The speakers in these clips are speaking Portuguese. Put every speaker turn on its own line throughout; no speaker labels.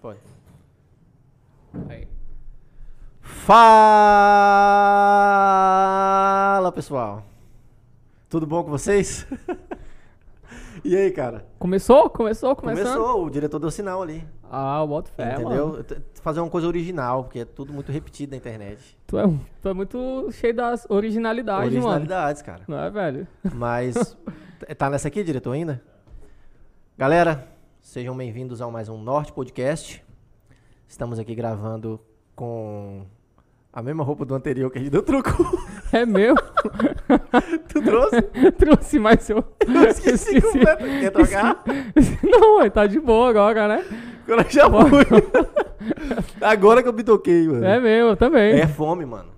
Foi.
Aí.
Fala, pessoal. Tudo bom com vocês? e aí, cara?
Começou? Começou? Começando?
Começou, o diretor deu sinal ali,
Ah, o boto fé,
entendeu?
mano.
T- Fazer uma coisa original, porque é tudo muito repetido na internet.
Tu é, um- tu é muito cheio das originalidades,
Originalidades, cara.
mano. Não é, velho?
Mas t- tá nessa aqui, diretor, ainda? Galera, sejam bem-vindos ao mais um Norte Podcast. Estamos aqui gravando com a mesma roupa do anterior que a gente deu truco.
É meu.
tu trouxe?
Trouxe mais um. eu.
Eu esqueci completo. Quer trocar?
Não, ué, tá de boa agora, né?
Agora eu já fui. Agora que eu me toquei, mano.
É meu, eu também.
É,
É,
fome, mano.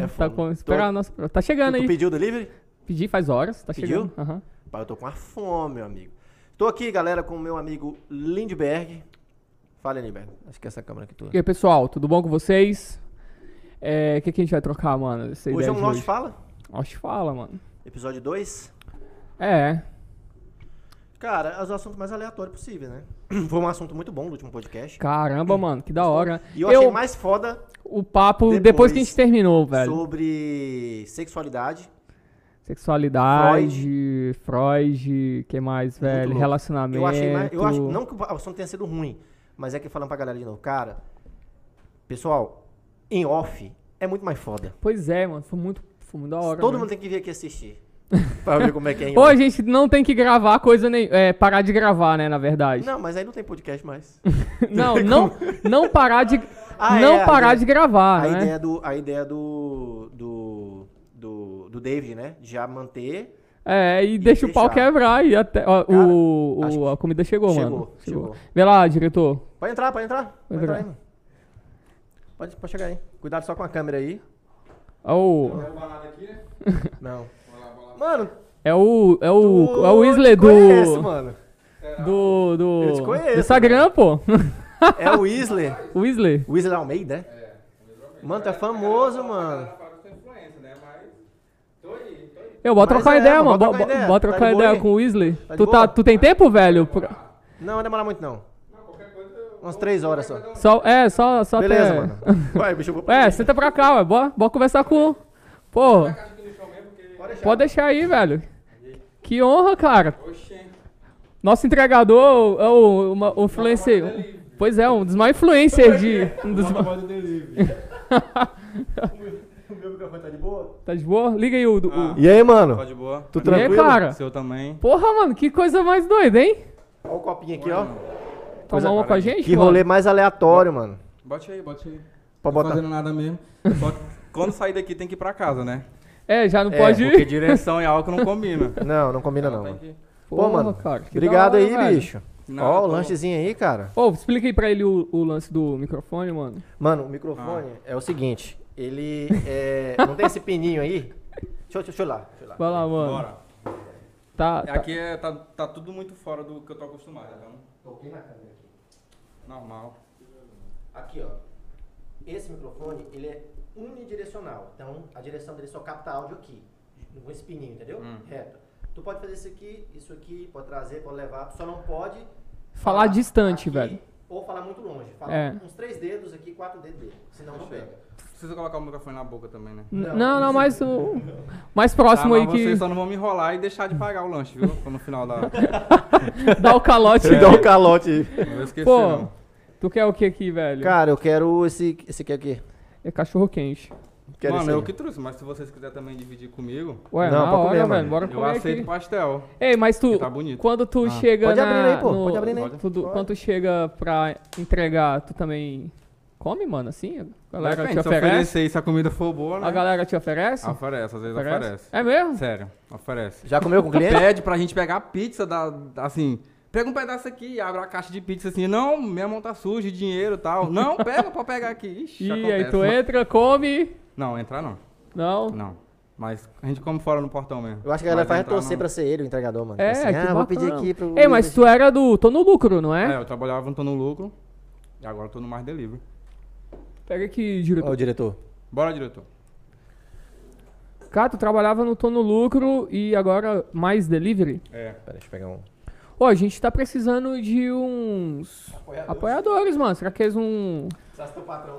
tá
fome.
com.
Tô-
Esperar a nossa. Tá
Tu,
chegando
tu
aí.
pediu o delivery?
Pedi faz horas, tá
Pediu?
chegando. Aham.
Pai, eu tô com uma fome, meu amigo. Tô aqui, galera, com o meu amigo Lindberg. Fala, Lindberg. Acho que é essa câmera aqui tua.
E aí, pessoal, tudo bom com vocês? É, O que, que a gente vai trocar, mano? Essa
Hoje
ideia
é um
de
Norte Fala,
Norte fala, mano.
episódio 2.
É.
Cara, é os assuntos mais aleatórios possíveis, né? Foi um assunto muito bom no último podcast.
Caramba, mano, que da hora.
E eu achei mais foda
O papo depois, que a gente
Depois.
terminou, velho.
sobre sexualidade.
Sexualidade, Freud, que mais, velho?
louco.
Relacionamento.
Eu achei mais, eu acho, não que o assunto tenha sido ruim, mas é que falando pra galera de novo, cara, pessoal, em off é muito mais foda.
Pois é, mano, foi muito, foi muito da hora.
Todo
mano.
mundo tem que vir aqui assistir. pra ver como é que é em
Ou a
off.
gente não tem que gravar coisa nem. É, parar de gravar, né, na verdade.
Não, mas aí não tem podcast mais.
Não, não, não parar de.
Ah,
não
é, a
parar
ideia-
de gravar,
a
né?
ideia do a ideia do do do, do David, né? De Já manter.
É, e deixa o pau
deixar.
quebrar e até. ó,
Cara,
o, o-
acho que-
a comida chegou,
Chegou,
mano.
chegou.
Vê lá, diretor.
Pode entrar, pode entrar. Pode
entrar.
entrar aí, mano. Pode, pode chegar aí. Cuidado só com a câmera aí.
É o.
Não. Mano,
É o. É o. É o
tu
Weasley
te conhece,
do.
mano.
Do. Do.
Eu te conheço, né?
do Instagram, pô.
É o Weasley.
Weasley.
Weasley Almeida, né? Mano, tu é famoso, mano.
Eu vou
Mas
trocar
é,
ideia,
mano,
mano.
bota uma
Bo-
ideia.
bo- Bota
Tá de
trocar
boa
ideia
aí?
com o Weasley.
de
Tu, tá,
boa?
tu tem tempo, velho? Pra-
Não, vai demorar muito, não. Umas três horas só.
Só, é, só, só
Beleza,
até...
mano. Vai, bicho, eu vou...
É, senta pra cá, ué. Bora, bora conversar com... Pô, pode deixar aí, velho. Que honra, cara. Nosso entregador é o, uma- o influencer... Pois é, um dos maiores influencers de... Um dos ma-
O meu microfone tá de boa?
Tá de boa? Liga aí o... do- o-
E aí, mano?
Tá de boa.
Tu
E
Ah,
aí,
tranquilo?
cara?
Seu também.
Porra, mano, que coisa mais doida, hein?
Olha o copinho aqui, ó.
é.
Tomar uma com a gente,
Que
mano.
rolê mais aleatório, mano.
Bote aí, bote aí. Não
Pra
tô
botar.
Tá fazendo nada mesmo. Só que quando sair daqui tem que ir pra casa, né?
É, já não
É,
pode
Porque
ir.
direção e álcool não combina.
Não, não combina, não.
Tem
mano.
que-
Pô, mano.
cara, que da
Obrigado
hora,
aí,
velho.
bicho.
Nada,
Ó, o
tô-
lanchezinho aí, cara.
Ô, explica aí pra ele o, o lance do microfone, mano.
Mano, o microfone
Ah.
é o seguinte. Ele é... Não tem esse pininho aí? Deixa eu, deixa eu lá. Deixa eu lá.
Vai lá, mano.
Bora.
Tá, tá.
Aqui é, tá, tá tudo muito fora do que eu tô acostumado, então.
Toquei na câmera aqui.
Normal.
Aqui, ó. Esse microfone, ele é unidirecional. Então, a direção dele só capta áudio aqui. Com esse pininho, entendeu?
Hum.
Reto. Tu pode fazer isso aqui, isso aqui, pode trazer, pode levar. Tu só não pode...
Falar distante, velho.
Ou falar muito longe. Falar
É.
uns três dedos aqui, quatro dedos dele. Senão não pega.
Precisa colocar o microfone na boca também, né?
N-
Não.
Não, não, mas o. Mais próximo
Ah,
aí
mas vocês
que
só não vão me enrolar e deixar de pagar o lanche, viu? Quando no final da...
dá o calote.
um calote aí.
Não vou esquecer,
Pô,
não.
tu quer o que aqui, velho?
Cara, eu quero esse, esse aqui aqui.
É cachorro quente.
Quero
Mano,
esse
eu
aí.
que trouxe, mas se vocês quiserem também dividir comigo,
Ué,
Não,
não, na
pra
hora,
comer, mano.
velho. Bora
eu
comer
aceito
aqui.
pastel.
Ei, mas tu.
Que tá bonito.
Quando tu
Ah.
chega.
Pode abrir
na-
aí, pô.
no-
Pode abrir aí.
tu- tu- quando tu chega pra entregar, tu também come, mano, assim? A galera
Depende,
te
se
oferece?
oferecer e se a comida for boa, né?
A galera te oferece?
Oferece, às vezes oferece.
É mesmo?
Sério, oferece.
Já comeu com o cliente?
Pede pra gente pegar a pizza da. da- Assim, pega um pedaço aqui, abre a caixa de pizza assim, não, minha mão tá suja, dinheiro e tal. Não, pega pra pegar aqui. Ixi,
E
acontece.
aí tu entra, come.
Não, entrar não.
Não.
Não. Mas a gente come fora no portão mesmo.
eu acho que a galera
Mas
faz é
entrar,
torcer
não.
pra ser ele o entregador, mano.
É,
Assim,
que
ah, eu vou
bacana.
pedir aqui pro...
Ei, mas tu era do. Tô no lucro, não é?
né?
É, eu trabalhava, tô no lucro. E agora eu tô no mais delivery.
Pega aqui,
Ó,
diretor.
o diretor.
Bora, diretor.
Cara, tu trabalhava no Tô no Lucro e agora mais delivery?
É.
Pera, deixa eu pegar um.
Ô, a gente tá precisando de uns apoiadores, mano. Será que eles não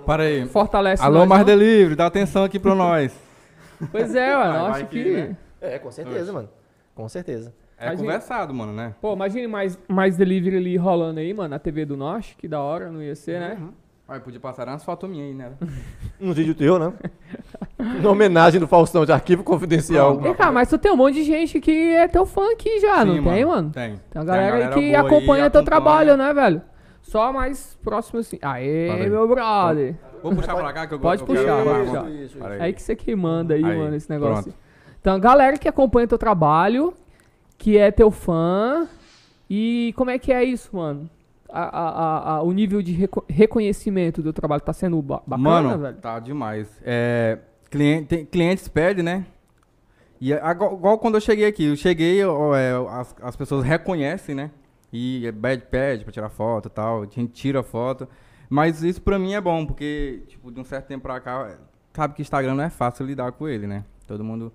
Para aí.
fortalecem
Alô,
nós,
mais
não?
delivery, dá atenção aqui pra nós.
Pois é, mano.
Vai,
eu
vai
acho
que,
que...
né?
É, com certeza, mano. Com certeza.
É
Mas,
conversado, mano, né?
Pô, imagine mais, mais delivery ali rolando aí, mano, na TV do Norte. Que da hora, não ia ser, né?
Aí podia passar umas fotos minhas aí, né?
Um vídeo teu, né? Uma homenagem do Faustão de arquivo confidencial.
E, cara, mas tu tem um monte de gente que é teu fã aqui já, não tem, mano?
Tem.
Tem uma galera, aí que
boa aí,
acompanha teu
acompanha.
trabalho, né, velho? Só mais próximo assim. Aê,
Fala aí.
meu brother.
Vou puxar pra cá que eu
Pode
eu quero
puxar,
gravar,
pode
mano.
isso,
Para
É aí que você que manda aí,
Aí,
mano, esse negócio.
pronto.
Então, galera que acompanha teu trabalho, que é teu fã. E como é que é isso, mano? A- a- a- a- o nível de reco- reconhecimento do trabalho tá sendo ba- bacana,
Mano,
velho?
tá demais. É, cliente, tem- clientes pedem, né? E a- agora- igual quando eu cheguei aqui, eu cheguei, eu- é, as, as pessoas reconhecem, né? E é bad pede pra tirar foto e tal, a gente tira foto. Mas isso pra mim é bom, porque, tipo, de um certo tempo pra cá, sabe que Instagram não é fácil lidar com ele, né? Todo mundo.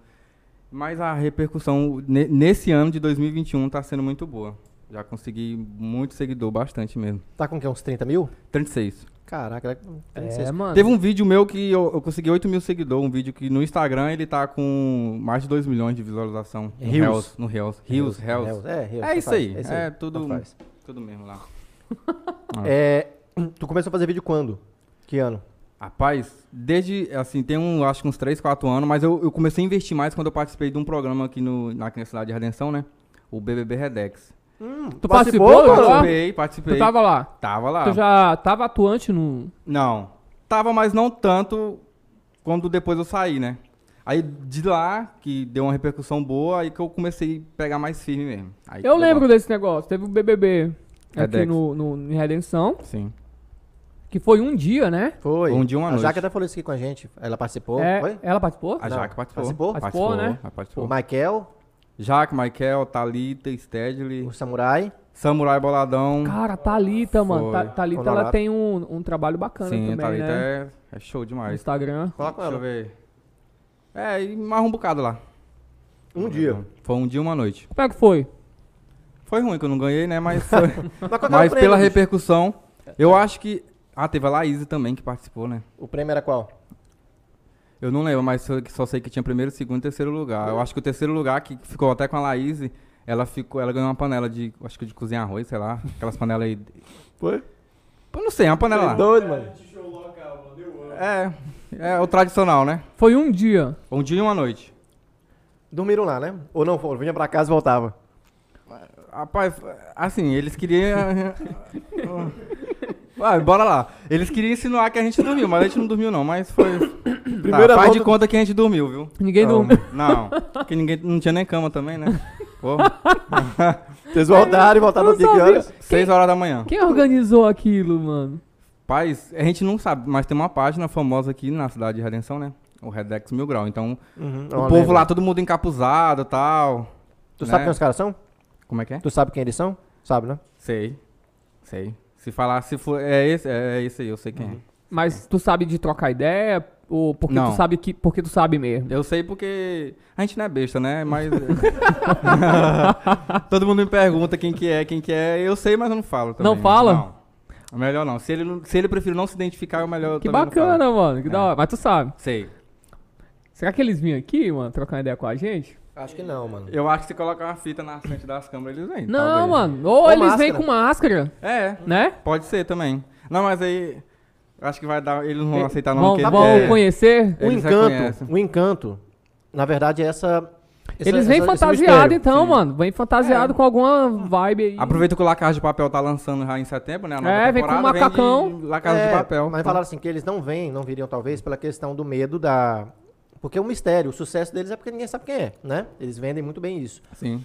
Mas a repercussão ne- nesse ano de 2021 tá sendo muito boa. Já consegui muito seguidor, bastante mesmo.
Tá com o quê? Uns 30 mil?
36.
Caraca,
É,
36.
mano.
Teve um vídeo meu que eu, eu consegui 8 mil seguidores, um vídeo que no Instagram ele tá com mais de 2 milhões de visualização. No
Reels.
Reels. No Reels. Reels, Reels.
É, Reels,
É
tanto
isso
faz,
aí,
isso
é tudo-
tanto faz.
Tudo mesmo lá.
É, tu começou a fazer vídeo quando? Que ano?
Rapaz, desde, assim, tem um, acho que uns 3, 4 anos, mas eu, eu comecei a investir mais quando eu participei de um programa aqui, no, na- aqui na Cidade de Redenção, né? O BBB Redex. Hum,
Tu participou,
mano?
Tava lá?
Participei, participei.
Tu tava lá.
Tava lá.
Tu já tava atuante no.
Não. Tava, mas não tanto quando depois eu saí, né? Aí de lá, que deu uma repercussão boa, aí que eu comecei a pegar mais firme mesmo. Aí que
Eu
deu
lembro desse negócio. Teve o BBB aqui
Redex.
no, no, em Redenção,
bom. Sim.
que foi um dia, né?
Foi.
Um dia, uma
a
noite.
Jaque até falou isso aqui com a gente. Ela participou,
É,
foi?
ela participou?
A
Não,
Jaque participou.
participou?
Participou, né?
ah,
O
Participou.
Michael,
Jaque, Michael, Thalita, Stedley,
o Samurai.
Samurai Boladão.
Cara, Thalita, mano.
Foi.
Ta- Thalita,
Honorado.
ela tem um, um trabalho bacana
Sim,
também,
Thalita
né?
é, é show
No
demais.
Instagram.
Fala com
Deixa eu
ela.
ver. É, e mais um bocado lá.
Um dia.
Foi um dia e uma noite.
Como é que foi?
Foi ruim que eu não ganhei, né? Mas foi.
Mas, qual que era o
Mas
prêmio,
pela
bicho?
repercussão, eu
É.
acho que. Ah, teve a Laís também que participou, né?
O prêmio era qual?
Eu não lembro, mas só- só sei que tinha primeiro, segundo e terceiro lugar. Eu acho que o terceiro lugar, que ficou até com a Laís, ela, ficou, ela ganhou uma panela de. Acho que de cozinhar arroz, sei lá. Aquelas panelas aí.
Foi?
Eu não sei, é uma panela lá.
Tá Doido, mano.
É. É o tradicional, né?
Foi um dia.
Um dia e uma noite.
Dormiram lá, né? Ou não, foram, vinha pra casa e voltava.
Rapaz, assim, eles queriam. Vai, bora lá. Eles queriam insinuar que a gente dormiu, mas a gente não dormiu, não. Mas foi.
Primeira
tá, faz
volta-
de conta que a gente dormiu, viu?
Ninguém
Não,
dormiu.
Não, porque ninguém não tinha nem cama também, né? Pô,
Vocês voltaram e voltaram
Eu
aqui que
sabia.
horas?
seis horas da manhã.
Quem organizou aquilo, mano?
Paz, a gente não sabe, mas tem uma página famosa aqui na cidade de Redenção, né? O Redex Mil Grau. Então,
Uhum,
o
ó,
povo
lembra.
lá, todo mundo encapuzado e tal.
Tu
né?
sabe quem os caras são?
Como é que é?
Tu sabe quem eles são? Sabe, né?
Sei. Sei. Se falar, se for. É esse, é esse aí, eu sei quem
Uhum. Mas tu sabe de trocar ideia? Ou porque
Não.
tu sabe que. Porque tu sabe mesmo.
é. Eu sei porque. A gente não é besta, né? Mas. todo mundo me pergunta quem que é, quem que é. Eu sei, mas eu não falo também.
Não fala?
Não. É Melhor não. Se ele, não- se ele prefere não se identificar, é o melhor eu
Que
também não falo.
bacana, mano. Que da
É.
hora. Mas tu sabe.
Sei.
Será que eles vinham aqui, mano, trocar ideia com a gente?
Acho que não, mano.
Eu acho que se colocar uma fita na frente das câmeras, eles vêm.
Não,
talvez.
mano. Ou,
Ou
eles vêm
máscara.
com máscara,
É,
né?
pode ser também. Não, mas aí. Acho que vai dar. Eles não vão
Eh,
aceitar não,
Vão,
porque
vão
é,
conhecer.
O
Eles
encanto,
reconhecem.
o encanto, na verdade, é essa. essa-
Eles vêm
essa- esse
fantasiado,
é mistério.
então, mano. Vem
É.
fantasiado com alguma vibe aí.
Aproveita que o La Casa de Papel tá lançando já em setembro, né? A nova
É, vem com
temporada,
macacão.
de La Casa
É,
de Papel.
Mas falaram assim que eles não vêm, não viriam talvez pela questão do medo da. Porque é um mistério. O sucesso deles é porque ninguém sabe quem é, né? Eles vendem muito bem isso.
Sim.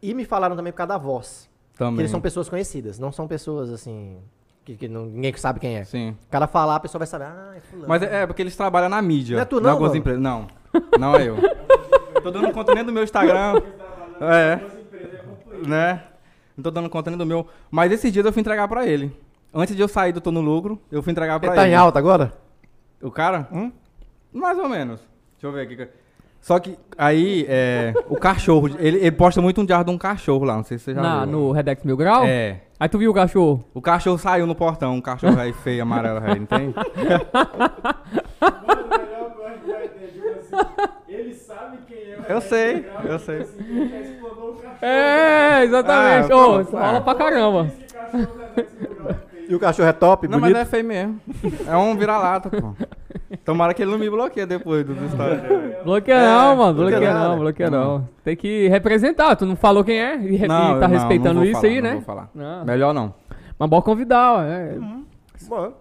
E me falaram também por causa da voz. Que
Também.
eles são pessoas conhecidas, não são pessoas assim. Que, que não- ninguém sabe quem é.
Sim.
O cara falar, a pessoa vai saber, ah, é fulano.
Mas é, é, porque eles trabalham na mídia.
Não é tu
em
não,
algumas
mano?
empresas. Não. Não é eu. tô dando conta nem do meu Instagram. é. Né? Não tô dando conta nem do meu. Mas esses dias eu fui entregar pra ele.
tá
Antes de eu sair do Tô no Lucro, eu fui entregar pra
Ele
ele.
tá em alta agora?
O cara? Mais ou menos. Deixa eu ver aqui. Só que aí, é, o cachorro, ele, ele posta muito um diário de um cachorro lá, não sei se você já
Na,
viu.
no Redex Mil Grau?
É.
Aí tu viu o cachorro?
O cachorro saiu no portão, um cachorro aí feio, amarelo aí, não tem?
Mano, o melhor que eu acho que vai ter, tipo assim, ele sabe quem é o
Eu sei,
Grau,
eu
tipo
sei.
assim, ele já explodiu o cachorro.
É, exatamente.
Ah,
Ô,
pronto,
isso
ah.
rola pra caramba.
Esse cachorro da Alex Grau fez.
E o cachorro é top,
Não, mas
bonito.
não é feio mesmo. É um vira-lata, pô. Tomara que ele não me bloqueia depois dos stories.
Bloqueia
É,
não, mano.
bloqueia
Bloqueia
nada.
não, bloqueia não. Tem que representar. Tu não falou quem é e, re- e tá
eu-
respeitando
vou
isso
falar,
aí,
não
né?
vou falar.
Não.
Melhor não.
Mas bora convidar, ó. É,
Bom,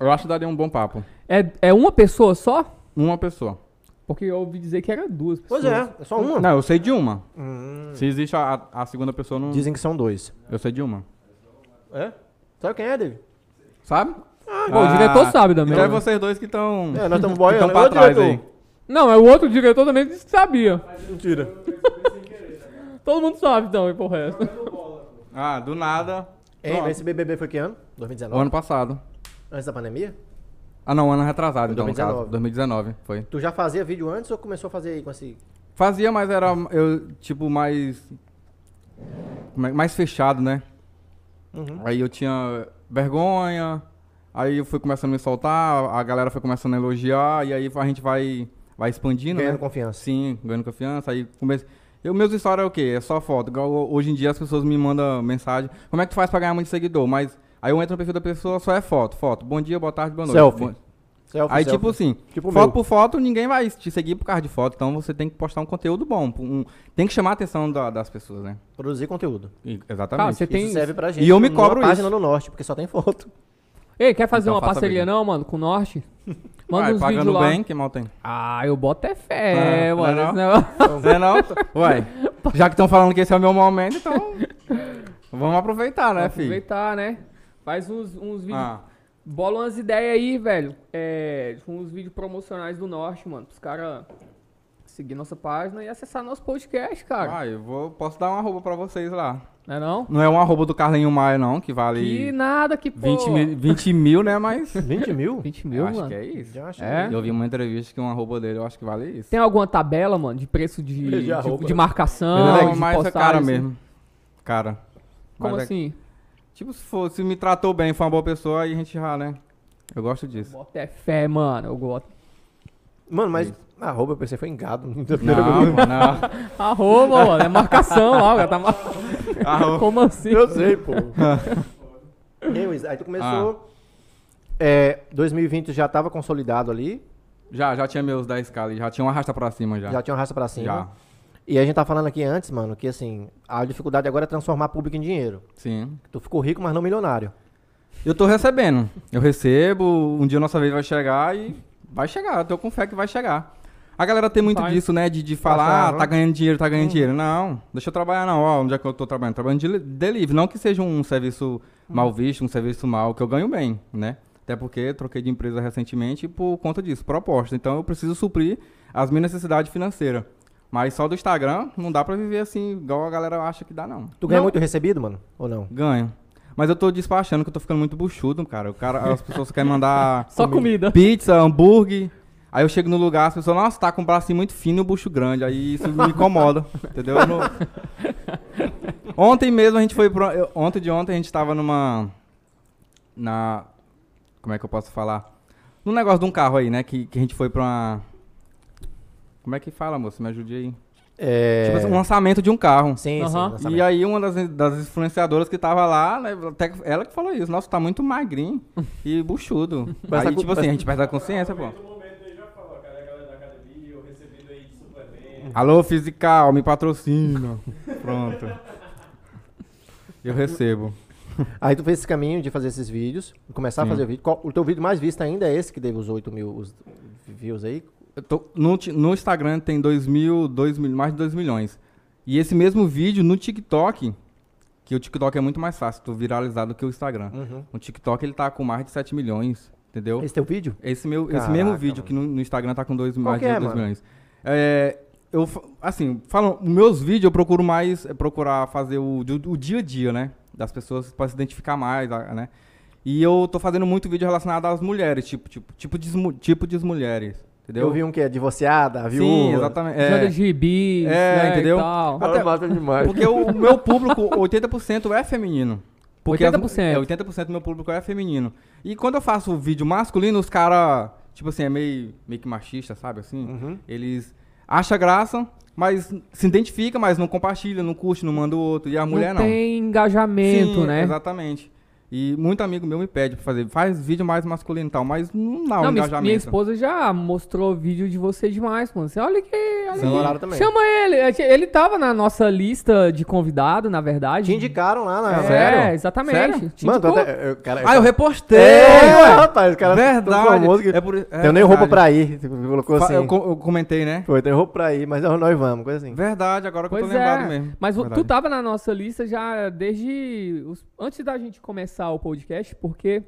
Eu acho que daria um bom papo.
é, é uma pessoa só?
Uma pessoa.
Porque eu ouvi dizer que era duas pessoas.
Pois é, é só uma.
Não, eu sei de uma.
Hum,
Se existe a, a- a segunda pessoa, não.
dizem que são dois.
Eu sei de uma.
É? Sabe quem é, David?
Sabe? Ah,
Pô, o diretor sabe também.
Então é
né?
vocês dois que estão.
É, nós estamos boiando.
Então pra
Ô,
trás
diretor.
Não, é o outro diretor também disse que sabia.
Mentira.
Todo mundo sabe, então, e pro resto.
Ah, do nada.
Hein,
Pronto.
mas esse BBB foi que ano?
O
2019?
ano passado.
Antes da pandemia?
Ah, não, ano retrasado, então, 2019.
2019.
caso. 2019, foi.
Tu já fazia vídeo antes ou começou a fazer aí com esse...
Fazia, mas era, eu, tipo, mais... como é- Mais fechado, né?
Uhum.
Aí eu tinha vergonha, aí eu fui começando a me soltar, a galera foi começando a elogiar, e aí a gente vai, vai expandindo,
Ganhando
né?
confiança.
Sim, ganhando confiança. Aí comecei. Eu, meus stories é o quê? É só foto. Igual ho- Hoje em dia as pessoas me mandam mensagem. Como é que tu faz pra ganhar muito seguidor? Mas aí eu entro no perfil da pessoa, só é foto. Foto. Bom dia, boa tarde, boa noite.
Selfie.
Bom-
Selfie,
Aí,
selfie.
tipo assim,
Tipo o
foto
meu.
por foto, ninguém vai te seguir por causa de foto. Então você tem que postar um conteúdo bom. um- tem que chamar a atenção da- das pessoas, né?
Produzir conteúdo.
Exatamente.
Cara, você tem.
Isso serve pra gente.
E eu me
numa
cobro
página
isso.
no Norte, porque só tem foto.
Ei, quer fazer
Então
uma
faça
parceria
vídeo.
não, mano, com o Norte? Manda
Vai,
uns
pagando
vídeos lá.
bem, que mal tem.
Ah, eu boto é fé,
Ah,
mano.
não é
esse
não?
negócio-
Você não? Ué, já que estão falando que esse é o meu momento, então. Vamos aproveitar, né, filho?
Aproveitar, né? Faz uns, uns vídeos.
Ah,
Bola umas ideias aí, velho. É, com os vídeos promocionais do Norte, mano. Os caras seguir nossa página e acessar nosso podcast, cara.
ah, eu vou, posso dar um arroba pra vocês lá.
Não é não?
Não é um arroba do Carlinho Maia, não, que
Que
vale
nada, que porra.
20 mil, 20 mil, né? Mas.
20 mil?
20
eu
mil,
acho
mano.
que é isso.
Já achei.
É?
Eu vi uma entrevista que um arroba dele, eu acho que vale isso.
Tem alguma tabela, mano, de preço de,
Preço de
de,
arroba.
de marcação,
Não,
de
mas é
postagem,
cara
assim?
mesmo. Cara.
Como
Mas é-
assim?
Tipo, se, for, se me tratou bem, foi uma boa pessoa, aí a gente já, né? Eu gosto disso.
Bota é fé, mano. Eu gosto.
Mano, mas a roupa eu pensei foi em gado.
Não, não.
Arroba, mano. É marcação lá, o cara tá mar...
Ah,
Como assim?
Eu sei, pô. Anyways, aí tu começou...
Ah.
É, 2020 já tava consolidado ali,
Já, já tinha meus 10k ali, já tinha um arrasta pra cima já.
já tinha uma raça pra cima.
Já.
E a gente tá falando aqui antes, mano, que assim, a dificuldade agora é transformar público em dinheiro.
Sim.
Tu ficou rico, mas não milionário.
Eu tô recebendo. Eu recebo, um dia nossa vez vai chegar e vai chegar. Eu tô com fé que vai chegar. A galera tem muito
Vai.
disso, né? De, de falar,
Passar,
ah,
né?
tá ganhando dinheiro, tá ganhando dinheiro. Não, deixa eu trabalhar não. Ó, onde é que eu tô trabalhando? Trabalhando de li- delivery. Não que seja um serviço mal visto, um serviço mal, que eu ganho bem, né? Até porque eu troquei de empresa recentemente por conta disso, proposta. Então eu preciso suprir as minhas necessidades financeiras. Mas só do Instagram não dá pra viver assim, igual a galera acha que dá, não.
Tu ganha
Não.
muito recebido, mano? Ou não?
Ganho. Mas eu tô despachando que eu tô ficando muito buchudo, cara. O cara as pessoas querem mandar
Só comida.
pizza, hambúrguer. Aí eu chego no lugar, as pessoas, nossa, tá com o braço assim muito fino e o bucho grande. Aí isso me incomoda, entendeu? Eu não- Ontem mesmo a gente foi pro... eu- Ontem de ontem a gente tava numa... Na... Como é que eu posso falar? Num negócio de um carro aí, né? Que, que a gente foi pra uma... Como é que fala, moço? Me ajude aí.
É...
Tipo assim, um lançamento de um carro.
Sim,
Aham.
sim.
E aí uma das, das influenciadoras que tava lá, né, até que- ela que falou isso, nossa, tá muito magrinho e buchudo.
Mas
aí,
a cu-
tipo assim, a gente perde a consciência, pô.
No momento ele já falou, cara, a galera da academia, eu recebido aí de suplemento.
Alô, Fisical, me patrocina. Pronto. Eu recebo.
Aí tu fez esse caminho de fazer esses vídeos, começar a
Sim.
fazer o vídeo. Qual- o teu vídeo mais visto ainda é esse que teve os 8 mil os views aí?
Eu tô- no, ti- no Instagram tem 2 mil, 2 mil, mais de 2 milhões. E esse mesmo vídeo no TikTok, que o TikTok é muito mais fácil, tu viralizar do que o Instagram.
Hum.
O TikTok ele tá com mais de 7 milhões, entendeu?
Esse teu vídeo?
Esse, meu, esse
Caraca,
mesmo vídeo
mano.
que no, no Instagram tá com dois, mais
que é,
de 2
mano?
milhões. É, eu, fa- assim, falam, meus vídeos eu procuro mais é, procurar fazer o, do- o dia a dia, né? Das pessoas pra se identificar mais, a- né? E eu tô fazendo muito vídeo relacionado às mulheres, tipo, tipo, tipo, de, mu- tipo de mulheres. Entendeu?
Eu vi um que é divorciada, viúva.
Sim, exatamente. é.
Jogos de gibi,
É,
né,
entendeu?
E tal.
Até mata demais.
Porque o meu público, 80% é feminino. Porque as-
80%.
é, 80% do meu público é feminino. E quando eu faço o vídeo masculino, os caras, tipo assim, é meio, meio que machista, sabe assim?
Uhum.
Eles acham graça, mas se identifica, mas não compartilha, não curte, não manda o outro. E a mulher não.
não tem engajamento,
Sim,
né?
Exatamente. E muito amigo meu me pede pra fazer, faz vídeo mais masculino e tal, mas não dá um
Não, minha,
engajamento.
minha esposa já mostrou vídeo de você demais, mano. Você olha que. olha
Seu
que-
horário também.
Chama ele. É que Ele tava na nossa lista de convidado, na verdade.
Te indicaram lá na.
É,
Sério?
exatamente.
Sério?
Te
Mano, tu
indicou.
até. eu- cara,
Ah, eu repostei!
É,
ué.
rapaz, o cara é tão
verdade.
famoso que-
É por- é
Tenho nem roupa
verdade.
pra ir. Tu colocou
Fa-
assim.
Eu, co- eu comentei, né?
Foi, tenho roupa pra ir, mas nós nós vamos, coisa assim.
Verdade, agora que eu
Pois
tô lembrado
é.
mesmo.
Mas o- tu
Verdade.
tava na nossa lista já desde. os- antes da gente começar o podcast, porque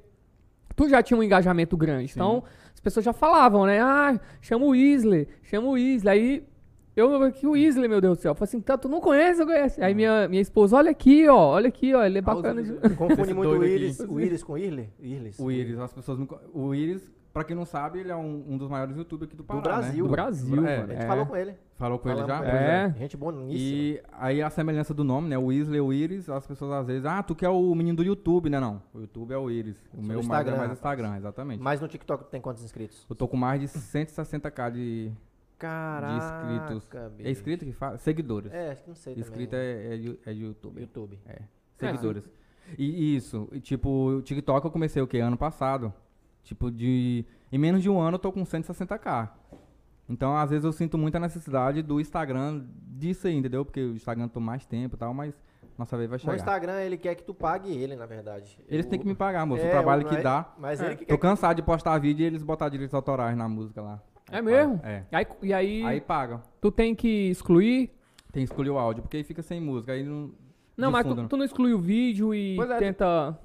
tu já tinha um engajamento grande. Então, as pessoas já falavam, né? Ah, chama o Isley, chama o Isley. Aí. Eu aqui o Isley, meu Deus do céu. Eu falei assim, tá, tu não conhece, eu conheço.
Uhum.
Aí minha, minha esposa, olha aqui, ó, olha aqui, ó, ele é bacana. de-
Confunde
Esse
muito
doido
o
aqui.
Iris, o Iris com Irle? Irles.
O Iris, as pessoas não co- O Iris, pra quem não sabe, ele é um, um dos maiores youtubers aqui do Pará,
Brasil.
Do Brasil,
É,
A
mano.
gente
É.
falou com ele.
Né? Falou com ele já?
Falamos
com ele.
Pois
É.
Gente boníssima.
E aí a semelhança do nome, né? O Weasley, o Iris, as pessoas às vezes, ah, tu que é o menino do YouTube, né? Não, o YouTube é o Iris. O meu mais é
Instagram,
mais
rapaz.
Instagram, exatamente.
Mas no TikTok tem quantos inscritos?
Eu tô com mais de 160k de, de
Caraca.
inscritos. É
bicho.
inscrito que fala? Seguidores.
É, acho que não sei. também.
Inscrito é, é, you- é YouTube.
YouTube.
É, seguidores. E isso, e, tipo, o TikTok eu comecei o quê? Ano passado. Tipo, de. Em menos de um ano eu tô com 160k. Então, às vezes, eu sinto muita necessidade do Instagram disso aí, entendeu? Porque o Instagram toma mais tempo e tal, mas nossa vez vai
O
chegar.
Instagram, ele quer que tu pague ele, na verdade.
Eles
O-
têm que me pagar, moço.
É,
o trabalho
o-
que dá. É.
Mas ele que é
Tô
quer.
cansado de postar vídeo e eles botar direitos autorais na música lá.
É mesmo?
É.
Aí- e aí,
Aí paga.
tu tem que excluir?
Tem que escolher o áudio, porque aí fica sem música. Aí não.
Não, mas tu,
difundo, não.
tu não exclui o vídeo e
né? Pois é,
tenta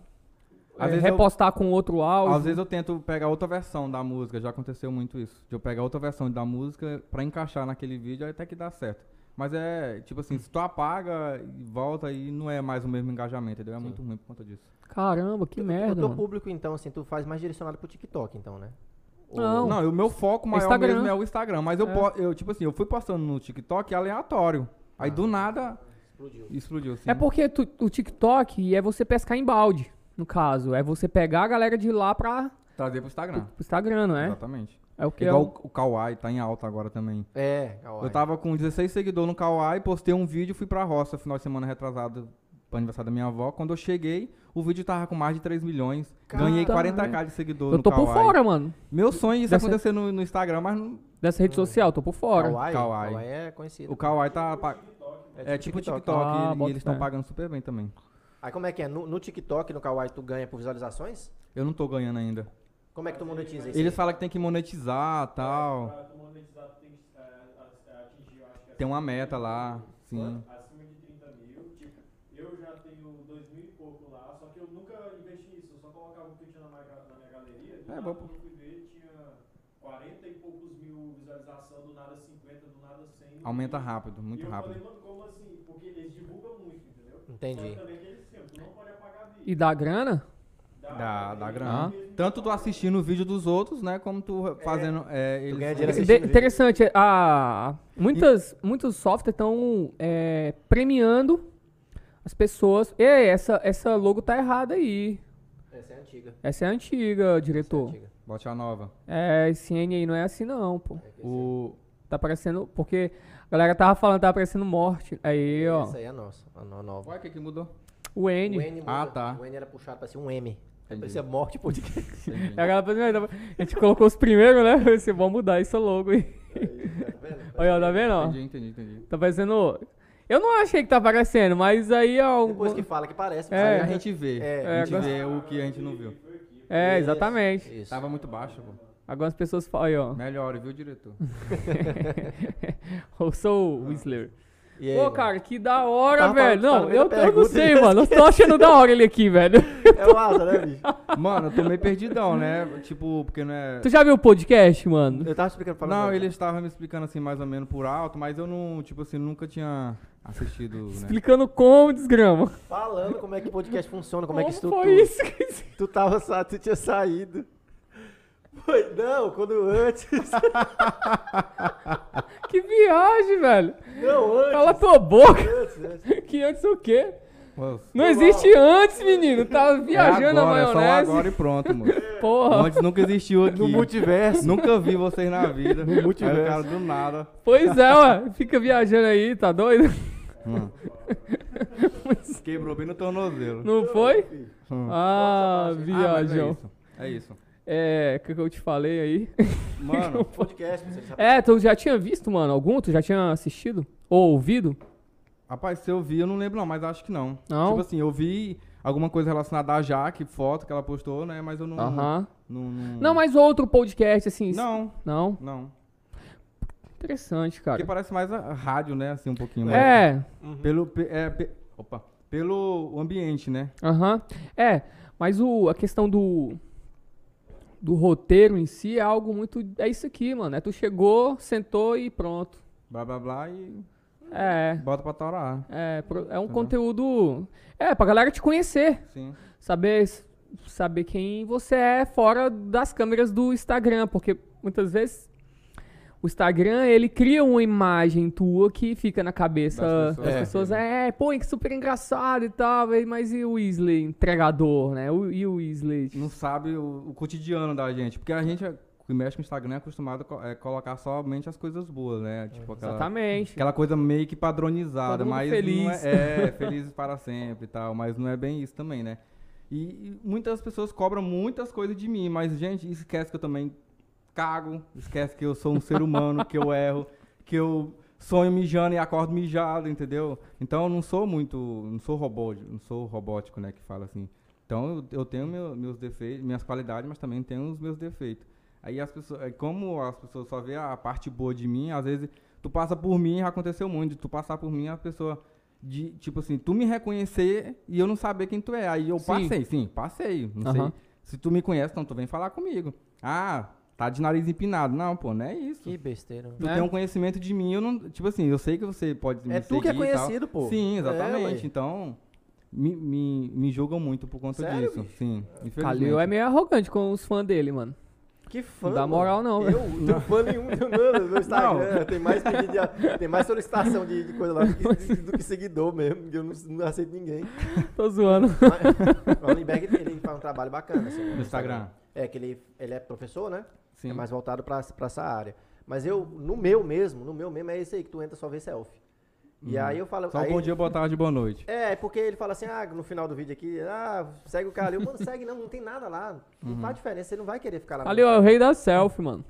eh,
às vezes eu-
repostar com outro áudio.
Às vezes eu tento pegar outra versão da música, já aconteceu muito isso. De eu pegar outra versão da música pra encaixar naquele vídeo, aí até que dá certo. Mas é, tipo assim, se tu apaga e volta e não é mais o mesmo engajamento, entendeu? É muito ruim por conta disso.
Caramba, que
O
merda.
teu
Mano.
público, então, assim, tu faz mais direcionado pro TikTok, então, né?
Não.
Não, e o meu foco maior
Instagram.
mesmo é o Instagram, mas eu, po- eu, tipo assim, eu fui postando no TikTok aleatório. Aí do nada
Explodiu.
explodiu, sim.
É porque tu- o TikTok é você pescar em balde, no caso. É você pegar a galera de lá pra,
Trazer pro Instagram.
pro Instagram, não é?
Exatamente.
É o que
Igual
eu...
o, o Kawaii tá em alta agora também.
É, Kawaii.
Eu tava com 16 seguidores no Kawaii, postei um vídeo, fui pra roça final de semana retrasado pro aniversário da minha avó. Quando eu cheguei, o vídeo tava com mais de 3 milhões. Ganhei
Caralho.
40k de seguidores
eu tô
no
por
Kawaii.
fora, mano.
Meu sonho é isso
Deve ser-
acontecer no, no Instagram, mas não-
Dessa rede social, eu tô por fora.
É. Kawaii.
Kawaii.
Kawaai é conhecido.
o Kawaii tá... pa- É tipo o TikTok,
Ah,
e- e,
bota
eles estão
fé.
pagando super bem também.
Aí como é que é? No, no TikTok, no Kawaii, tu ganha por visualizações?
Eu não tô ganhando ainda.
Como é que tu monetiza isso?
Eles falam que tem que monetizar e tal.
Pra tu monetizar, tu tem que eh, atingir, eu acho que é
Tem uma meta lá, sim.
acima de 30 mil. Tipo, eu já tenho 2 mil e pouco lá, só que eu nunca investi nisso. Eu só colocava o que tinha na minha, ga- na minha galeria. Do
É,
nada,
bom,
quando eu fui ver, tinha 40 e poucos mil visualização, do nada 50, do nada 100.
Aumenta
E-
rápido,
e
muito
eu
rápido.
falei, mano, como assim? Porque eles divulgam muito, entendeu? Só
Entendi.
que também que eles têm, tu não pode apagar vídeo.
E dá grana?
Dá, dá grana. Tanto tu assistindo o vídeo dos outros, né? Como tu fazendo. É, eles...
ganha dinheiro
De-
assistindo vídeo.
interessante, é, a, muitas, muitos softwares estão premiando as pessoas. Ei, essa, essa logo tá errada aí.
Essa é antiga.
Essa é a antiga,
Essa é
diretor.
antiga.
Bote a nova.
É, esse N aí não é assim não, pô.
O...
Tá parecendo. Porque a galera tava falando, tava parecendo morte. Aí, ó.
Essa aí é a nossa, a no- nova.
Ué, o que que mudou?
O N.
O N
Ah,
muda.
tá.
O N era puxado, parecia um M.
Entendi.
Parecia morte podcast.
A, galera falando, a gente colocou os primeiros, né? Assim, vamos mudar isso logo aí. Olha, ó, tá vendo? ó?
Entendi, entendi, entendi.
Tá parecendo. Eu não achei que tá aparecendo, mas aí, ó. um
Depois que fala que parece. mas
É.
Aí
aí
a gente vê.
É,
a gente
agora-
vê o que a gente não viu.
É, exatamente.
Isso.
Tava muito baixo, pô.
Agora as pessoas falam, aí, ó.
Melhore, viu, diretor?
Eu sou o Whistler.
E aí,
Pô,
mano? Tá,
cara, que da hora,
Tava
velho.
falando- tava
Não,
vendo a
eu, eu não
pergunta e
sei,
eu
mano. Eu tô achando da hora ele aqui, velho.
É massa, né, bicho?
Mano, eu tô meio perdidão, né? Tipo, porque não é.
Tu já viu o podcast, mano?
Eu tava explicando pra
Não,
Leonardo.
ele estava me explicando assim, mais ou menos por alto, mas eu não, tipo assim, nunca tinha assistido, né?
Explicando como desgrama.
Falando como é que podcast funciona, como é que isso tudo.
foi isso?
Tu tava, sa- tu tinha saído. Foi, não, quando antes.
Que viagem, velho.
Não, antes.
Cala tua boca.
antes, antes.
Que antes o quê?
Pô,
Não existe antes, menino. Tá viajando
é
a
agora, É
maionese.
só o agora e pronto, mano.
Porra.
Antes nunca existiu aqui.
No multiverso.
Nunca vi vocês na vida. No
multiverso.
Aí o cara do nada.
Pois é, ó. Fica viajando aí, tá doido?
Quebrou bem no tornozelo.
Não foi?
Hum.
Ah,
mas
viajão.
É isso.
É, o que, que eu te falei aí?
É isso. Mano,
Podcast, você sabe.
É, tu já tinha visto, mano, algum? Tu já tinha assistido? Ou ouvido?
rapaz, se eu vi, eu não lembro não, mas acho que não.
Não?
Tipo assim, eu vi alguma coisa relacionada à Jaque, foto que ela postou, né? Mas eu não...
Aham.
Não,
Não, mas outro podcast, assim.
Não,
Não?
não.
Interessante,
Porque
cara.
parece mais a a rádio, né? Assim, um pouquinho mais.
É,
Pelo, pe- é, pe- opa, pelo ambiente, né?
aham. É, mas o, a questão do. Do roteiro em si é algo muito. É isso aqui, mano. É tu chegou, sentou e pronto.
Blá, blá, blá e
É.
bota pra torar.
É, pro- é um conteúdo. É, pra galera te conhecer.
Sim.
Saber, saber quem você é fora das câmeras do Instagram. Porque muitas vezes o Instagram, ele cria uma imagem tua que fica na cabeça
Das
das
pessoas.
pessoas.
É.
é, pô, que super engraçado e tal. Mas e o Weasley, entregador, né? O- E o Weasley?
Não sabe o, o cotidiano da gente. Porque a gente é- que mexe com o Instagram é acostumado a co- é, colocar somente as coisas boas, né? Tipo aquela,
Exatamente.
aquela coisa meio que padronizada.
Todo mundo
mas
feliz.
Não é, é, felizes para sempre e tal. Mas não é bem isso também, né? E, e muitas pessoas cobram muitas coisas de mim. Mas, gente, esquece que eu também cago. Esquece que eu sou um ser humano, que eu erro, que eu sonho mijando e acordo mijado, entendeu? Então eu não sou muito, não sou robô, não sou robótico, né, que fala assim. Então eu, eu tenho meu- meus defeitos, minhas qualidades, mas também tenho os meus defeitos. Aí as pessoas, aí como as pessoas só vê a parte boa de mim, às vezes tu passa por mim, já aconteceu muito, de tu passar por mim, a pessoa de tipo assim, tu me reconhecer e eu não saber quem tu é. Aí eu
Sim.
passei, sim, passei, não
Aham.
sei. Se tu me conhece, então tu vem falar comigo. Ah, tá de nariz empinado. Não, pô, não é isso.
Que besteira. mano.
Tu
né?
tem um conhecimento de mim, eu não. Tipo assim, eu sei que você pode me
É tu que é
seguir e tal.
conhecido, pô.
Sim,
É,
exatamente.
ué.
então, me, me, me julgam muito por conta
Sério,
disso. Sim, infelizmente.
Calil é meio arrogante com os fãs dele, mano.
Que fã.
Não dá
mano.
moral não,
Eu não tenho fã nenhum do nada no Instagram.
Não.
Tem, mais pedido de- tem mais solicitação de, de coisa lá do que, do que seguidor mesmo. que Eu não, não aceito ninguém.
Tô zoando.
Mas, o Lindbergh, ele faz um trabalho bacana. assim,
No Instagram.
É que ele, ele é professor, né?
Sim.
É mais voltado pra pra essa área. Mas eu, no meu mesmo, no meu mesmo é esse aí que tu entra só vê selfie. E aí eu falo.
Uhum. Só um
aí-
bom dia, boa tarde, boa noite.
É, é porque ele fala assim, ah, no final do vídeo aqui, ah, segue o Calil. Mano, segue não, não tem nada lá. Não
Uhum.
faz diferença, você não vai querer ficar lá.
Calil é o rei da selfie, mano.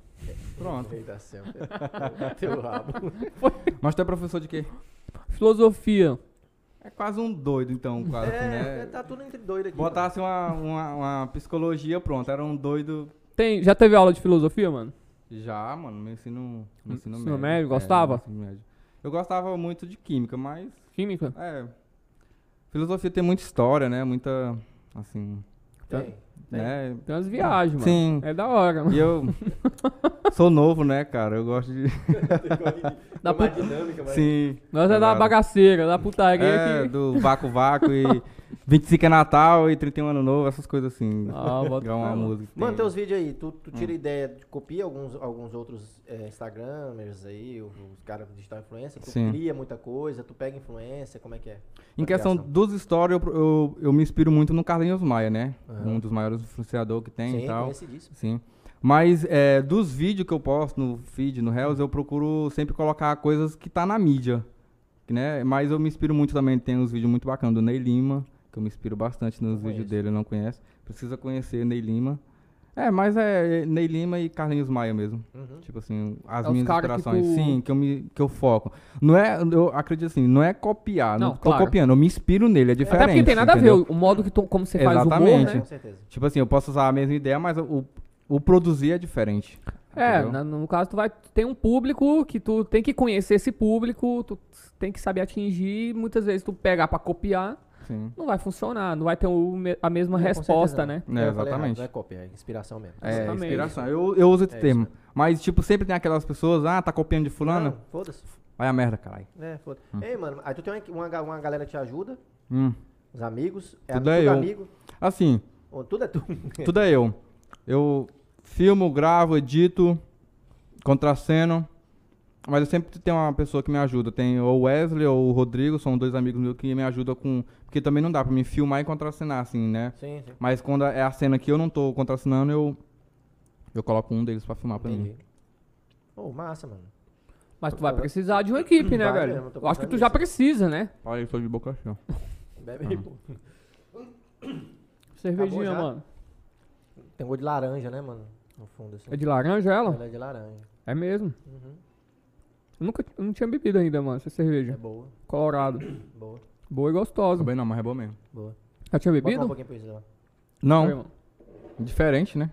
Pronto.
Rei da selfie. Teu rabo.
Mas tu é professor de quê?
Filosofia.
É quase um doido, então, quase, assim,
É,
né?
tá tudo entre doido aqui.
Botasse uma, uma, uma psicologia, pronto. Era um doido
Tem, já teve aula de filosofia, mano?
Já, mano, no ensino, no
No
ensino,
ensino
médio.
médio,
É,
gostava?
no ensino médio. Eu gostava muito de química, mas
Química?
é. Filosofia tem muita história, né? Muita. Assim.
Tem.
Né?
Tem umas viagens, mano.
Sim.
É da hora, mano.
E eu sou novo, né, cara? Eu gosto de.
Da
mais
pu-
dinâmica, mas...
Sim.
Nós é da
Claro.
bagaceira, da putaria
É,
que...
do Vaco Vaco e 25 é Natal e 31 Ano Novo, essas coisas assim.
Ah, bota
É uma
fé,
música. que
Mano,
tem. Hum.
teus vídeos aí, tu, tu tira ideia, tu copia alguns, alguns outros é, Instagramers aí, os, os caras de digital influencer, tu
Sim.
cria muita coisa, tu pega influência, como é que é?
Em
Na
questão
criação.
dos stories, eu, eu, eu me inspiro muito no Carlinhos Maia, né?
Aham.
Um dos maiores influenciadores que tem
Sim,
e tal.
conhecidíssimo.
Sim. Mas é, dos vídeos que eu posto no feed, no Reels, eu procuro sempre colocar coisas que tá na mídia. que, Né? Mas eu me inspiro muito também, tem uns vídeos muito bacanas do Ney Lima, que eu me inspiro bastante nos
Não
vídeos
conheço.
dele, eu não conheço. Precisa conhecer Ney Lima. É, mas é Ney Lima e Carlinhos Maia mesmo.
Uhum.
Tipo assim, as
É os
minhas
cara que
inspirações.
tu-
Sim, que eu, me, que eu foco. Não é, eu acredito assim, não é copiar. Não,
Não,
tô
claro.
copiando, eu me inspiro nele, é diferente.
Até porque tem nada
entendeu?
a ver o- o modo que tu, como você faz o humor. né?
Exatamente.
É, com certeza.
Tipo assim, eu posso usar a mesma ideia, mas o, o produzir é diferente.
É,
né?
entendeu?
na- no caso tu vai tu tem um público que tu tem que conhecer esse público, tu tem que saber atingir, muitas vezes tu pegar pra copiar,
Sim.
não vai funcionar, não vai ter o me- a mesma
É, com
resposta,
certeza não.
né?
É, eu falei
É,
errado,
exatamente.
Não é cópia, é inspiração mesmo.
É,
Exatamente.
inspiração. Eu, eu uso esse
É isso
termo.
mesmo.
Mas, tipo, sempre tem aquelas pessoas, ah, tá copiando de fulano. Hum.
Não, Foda-se.
Vai a merda, caralho.
É, foda-se. Ei, mano, aí tu tem uma, uma, ga- uma galera que te ajuda,
Hum.
os amigos, é
Tudo
amigo
é
do
eu.
amigo,
Assim,
ou tudo é tu.
tudo é eu. Eu filmo, gravo, edito, contraceno. Mas eu sempre tenho uma pessoa que me ajuda. Tem ou o Wesley ou o Rodrigo, são dois amigos meus que me ajudam com. Porque também não dá pra me filmar e contracenar, assim, né?
Sim, sim.
Mas quando é a cena que eu não tô contracenando, eu. Eu coloco um deles pra filmar pra mim.
Entendi. Ô, massa, mano.
Mas tu vai precisar de uma equipe, né,
Vai
velho?
mesmo, tô
Eu acho que tu
pensando
já
nisso.
precisa, né?
Olha, eu tô de boca chão. Ah.
Bebe aí, pô.
Cervejinha,
já?
mano.
Tem gosto de laranja, né, mano? No fundo, assim.
É de laranja ela?
Ela é de laranja.
É mesmo.
Uhum.
Eu nunca eu não tinha bebido ainda, mano, essa
É
cerveja.
boa,
Colorado.
boa,
Boa e gostosa.
Também não, mas é bom mesmo.
boa.
Já tinha
Bota mais um
bebido?
pouquinho pra isso lá.
Aí,
Não,
mano.
diferente, né?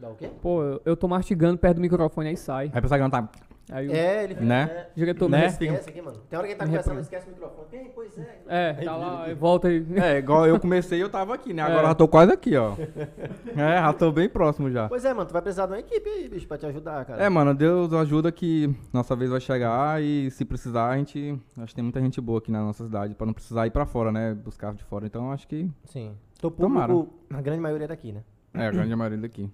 Dá o quê?
Pô, eu, eu tô mastigando perto do microfone, aí sai.
Aí pensar que não tá.
Aí o
É, ele fica.
Né?
É,
diretor
Né?
me respeita.
esquece aqui, mano. Tem hora que ele tá conversando, esquece o microfone. Ei, pois é.
É, tá lá, aí volta aí.
É, igual eu comecei eu tava aqui, né? Agora
É.
eu já tô quase aqui, ó. É, já tô bem próximo já.
Pois é, mano, tu vai precisar de uma equipe aí, bicho, pra te ajudar, cara.
É, mano, Deus ajuda que nossa vez vai chegar e se precisar, a gente. Acho que tem muita gente boa aqui na nossa cidade pra não precisar ir pra fora, né? Buscar de fora. Então acho que
Sim. Tô
Tomara.
público, a grande maioria daqui, né?
é a grande maioria daqui.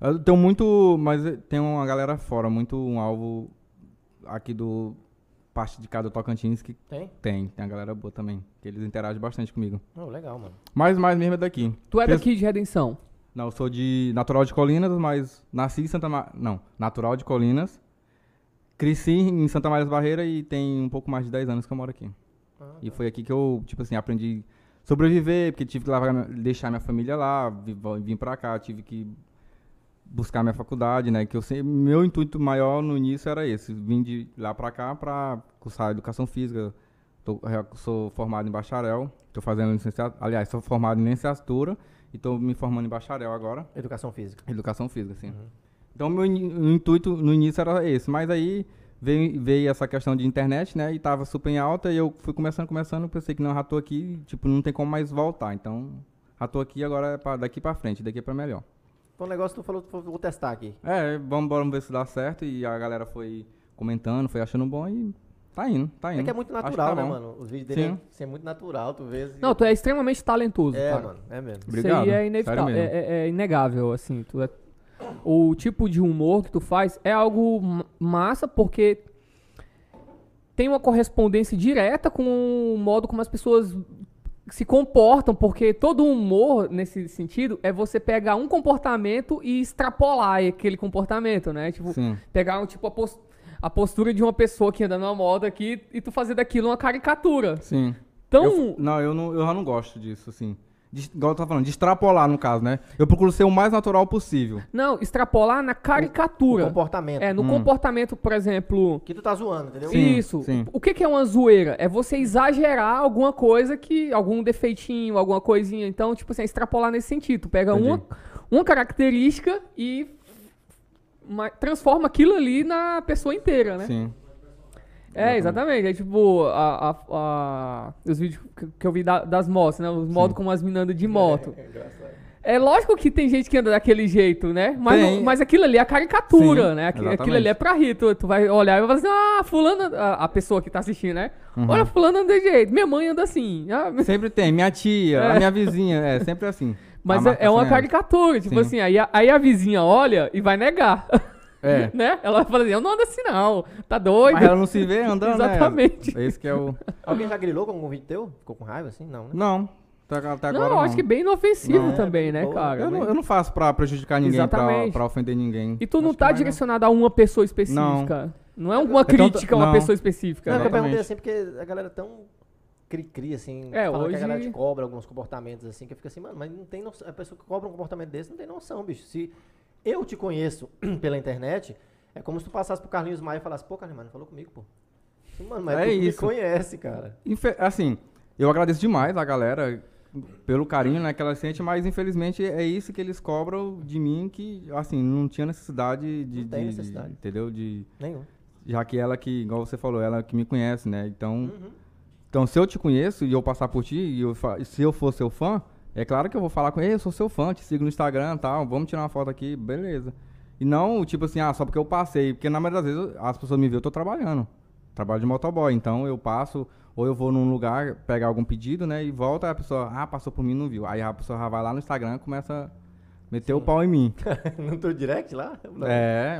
Eu tenho muito. Mas eh, tem uma galera fora, muito um alvo aqui do. Parte de cá do Tocantins que
Tem?
tem. Tem a galera boa também. Que eles interagem bastante comigo.
Oh, legal, mano.
Mas mais mesmo é daqui.
Tu é
Fez-
daqui de Redenção.
Não, eu sou de natural de Colinas, mas nasci em Santa Maria. Não, natural de Colinas. Cresci em Santa Maria das Barreiras e tem um pouco mais de 10 anos que eu moro aqui.
Ah,
E foi aqui que eu, tipo assim, aprendi a sobreviver, porque tive que lavar, minha- deixar minha família lá, vi- vim pra cá, tive que buscar minha faculdade, né? Que eu sempre, meu intuito maior no início era esse, vim de lá pra cá pra cursar educação física. Tô- re- sou formado em bacharel, tô fazendo licenciatura, aliás, sou formado em licenciatura e tô me formando em bacharel agora.
Educação física.
Educação física, sim.
Uhum.
Então, meu in- o intuito no início era esse, mas aí veio, veio essa questão de internet, né? E tava super em alta e eu fui começando, começando, pensei que não, já tô aqui, tipo, não tem como mais voltar. Então, já tô aqui agora é pra, daqui pra frente, daqui é pra melhor.
Foi um negócio que tu falou, tu falou, vou testar aqui.
É, vamos, bora, vamos ver se dá certo. E a galera foi comentando, foi achando bom e tá indo, tá indo.
É que é muito
Acho que
natural,
tá
né,
bom.
mano? Os vídeos dele
Sim.
é, assim, é muito natural, tu vê. assim.
Não, tu é extremamente talentoso,
É,
cara.
mano, é mesmo.
Obrigado,
Isso aí é
sério
inevitável, é,
mesmo.
é- é inegável, assim. Tu é- O tipo de humor que tu faz é algo ma- massa, porque tem uma correspondência direta com o modo como as pessoas se comportam, porque todo humor, nesse sentido, é você pegar um comportamento e extrapolar aquele comportamento, né? Tipo,
Sim.
pegar um, tipo, a, pos- a postura de uma pessoa que anda na moda aqui e tu fazer daquilo uma caricatura.
Sim.
Então,
Eu- não, eu não, eu já não gosto disso, assim. De, igual eu tava falando, de extrapolar, no caso, né? Eu procuro ser o mais natural possível.
não, extrapolar na
O
caricatura.
comportamento.
É, no comportamento, por exemplo.
Que tu tá zoando, entendeu?
Hum. Sim,
isso.
sim.
O que, que é uma zoeira? É você exagerar alguma coisa que. algum defeitinho, alguma coisinha. Então, tipo assim, é extrapolar nesse sentido. Tu pega
Entendi.
uma, uma característica e ma- transforma aquilo ali na pessoa inteira, né?
Sim.
É, exatamente. É tipo a, a- a- os vídeos que- que eu vi da- das motos, né? Os modos como as minas andam de moto. É lógico que tem gente que anda daquele jeito, né? Mas,
Tem.
não- mas aquilo ali é a caricatura,
Sim,
né? Aqui- Aquilo
exatamente.
ali é pra rir. Tu, tu vai olhar e vai falar assim, ah, fulana... A, a pessoa que tá assistindo, né? Olha, fulana anda de jeito. Minha mãe anda assim. Ah,
Uhum. Sempre tem, minha tia, a minha vizinha, é sempre assim.
mas
A
é, é uma
marcação
caricatura. Tipo
Sim.
assim, aí a, aí a vizinha olha e vai negar.
É.
né? Ela fala assim, eu não ando assim não. Tá doido?
Mas ela não se vê andando, né?
Exatamente.
Esse que é o...
Alguém já grilou com algum vídeo teu? Ficou com raiva assim? Não, né?
Não, até, até agora
Não,
não. É
acho que é bem inofensivo
Não.
também, né,
Boa.
cara?
Eu não, eu não faço pra prejudicar ninguém, pra,
Exatamente.
pra ofender ninguém.
E tu não
Acho que
tá
mais é
direcionado a uma pessoa específica. Não, é uma
Então,
crítica a uma
não.
pessoa
Não, é
específica.
que eu
né?
perguntei
Exatamente.
assim, porque a galera é tão cri-cri, assim,
É,
falando que a
hoje-
galera te cobra alguns comportamentos, assim, que fica assim, mano, mas não tem noção, a pessoa que cobra um comportamento desse não tem noção, bicho. Se eu te conheço pela internet, é como se tu passasse pro Carlinhos Maia e falasse, pô, Carlinhos Maia, não falou comigo, pô. Assim, Mano, mas
É
tu me
isso.
conhece, cara.
Infe- Assim, eu agradeço demais a galera pelo carinho né, que ela sente, mas infelizmente é isso que eles cobram de mim, que assim, não tinha necessidade de.
Não tem
de-
necessidade.
de- entendeu? De,
Nenhum.
já que ela que, igual você falou, ela que me conhece, né? Então,
Uhum.
então se eu te conheço e eu passar por ti, e eu fa- se eu for seu fã, é claro que eu vou falar com ele, eu sou seu fã, te sigo no Instagram e tal, vamos tirar uma foto aqui, beleza. E não, tipo assim, ah, só porque eu passei, porque na maioria das vezes eu- as pessoas me veem, eu tô trabalhando. Trabalho de motoboy, então eu passo Ou eu vou num lugar pegar algum pedido, né? E volta, a pessoa, ah, passou por mim, não viu. Aí a pessoa já vai lá no Instagram e começa a meter o pau em mim.
no teu direct lá? Não.
É,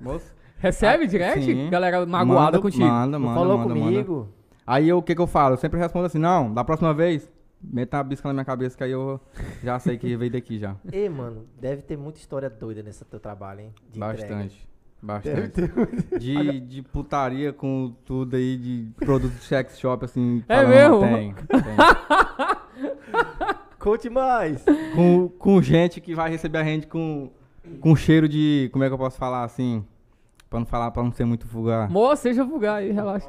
moço.
Recebe
Ah,
direct?
sim.
Galera magoada
Manda-
contigo.
Manda,
Não
manda,
falou
manda, manda.
comigo?
Aí eu- o que que eu falo? Eu sempre respondo assim, não, da próxima vez, meta a bisca na minha cabeça que aí eu já sei que veio daqui já.
Ei, mano, deve ter muita história doida nesse teu trabalho, hein? De entrega.
Bastante. Bastante. De, de putaria com tudo aí, de produto de sex shop, assim.
É
falando,
mesmo?
Tem, tem.
Conte mais!
com, com gente que vai receber a rende com, com cheiro de. Como é que eu posso falar assim? Pra não falar, pra não ser muito vulgar.
Moça, seja vulgar aí, relaxa.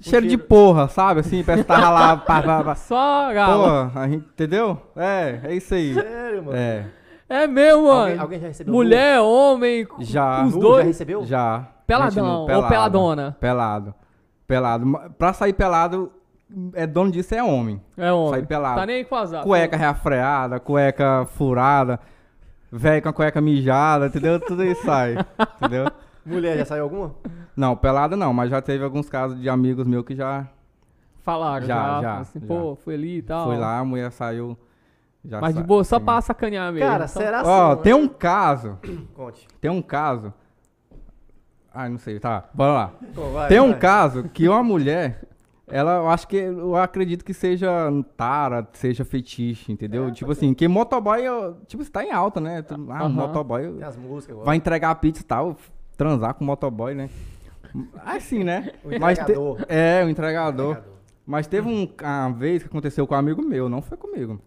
cheiro de porra, sabe? Assim, parece que tava lá. Pá, pá, pá.
Só galo.
Porra, a gente, entendeu? É, é isso aí.
Sério, mano.
É,
É meu, mano.
Alguém, alguém já recebeu
Mulher, homem, cu-
já.
os
nu? Nu, Já
dois.
recebeu?
Já.
Peladão
Gente,
ou
nu, pelado,
peladona?
Pelado. Pelado. Ma- Pra sair pelado, é dono disso é homem.
É homem.
Sai pelado.
Tá nem aí com azar.
Cueca reafreada, cueca furada, velho com a cueca mijada, entendeu? Tudo isso sai, entendeu?
Mulher, já saiu alguma?
Não, pelada não, mas já teve alguns casos de amigos meus que já
Falaram
Já,
já.
já,
assim,
já.
Pô, fui ali e tal.
foi lá, a mulher saiu. Já
Mas de
sai-
boa, só
sim.
pra sacanear mesmo.
Cara,
Só-
será
Ó,
assim,
né?
tem um caso,
mano? Conte.
tem um caso. Ai, não sei, tá, bora lá.
Pô, vai,
Tem um
vai.
caso que uma mulher, ela, eu acho que, eu acredito que seja tara, seja
É,
fetiche, entendeu? tipo assim, que motoboy, eu- tipo, está em alta, né? Tu- Ah,
Aham.
motoboy, eu-
Tem as músicas agora.
vai entregar a pizza e tal, transar com motoboy, né? Assim, né?
O
Mas te-
entregador.
É, o entregador.
Entregador.
Mas teve um, uma vez que aconteceu com um amigo meu, não foi comigo.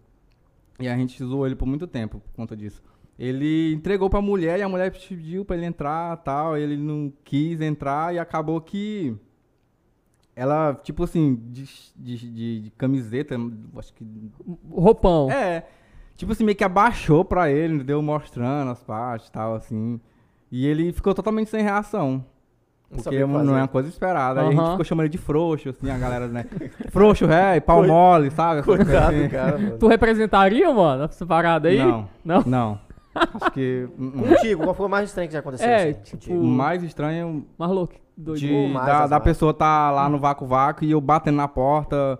E a gente zoou ele por muito tempo por conta disso. Ele entregou pra mulher e a mulher pediu pra ele entrar tal. Ele não quis entrar e acabou que. Ela, tipo assim, de, de- de- de camiseta, acho que.
Roupão.
É. Tipo assim, meio que abaixou pra ele, deu mostrando as partes e tal, assim. E ele ficou totalmente sem reação.
Não
Porque
sabia o que
não, é uma
fazer.
coisa esperada. Aí a
Aham.
gente ficou chamando ele de frouxo, assim, a galera, né? frouxo, ré, pau
Coi-
mole, sabe? Essas coisas
Coitado,
assim.
do cara, mano.
Tu representaria, mano, essa parada aí?
Não.
Não?
Não. Acho que. hum, hum.
Contigo, qual foi o mais estranho que já aconteceu?
É,
assim,
tipo,
O
contigo?
mais estranho
Mas louco, doido.
de,
mais
da,
as
da
mais.
pessoa tá lá no vácuo-vácuo e eu batendo na porta.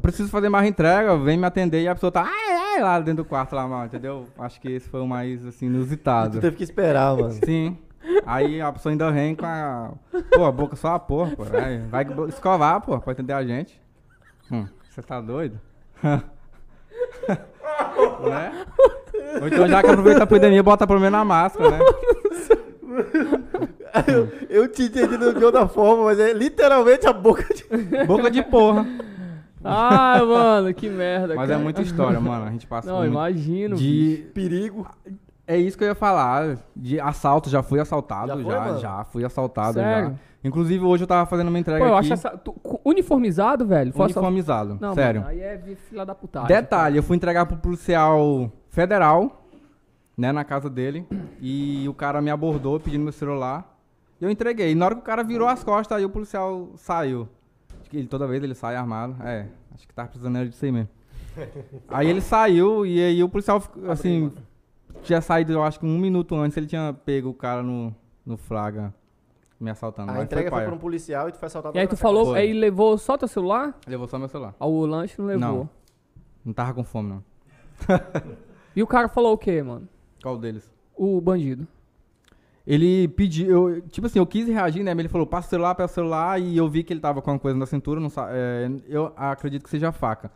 Preciso fazer mais entrega, vem me atender e a pessoa tá ai, ai, lá dentro do quarto lá, mano, entendeu? Acho que esse foi o mais assim,
Tu
inusitado.
teve que esperar, mano.
Sim. Aí a pessoa ainda vem com a. Pô, a boca só a porra, pô. Aí vai escovar, pô, pra atender a gente. Hum, Você tá doido? né? Ou então já que aproveita a pandemia, bota pelo menos a máscara, né?
Eu te entendi de outra forma, mas é literalmente a boca de.
Boca de porra.
Ai, Ah, mano, que merda,
Mas é
cara.
muita história, mano. A gente passa
Não,
muito
imagino. bicho.
Tá de.
Perigo.
É isso que eu ia falar. De assalto, já fui
Já
assaltado,
foi,
já,
mano?
já, fui assaltado
Sério?
já. Inclusive hoje eu tava fazendo uma
Pô,
entrega
eu
aqui.
acho essa... tu- cu- uniformizado, velho. Força-
Uniformizado,
Não,
sério.
mano, aí é de fila da putagem.
Detalhe, eu fui entregar pro policial federal, né, na casa dele, e o cara me abordou pedindo meu celular. E eu entreguei. E na hora que o cara virou as costas, aí o policial saiu. Acho que ele, toda vez ele sai armado. É, acho que tava precisando era disso aí mesmo. Aí ele saiu e aí o policial, ficou, assim, tinha saído, eu acho que um minuto antes, ele tinha pego o cara no, no flaga, me assaltando.
A
Mas
entrega foi
paia.
por um policial e tu foi assaltado
E aí
pela
tu falou,
Foi.
aí levou só teu celular?
um-
Levou só meu celular.
Ah, O lanche não levou.
Não. Não tava com fome, não.
E o cara falou o quê, mano?
Qual deles?
O bandido.
Ele pediu, eu- tipo assim, eu quis reagir, né? Mas ele falou, passa o celular, passa o celular, e eu vi que ele tava com uma coisa na cintura, não sa- é, eu acredito que seja a faca.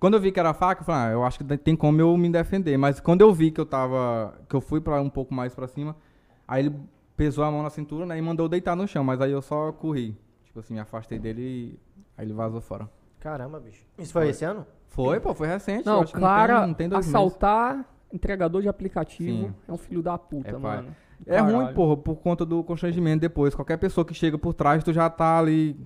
Quando eu vi que era a faca, eu falei, ah, eu acho que tem como eu me defender. Mas quando eu vi que eu tava, que eu fui pra um pouco mais pra cima, aí ele pesou a mão na cintura, né? E mandou eu deitar no chão, mas aí eu só corri. Tipo assim, me afastei dele e aí ele vazou fora.
Caramba, bicho. Isso foi esse ano?
Foi, pô, foi recente. eu
Não, o
acho que
cara
não tem, não tem dois meses.
assaltar entregador de aplicativo
Sim.
é um filho da puta,
É pai.
mano.
É ruim,
Caralho.
porra, por conta do constrangimento depois. Qualquer pessoa que chega por trás, tu já tá ali.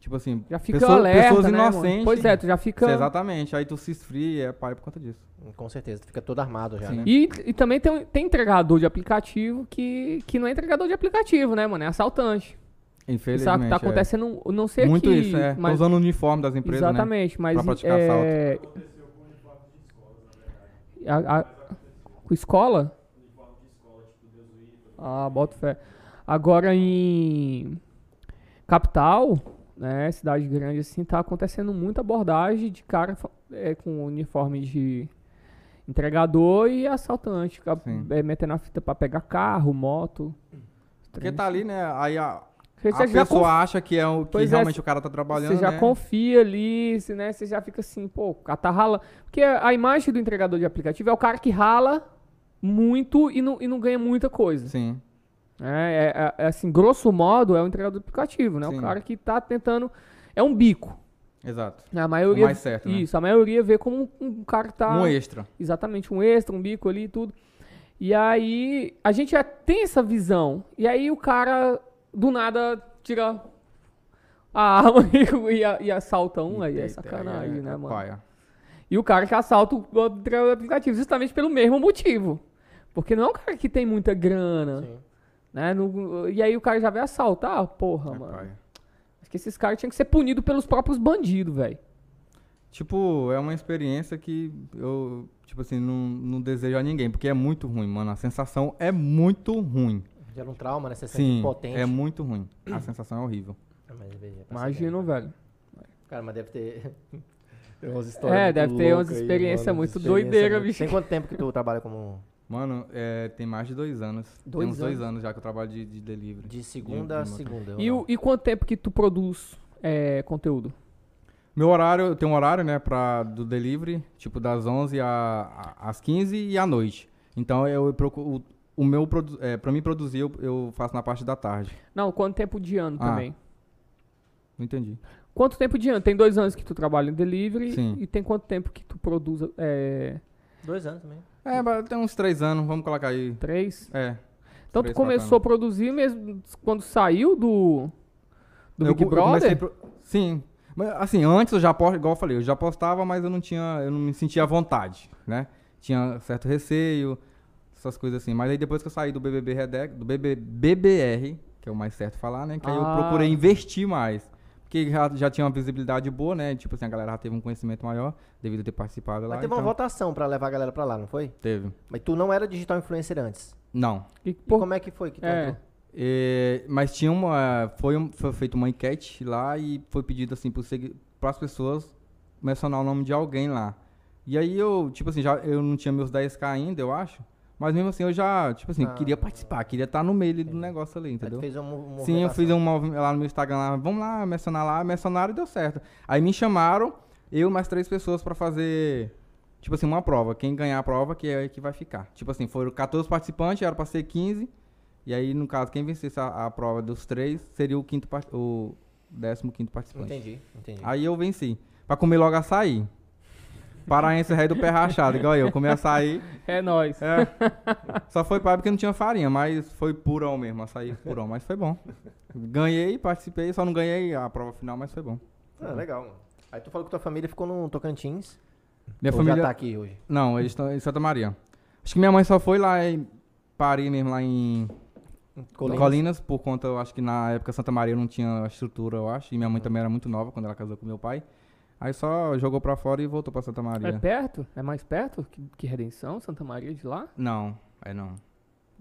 Tipo assim,
Já fica
pessoa-
alerta,
pessoas
né, mano?
inocentes.
Pois é, tu já fica...
Exatamente. Aí tu se esfria, é pai por conta disso.
Hum, Com certeza. Tu fica todo armado já,
Sim.
né?
E, e também tem, um- tem entregador de aplicativo que, que não é entregador de aplicativo, né, mano? É assaltante. Isso
Infelizmente.
tá, tá
é.
acontecendo, não sei
Muito
aqui,
isso, é. Tá
mas...
usando o uniforme das empresas, né?
Exatamente, mas...
Pra praticar
é, a, a- com escola? Ah, boto fé. Agora em... Capital, né, cidade grande assim, tá acontecendo muita abordagem de cara fa- é, com uniforme de entregador e assaltante, fica,
Sim.
é, metendo a fita pra pegar carro, moto.
Porque
trem.
tá ali, né? Aí a,
Porque
a
você já
pessoa
confia,
acha que, é o, que
Pois é,
realmente o cara tá trabalhando,
você já
né?
confia ali, se, né, você já fica assim, pô, o cara tá ralando. Porque a imagem do entregador de aplicativo é o cara que rala muito e não, e não ganha muita coisa.
Sim.
É, é- é- é assim, grosso modo, é o entregador do aplicativo, né?
Sim.
O cara que tá tentando. É um bico.
Exato.
né? A maioria.
O mais certo, né?
Isso, a maioria vê como um, um cara que tá.
Um extra.
Exatamente, um extra, um bico ali e tudo. E aí, a gente já tem essa visão. E aí o cara, do nada, tira a arma e, e a- e assalta um. aí é
Eita,
sacanagem,
é-
né,
é
mano?
paia.
E o cara que assalta o outro aplicativo, justamente pelo mesmo motivo. Porque não é um cara que tem muita grana.
Sim.
Né? No- e aí o cara já vai assaltar, ah, porra,
É
mano.
paia.
Acho que esses caras tinham que ser punidos pelos próprios bandidos, velho.
Tipo, é uma experiência que eu, tipo assim, não, não desejo a ninguém, porque é muito ruim, mano. A sensação é muito ruim.
Gera um trauma, né? Você sente
Sim,
impotente.
é muito ruim. A sensação é horrível.
Ah, mas beleza, passa
Imagino,
bem.
velho.
Cara, mas deve ter. tem umas
É,
muito
deve ter umas
loucas aí,
experiência
mano,
muito
experiência
doideira,
muito-
bicho.
Tem quanto tempo que tu trabalha como.
Mano, é, tem mais de dois anos.
Dois
tem uns dois anos já que eu trabalho de, de delivery.
De segunda a
de motor.
segunda?
E,
ou
o- e quanto tempo que tu produz é, conteúdo?
Meu horário, eu tenho um horário, né, pra, do delivery, tipo das 11 a- a- às 15 e à noite. Então eu procuro. O, o meu, produ- é, pra mim produzir, eu, eu faço na parte da tarde.
Não, quanto tempo de ano
Ah.
também?
Não entendi.
Quanto tempo de ano? Tem dois anos que tu trabalha em delivery
Sim.
e tem quanto tempo que tu produz? é,
não? Dois anos também.
É, mas tem uns três anos, vamos colocar aí.
três?
É.
Então tu
Três,
começou a produzir mesmo quando saiu do, do Big
co-
Brother?
comecei pro- Sim. Mas, assim, antes eu já postava, igual eu falei, eu já postava, mas eu não tinha, eu não me sentia à vontade, né? Tinha certo receio, essas coisas assim. Mas aí depois que eu saí do BBB Redec, do BB, BBR, que é o mais certo falar, né? Que aí
Ah.
eu procurei investir mais. Porque já, já tinha uma visibilidade boa, né? Tipo assim, a galera já teve um conhecimento maior devido a ter participado lá.
Mas teve uma
então-
votação pra levar a galera pra lá, não foi?
Teve.
Mas tu não era digital influencer antes.
Não.
E
E
por-
como é que foi que tu
É.
entrou?
É, mas tinha uma. Foi, um- foi feita uma enquete lá e foi pedido assim para as pessoas mencionar o nome de alguém lá. E aí eu, tipo assim, já, eu não tinha meus 10k ainda, eu acho. Mas mesmo assim eu já, tipo assim,
Ah.
queria participar, queria estar no meio ali do negócio ali,
Aí tu
entendeu?
fez uma, uma
Sim, eu
movimentação.
fiz um movimento lá no meu Instagram lá, vamos lá, mencionar lá, mencionaram e deu certo. Aí me chamaram, eu e mais três pessoas pra fazer, tipo assim, uma prova. Quem ganhar a prova, que é que vai ficar. Tipo assim, foram 14 participantes, era pra ser 15. E aí, no caso, quem vencesse a, a prova dos três seria o quinto par- o 15 quinto participante.
Entendi, entendi.
Aí eu venci. Pra comer logo açaí. Paraense rei do pé rachado, igual eu. Comer açaí.
É nóis.
É. Só foi paia porque não tinha farinha, mas foi purão mesmo, açaí purão, mas foi bom. Ganhei, participei, só não ganhei a prova final, mas foi bom.
Ah, legal, mano. Aí tu falou que tua família ficou no Tocantins.
Minha
ou
família.
já tá aqui hoje.
Não, eles estão em Santa Maria. Acho que minha mãe só foi lá em Paris mesmo, lá em Colinas. por conta, eu acho que na época Santa Maria não tinha estrutura, eu acho, e minha mãe também era muito nova quando ela casou com meu pai. Aí só jogou pra fora e voltou pra Santa Maria.
É perto? É mais perto que, que Redenção, Santa Maria de lá?
Não, é não.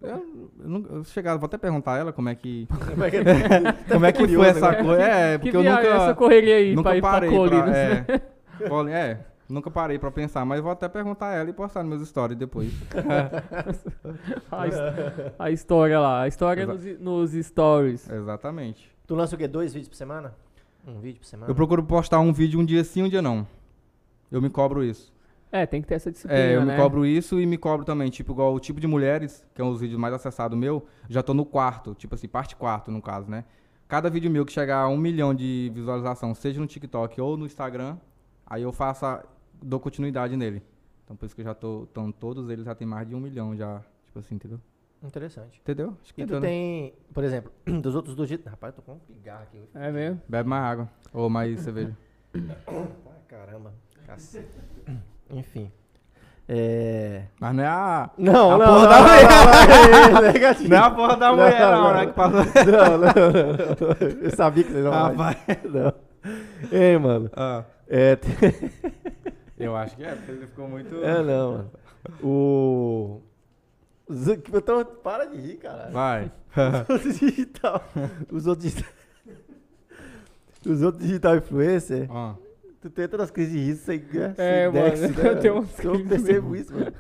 Eu, eu, não- eu chegar, vou até perguntar a ela como é que. como é que foi
curioso
essa coisa. É,
que
porque eu
viagem
nunca.
é essa correria aí
nunca
pra ir pra
parei pra-
Colinas?
é, Coli- é, nunca parei pra pensar, mas vou até perguntar a ela e postar nos meus stories depois.
a, his- a história lá, a história
Exa- É.
nos, nos stories.
Exatamente.
Tu lança o quê? Dois vídeos por semana? Um vídeo por semana?
Eu procuro postar um vídeo um dia sim, um dia não. Eu me cobro isso.
É, tem que ter essa disciplina,
É, eu
né?
me cobro isso e me cobro também, tipo, igual o tipo de mulheres, que é um dos vídeos mais acessados meu, já tô no quarto, tipo assim, parte quarto no caso, né? Cada vídeo meu que chegar a um milhão de visualização, seja no TikTok ou no Instagram, aí eu faço, a- dou continuidade nele. Então por isso que eu já tô, então todos eles já tem mais de um milhão já, tipo assim, entendeu?
Interessante.
Entendeu? Acho
E
que
tu
tô, né?
tem, por exemplo, dos outros dois dias. Rapaz, eu tô com um pigarro aqui hoje.
É mesmo?
Bebe mais água. Ou mais cerveja.
Ah, caramba. Cacete. Enfim. É...
Mas não é a.
Não,
A
não,
porra
não,
da
não, não, não, negativo.
Não é a porra da
Não,
mulher, não,
não.
né? Que passa.
Não, não, não, não. Eu sabia que vocês não
Ah,
falavam isso. Não. Ei, mano. É, tem-
eu acho que é, porque ele ficou muito.
é não, mano. O... Zu- que- Então, para de
né?
rir, caralho.
Vai.
Os outros digital. Os outros digital. Os outros digital influencer,
Ah.
tu tem todas as crises de riso sem graça.
É,
sem
mano,
nexo,
eu
né, mano?
tenho umas
Eu
crises
percebo isso, mano.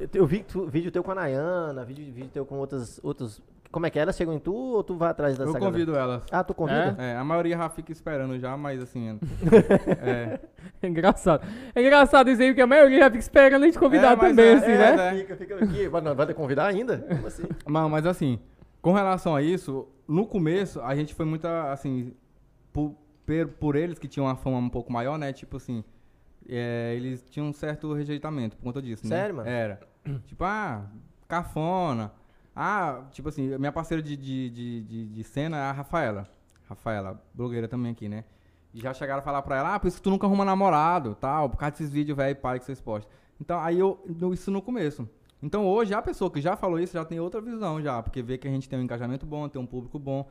Eu, te- eu vi que tu, vídeo teu com a Nayana, vídeo, vídeo teu com outras, outros... Como é que é? Elas chegam em tu ou tu vai atrás dessa
Eu
galera?
convido elas.
Ah, tu convida?
É, a maioria já fica esperando já, mas assim. é.
É engraçado. É engraçado isso aí, porque a maioria já fica esperando a gente convidar
É, mas
também,
é-
assim,
é,
né?
né?
Fica, fica aqui. Mas não, vai te convidar ainda? Como assim?
Mas, mas assim, com relação a isso, no começo a gente foi muito assim. Por, per- por eles que tinham uma fama um pouco maior, né? Tipo assim. é, eles tinham um certo rejeitamento por conta disso, né?
Sério, mano?
Era. Tipo, ah, cafona. Ah, tipo assim, minha parceira de, de, de, de, de cena é a Rafaela. Rafaela, blogueira também aqui, né? E já chegaram a falar pra ela, ah, por isso que tu nunca arruma namorado, tal, por causa desses vídeos, velho, pai, que vocês postam. Então, aí eu, no- isso no começo. Então, hoje, a pessoa que já falou isso já tem outra visão, já, porque vê que a gente tem um engajamento bom, tem um público bom.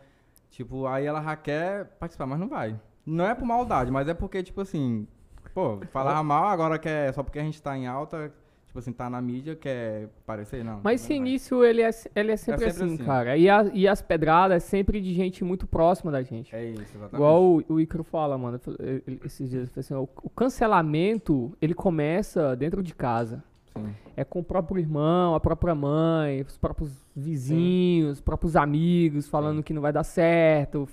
Tipo, aí ela já quer participar, mas não vai. Não é por maldade, mas é porque, tipo assim, pô, falar mal agora que é só porque a gente tá em alta, tipo assim, tá na mídia, quer parecer, não.
Mas esse
também não vai.
início, ele é, ele é sempre,
sempre
assim,
assim.
cara. E, a- e as pedradas é sempre de gente muito próxima da gente.
É isso, exatamente.
Igual o, o Icaro fala, mano, ele- ele- esses dias, ele falou assim, ó, o, o cancelamento, ele começa dentro de casa.
Sim.
É com o próprio irmão, a própria mãe, os próprios vizinhos, os próprios amigos falando que não vai dar certo,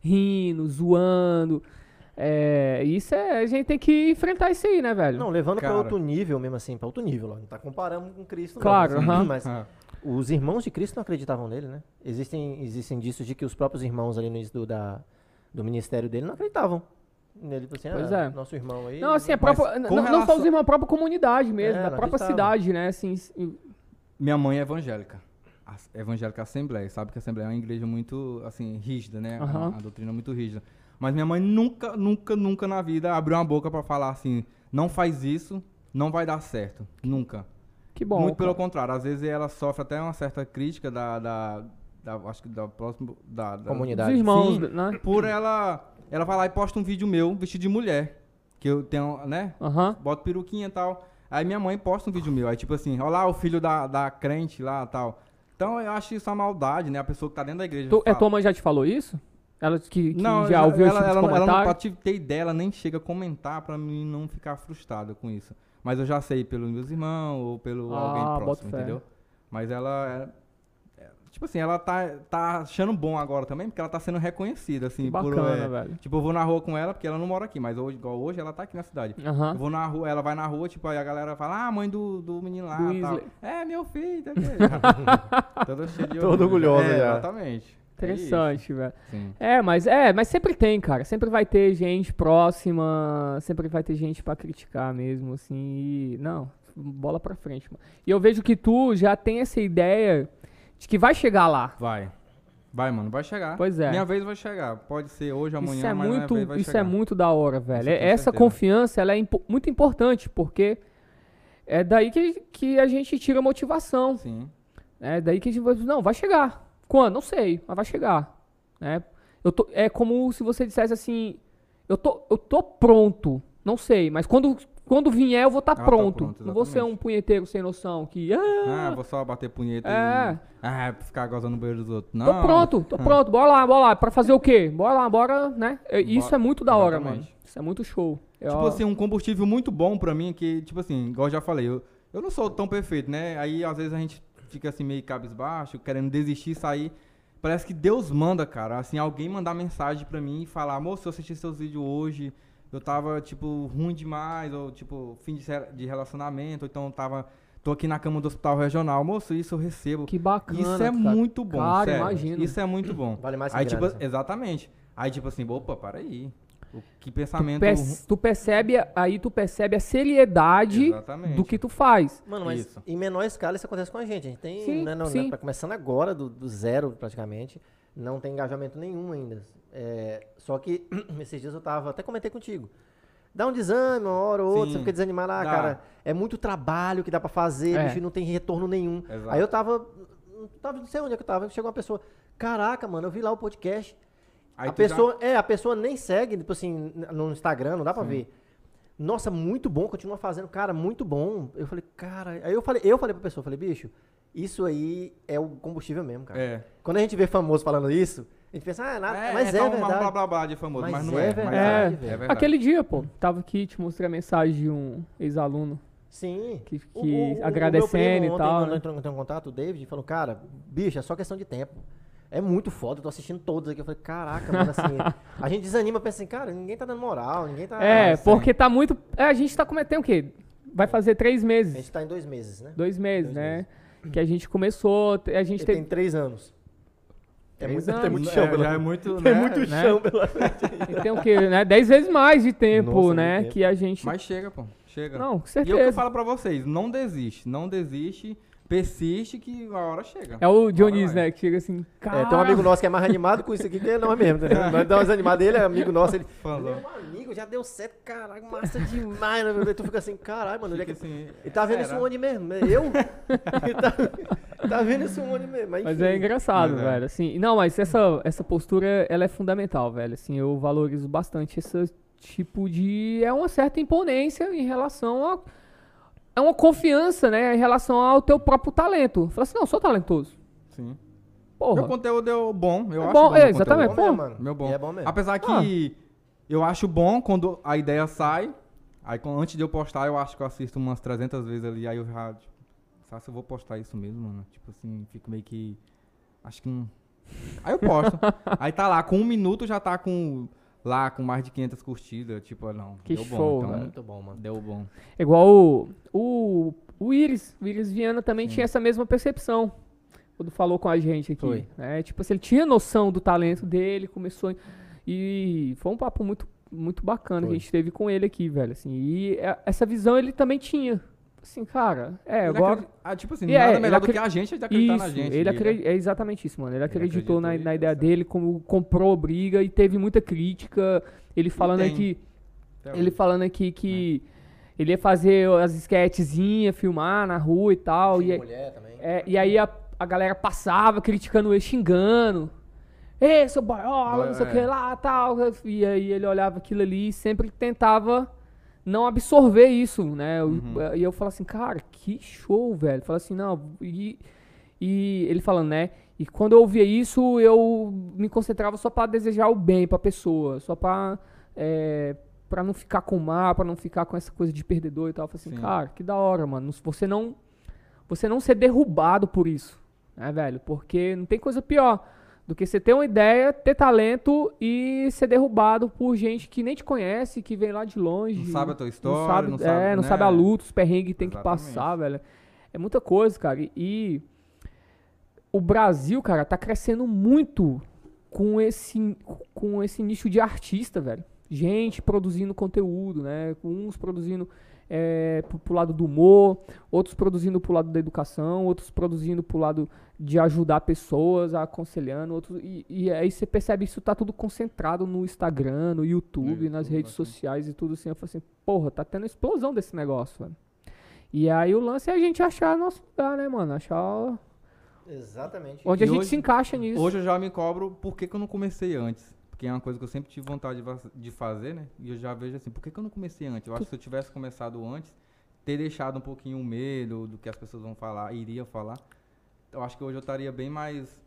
rindo, zoando. É, isso é, a gente tem que enfrentar isso aí, né, velho?
Não, levando pra
Cara.
outro nível mesmo assim, pra outro nível. Ó. Não tá comparando com Cristo.
Claro,
não, assim,
aham.
Mas
Ah,
os irmãos de Cristo não acreditavam nele, né? Existem, existem indícios de que os próprios irmãos ali no início do, da, do ministério dele não acreditavam nele. Tipo assim,
Pois
ah,
é.
nosso irmão aí...
Não, assim, a
Mas
própria,
com
não, não só
relação-
os irmãos, a própria comunidade mesmo,
É,
a
não
própria
tá
acreditava.
cidade, né, assim, s-
Minha mãe é evangélica. As- Evangélica Assembleia. Sabe que a Assembleia é uma igreja muito, assim, rígida, né?
Aham.
A, a doutrina é muito rígida. Mas minha mãe nunca, nunca, nunca na vida abriu uma boca pra falar assim, não faz isso, não vai dar certo. Nunca.
que bom.
muito pelo
cara.
contrário. Às vezes ela sofre até uma certa crítica da... da, da- acho que da próxima... Da, da-
Comunidade.
Os irmãos,
Sim.
né?
Por ela... Ela vai lá e posta um vídeo meu vestido de mulher. Que eu tenho, né?
Aham.
boto peruquinha e tal. Aí minha mãe posta um vídeo meu, aí tipo assim, olha lá o filho da, da crente lá tal. Então eu acho isso uma maldade, né? A pessoa que tá dentro da igreja.
Tu- é,
fala.
tua mãe já te falou isso? Ela que, que
não,
já ouviu
ela,
esse tipo de
ela, ela não,
comentário?
pra te ter ideia, ela nem chega a comentar pra mim não ficar frustrado com isso. Mas eu já sei pelos meus irmãos ou pelo
Ah,
alguém
boto
próximo,
fé.
entendeu? Mas ela é- é, tipo assim, ela tá, tá achando bom agora também, porque ela tá sendo reconhecida, assim, por.
Bacana,
é,
velho.
Tipo, eu vou na rua com ela, porque ela não mora aqui, mas hoje, igual hoje ela tá aqui na cidade.
Aham.
Eu vou na rua, ela vai na rua, tipo, aí a galera fala, ah, mãe do, do menino lá.
Do
tal.
Weasley.
É, meu filho, tá aqui. Todo cheio de
Todo
orgulho.
orgulhosa
é,
já.
Exatamente. É
Interessante, velho.
isso. Sim.
É, mas é, mas sempre tem, cara. Sempre vai ter gente próxima, sempre vai ter gente pra criticar mesmo, assim. E, não, bola pra frente, mano. E eu vejo que tu já tem essa ideia de que vai chegar lá.
Vai. Vai, mano, vai chegar.
Pois é.
Minha vez vai chegar. Pode ser hoje, amanhã,
Isso é
mas minha
muito,
vez vai
isso
chegar.
é muito da hora,
Isso
velho.
eu
É-
tenho
Essa
certeza.
confiança ela é impo- muito importante porque é daí que, que a gente tira motivação.
Sim.
É daí que a gente vai, não, vai chegar. Quando? Não sei, mas vai chegar, né? Eu tô, é como se você dissesse assim, eu tô, eu tô pronto, não sei, mas quando, quando vier eu vou estar
Ah, tá
pronto.
pronto,
não vou ser um
exatamente.
punheteiro sem noção que, ah,
Ah, vou só bater punheta
É.
e... Ah, ficar gozando no banheiro dos outros. Não.
tô pronto, tô pronto, bora lá, bora lá, pra fazer o quê? Bora lá, bora, né? É, Isso
Bora-
é muito da hora,
exatamente.
mano. Isso é muito show. Eu-
Tipo assim, um combustível muito bom pra mim, que, tipo assim, igual eu já falei, eu, eu não sou tão perfeito, né? Aí, às vezes, a gente fica assim, meio cabisbaixo, querendo desistir, sair. Parece que Deus manda, cara. Assim, alguém mandar mensagem pra mim e falar, moço, eu assisti seus vídeos hoje, eu tava, tipo, ruim demais, ou, tipo, fim de, se- de relacionamento, ou então eu tava... Tô aqui na cama do hospital regional. Moço, isso eu recebo.
que bacana.
Isso é
cara.
muito bom,
Cara,
sério.
imagino.
Isso é muito bom.
Vale mais que
Aí,
grana, assim.
tipo,
sabe?
exatamente. Aí, tipo assim, opa, peraí. O- Que
Tu,
pensamento...
perce- tu percebe, aí tu percebe a seriedade
Exatamente.
do que tu faz.
Mano, mas
Isso.
em menor escala isso acontece com a gente. A gente tem,
Sim,
né, não,
sim.
né, tá começando agora do, do zero praticamente, não tem engajamento nenhum ainda. É, só que esses dias eu tava, até comentei contigo. Dá um desânimo, uma hora ou outra,
Sim.
você fica desanimado, ah,
Dá.
cara, é muito trabalho que dá pra fazer,
É.
bicho, e não tem retorno nenhum.
Exato.
Aí eu tava, tava, não sei onde é que eu tava, chegou uma pessoa, caraca, mano, eu vi lá o podcast,
Aí
a
tu
pessoa, é, a pessoa nem segue, tipo assim, n- no Instagram, não dá pra ver. Nossa, muito bom, continua fazendo, cara, muito bom. Eu falei, cara, aí eu falei, eu falei pra pessoa, eu falei, bicho, isso aí é o combustível mesmo,
já-
cara.
É.
Quando a gente vê famoso falando isso, A gente pensa, ah, nada, mas é,
só um
verdade.
blá blá blá de famoso, mas,
Mas
não
é
é.
verdade,
mas é,
velho.
é verdade.
Aquele dia, pô, tava aqui, te mostrei a mensagem de um ex-aluno
Sim.
que, que
O- o- o-
agradecendo
o meu primo
e
ontem
tal.
mandou-
né?
entrou, entrou em contato, o David, e falou, cara, bicho, é só questão de tempo. É muito foda, eu tô assistindo todos aqui. Eu falei, caraca, mano, assim, a gente desanima, pensa assim, cara, ninguém tá dando moral, ninguém tá...
É,
A
porque tá muito. É, a gente tá cometendo o quê? Vai fazer três meses.
gente tá em dois meses, né?
Dois meses,
dois
né? Que a gente começou, te- a gente
Ele
teve.
tem três anos. É
Três
muito, tem
anos.
muito
É,
chão, pela-
já é muito,
Tem
né,
muito
né?
chão pela...
E tem o quê, né? Dez vezes mais de tempo,
Nossa,
né?
muito tempo.
Que a gente.
Mas chega, pô, chega.
Não, com
e é o que eu
certeza.
falo pra vocês, não desiste, não desiste, persiste que a hora chega.
É o Dionísio,
Bora, vai.
né? Que chega assim, cara.
Tá.
É, tem um amigo nosso que é mais animado com isso aqui que nós mesmo, né? Nós dá umas animadas, ele é amigo nosso, ele...
Fala,
Meu amigo, já deu certo, caralho, massa demais, né? meu? Tu fica assim, caralho, mano, onde é
fica
que
assim,
E tá vendo isso
era.
onde mesmo? É Eu? E tá, tá vendo isso onde mesmo? Mas,
Mas
enfim.
é engraçado,
Mas é.
velho. Assim, não, mas essa, essa postura, ela é fundamental, velho. Assim, eu valorizo bastante esse tipo de... É uma certa imponência em relação a... É uma confiança, né? Em relação ao teu próprio talento. Fala assim, não, eu sou talentoso.
Sim.
Porra.
Meu conteúdo é bom, eu
É
acho
bom,
bom. meu
é, exatamente.
É
conteúdo.
bom mesmo, mano.
Pô,
Meu bom.
E é bom mesmo.
Apesar
Ah.
que eu acho bom quando a ideia sai, aí quando- antes de eu postar, eu acho que eu assisto umas 300 vezes ali, aí eu já, tipo, será se eu vou postar isso mesmo, mano? Tipo assim, fico meio que, acho que não... Aí eu posto. aí tá lá, com um minuto já tá com, lá, com mais de 500 curtidas, tipo, ah, não,
Que
deu
show,
bom.
velho.
Então,
Muito bom, mano.
deu bom.
É Igual o, o, o Iris. O Iris Viana também tinha essa mesma percepção. Quando falou com a gente aqui.
Foi.
né? Tipo assim, ele tinha noção do talento dele, começou. E foi um papo muito, muito bacana que
Foi.
a gente teve com ele aqui, velho. Assim, e é, essa visão ele também tinha. Assim, cara, é,
Ele
agora.
acredi- ah, tipo assim,
E é,
nada
ele
melhor do
acre-
que a gente é de acreditar
Isso,
na gente.
ele
né?
acre- é exatamente isso, mano. Ele acreditou
acreditou
na,
e
na
deu
ideia
certo.
dele, como comprou briga e teve muita crítica. Ele falando
tem.
aqui.
Até
Ele
hoje. É.
falando aqui que ele ia fazer as esquetezinhas, filmar na rua e tal. E,
Tinha
aí-
mulher também.
é, e aí a, a galera passava criticando ele, xingando. Ei, seu boiola, não sei o que
É.
lá, tal. E aí ele olhava aquilo ali e sempre tentava não absorver isso, né? Eu-
Uhum.
E eu falava assim, cara, que show, velho. Falava assim, não, e, e ele falando, né? E quando eu ouvia isso, eu me concentrava só pra desejar o bem pra pessoa, só pra. é, pra não ficar com o mar, pra não ficar com essa coisa de perdedor e tal. Eu falei assim,
Sim.
cara, que da hora, mano. Você não você não ser derrubado por isso, né, velho? Porque não tem coisa pior do que você ter uma ideia, ter talento e ser derrubado por gente que nem te conhece, que vem lá de longe.
Não sabe a tua história,
não sabe,
não
é,
sabe,
não
né?
sabe a luta, os perrengues que tem que
Exatamente.
passar, velho. É muita coisa, cara. E- E o Brasil, cara, tá crescendo muito com esse com esse nicho de artista, velho. Gente produzindo conteúdo, né? Uns produzindo é, pro, pro lado do humor, outros produzindo pro lado da educação, outros produzindo pro lado de ajudar pessoas, aconselhando, outros. E, e aí você percebe isso tá tudo concentrado no Instagram, no YouTube,
No
nas
YouTube,
redes
bastante.
sociais e tudo assim. Eu falo assim, porra, tá tendo explosão desse negócio, velho. E aí o lance é a gente achar nosso lugar, né, mano? Achar
Exatamente.
onde
E
a gente
hoje-
se encaixa nisso.
Hoje eu já me cobro por que, que eu não comecei antes. Porque é uma coisa que eu sempre tive vontade de va- de fazer, né? E eu já vejo assim, por que, que eu não comecei antes? Eu acho que se eu tivesse começado antes, ter deixado um pouquinho o medo do que as pessoas vão falar, iria falar, eu acho que hoje eu estaria bem mais.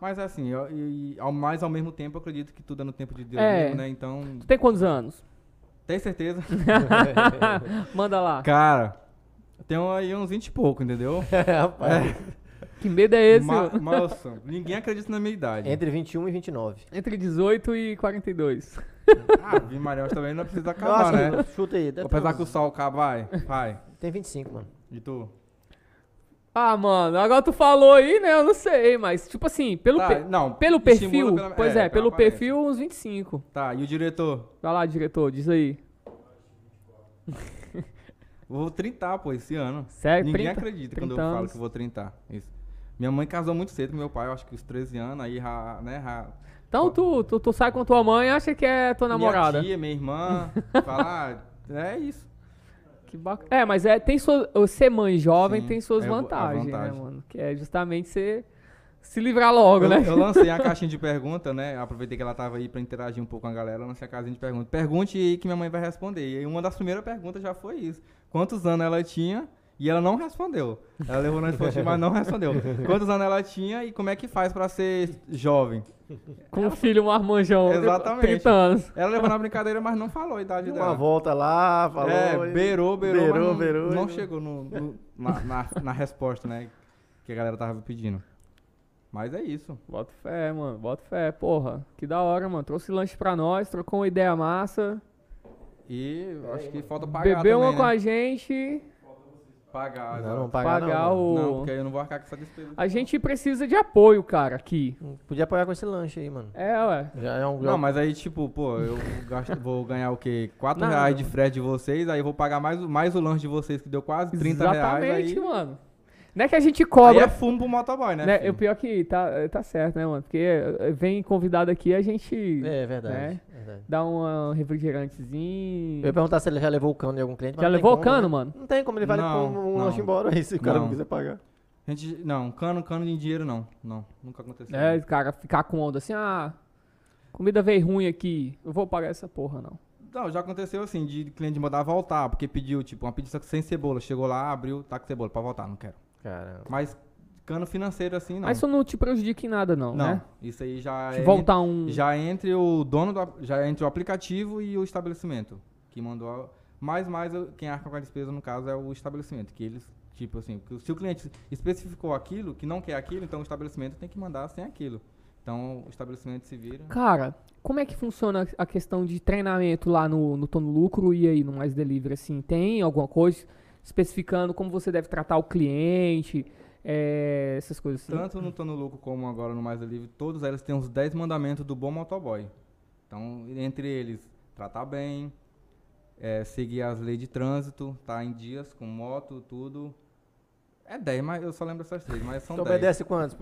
Mas assim, eu, e, ao, mas ao mesmo tempo eu acredito que tudo é no tempo de Deus
É.
mesmo, né? Então,
Tu tem quantos anos?
tem certeza.
Manda lá.
Cara, tem aí uns 20 e pouco, entendeu?
É, rapaz.
Que medo é esse? É
Ma-
mano?
nossa, ninguém acredita na minha idade.
Entre 21 e 29.
Entre 18 e 42.
Ah, Vim Marião também não precisa acabar,
Nossa,
né?
chuta aí. deve
Apesar
ter
que o
uns-
sol acabar, vai, vai.
Tem 25, mano.
E tu?
Ah, mano, agora tu falou aí, né? Eu não sei, mas tipo assim, pelo,
Tá,
pe-
não,
pelo
estimula
perfil,
pela-
pois é,
é,
pelo
pela aparência.
perfil uns 25.
Tá, e o diretor?
Vai lá, diretor, diz aí.
Vou trintar, pô, esse ano.
Sério?
Ninguém
30?
acredita quando eu
30
falo
anos.
que eu vou trintar. Isso. Minha mãe casou muito cedo com meu pai, eu acho que os 13 anos, aí já, né, já...
Então tu, tu, tu sai com tua mãe e acha que é tua namorada.
Minha tia, minha irmã, falar, é isso.
Que bacana. É, mas é, tem sua, ser mãe jovem
Sim,
tem suas
é bo- a
vantagens,
vantagem.
né, mano? Que é justamente você se livrar logo,
eu,
né?
eu lancei a caixinha de pergunta, né? Aproveitei que ela tava aí pra interagir um pouco com a galera, eu lancei a caixinha de pergunta. Pergunte aí que minha mãe vai responder. E uma das primeiras perguntas já foi isso. Quantos anos ela tinha E ela não respondeu. Ela levou na esportiva, mas não respondeu. Quantos anos ela tinha e como é que faz pra ser jovem?
Com um filho, um armanjão.
Exatamente.
30 anos.
Ela levou na brincadeira, mas não falou a idade
Deu
dela.
uma volta lá, falou.
é,
e-
beirou, beirou,
beirou,
mas não,
beirou,
não
e-
chegou no- no- na, na- na resposta, né? Que a galera tava pedindo. Mas é isso.
Bota fé, mano. Bota fé. Porra, que da hora, mano. Trouxe lanche pra nós, trocou uma ideia massa.
E eu acho que falta pagar
Bebeu uma
também,
com
né?
a gente.
Pagar,
Não, não
exato.
pagar,
pagar
não.
o-
Não, porque aí eu não vou arcar com essa despesa.
A gente precisa de apoio, cara, aqui.
mano. Podia apoiar com esse lanche aí, mano.
É, ué.
Já é um. já-
Não, mas aí, tipo, pô, eu gasto- vou ganhar o quê? 4
Não.
reais de frete de vocês, aí eu vou pagar mais, o- mais o lanche de vocês, que deu quase 30 reais.
Exatamente,
Aí,
mano. Não é que a gente
aí
cobra.
é fumo pro motoboy, né?
né?
filho?
O pior que tá, tá certo, né, mano? Porque eh, vem convidado aqui, a gente
É verdade. verdade.
dá um refrigerantezinho.
Eu ia perguntar se ele já levou o cano de algum cliente. mas
Já
não tem
levou o
como,
cano,
né?
mano?
Não tem como, ele vai
Não,
levar um
não.
lanche embora aí se o cara não
Não.
quiser pagar.
Gente, não, cano, cano de dinheiro não. Não, nunca aconteceu.
É, esse cara, ficar com onda assim, ah, comida veio ruim aqui, eu vou pagar essa porra, não.
Não, já aconteceu assim, de cliente mandar voltar, porque pediu, tipo, uma pizza sem cebola. Chegou lá, abriu, tá com cebola, pra voltar, não quero.
Caramba.
Mas cano financeiro assim, não.
Mas isso não te prejudica em nada, não,
não,
né?
isso aí já
Se
é-
voltar um.
Já entre o dono do, ap- já entre o aplicativo e o estabelecimento que mandou. a- Mais mais eu- quem arca com a despesa no caso é o estabelecimento, que eles tipo assim, que se o cliente especificou aquilo que não quer aquilo, então o estabelecimento tem que mandar sem aquilo. Então o estabelecimento se vira.
Cara, como é que funciona a questão de treinamento lá no, no Tô no Lucro e aí no Mais Delivery, assim? Tem alguma coisa especificando como você deve tratar o cliente, eh, essas coisas assim?
Tanto no Tô no Lucro como agora no Mais Livre, todos eles têm os 10 mandamentos do bom motoboy. Então, entre eles, tratar bem, eh, seguir as leis de trânsito, tá em dias com moto, tudo. É 10, mas eu só lembro essas três, mas são
Tu
10.
Então obedece quantos?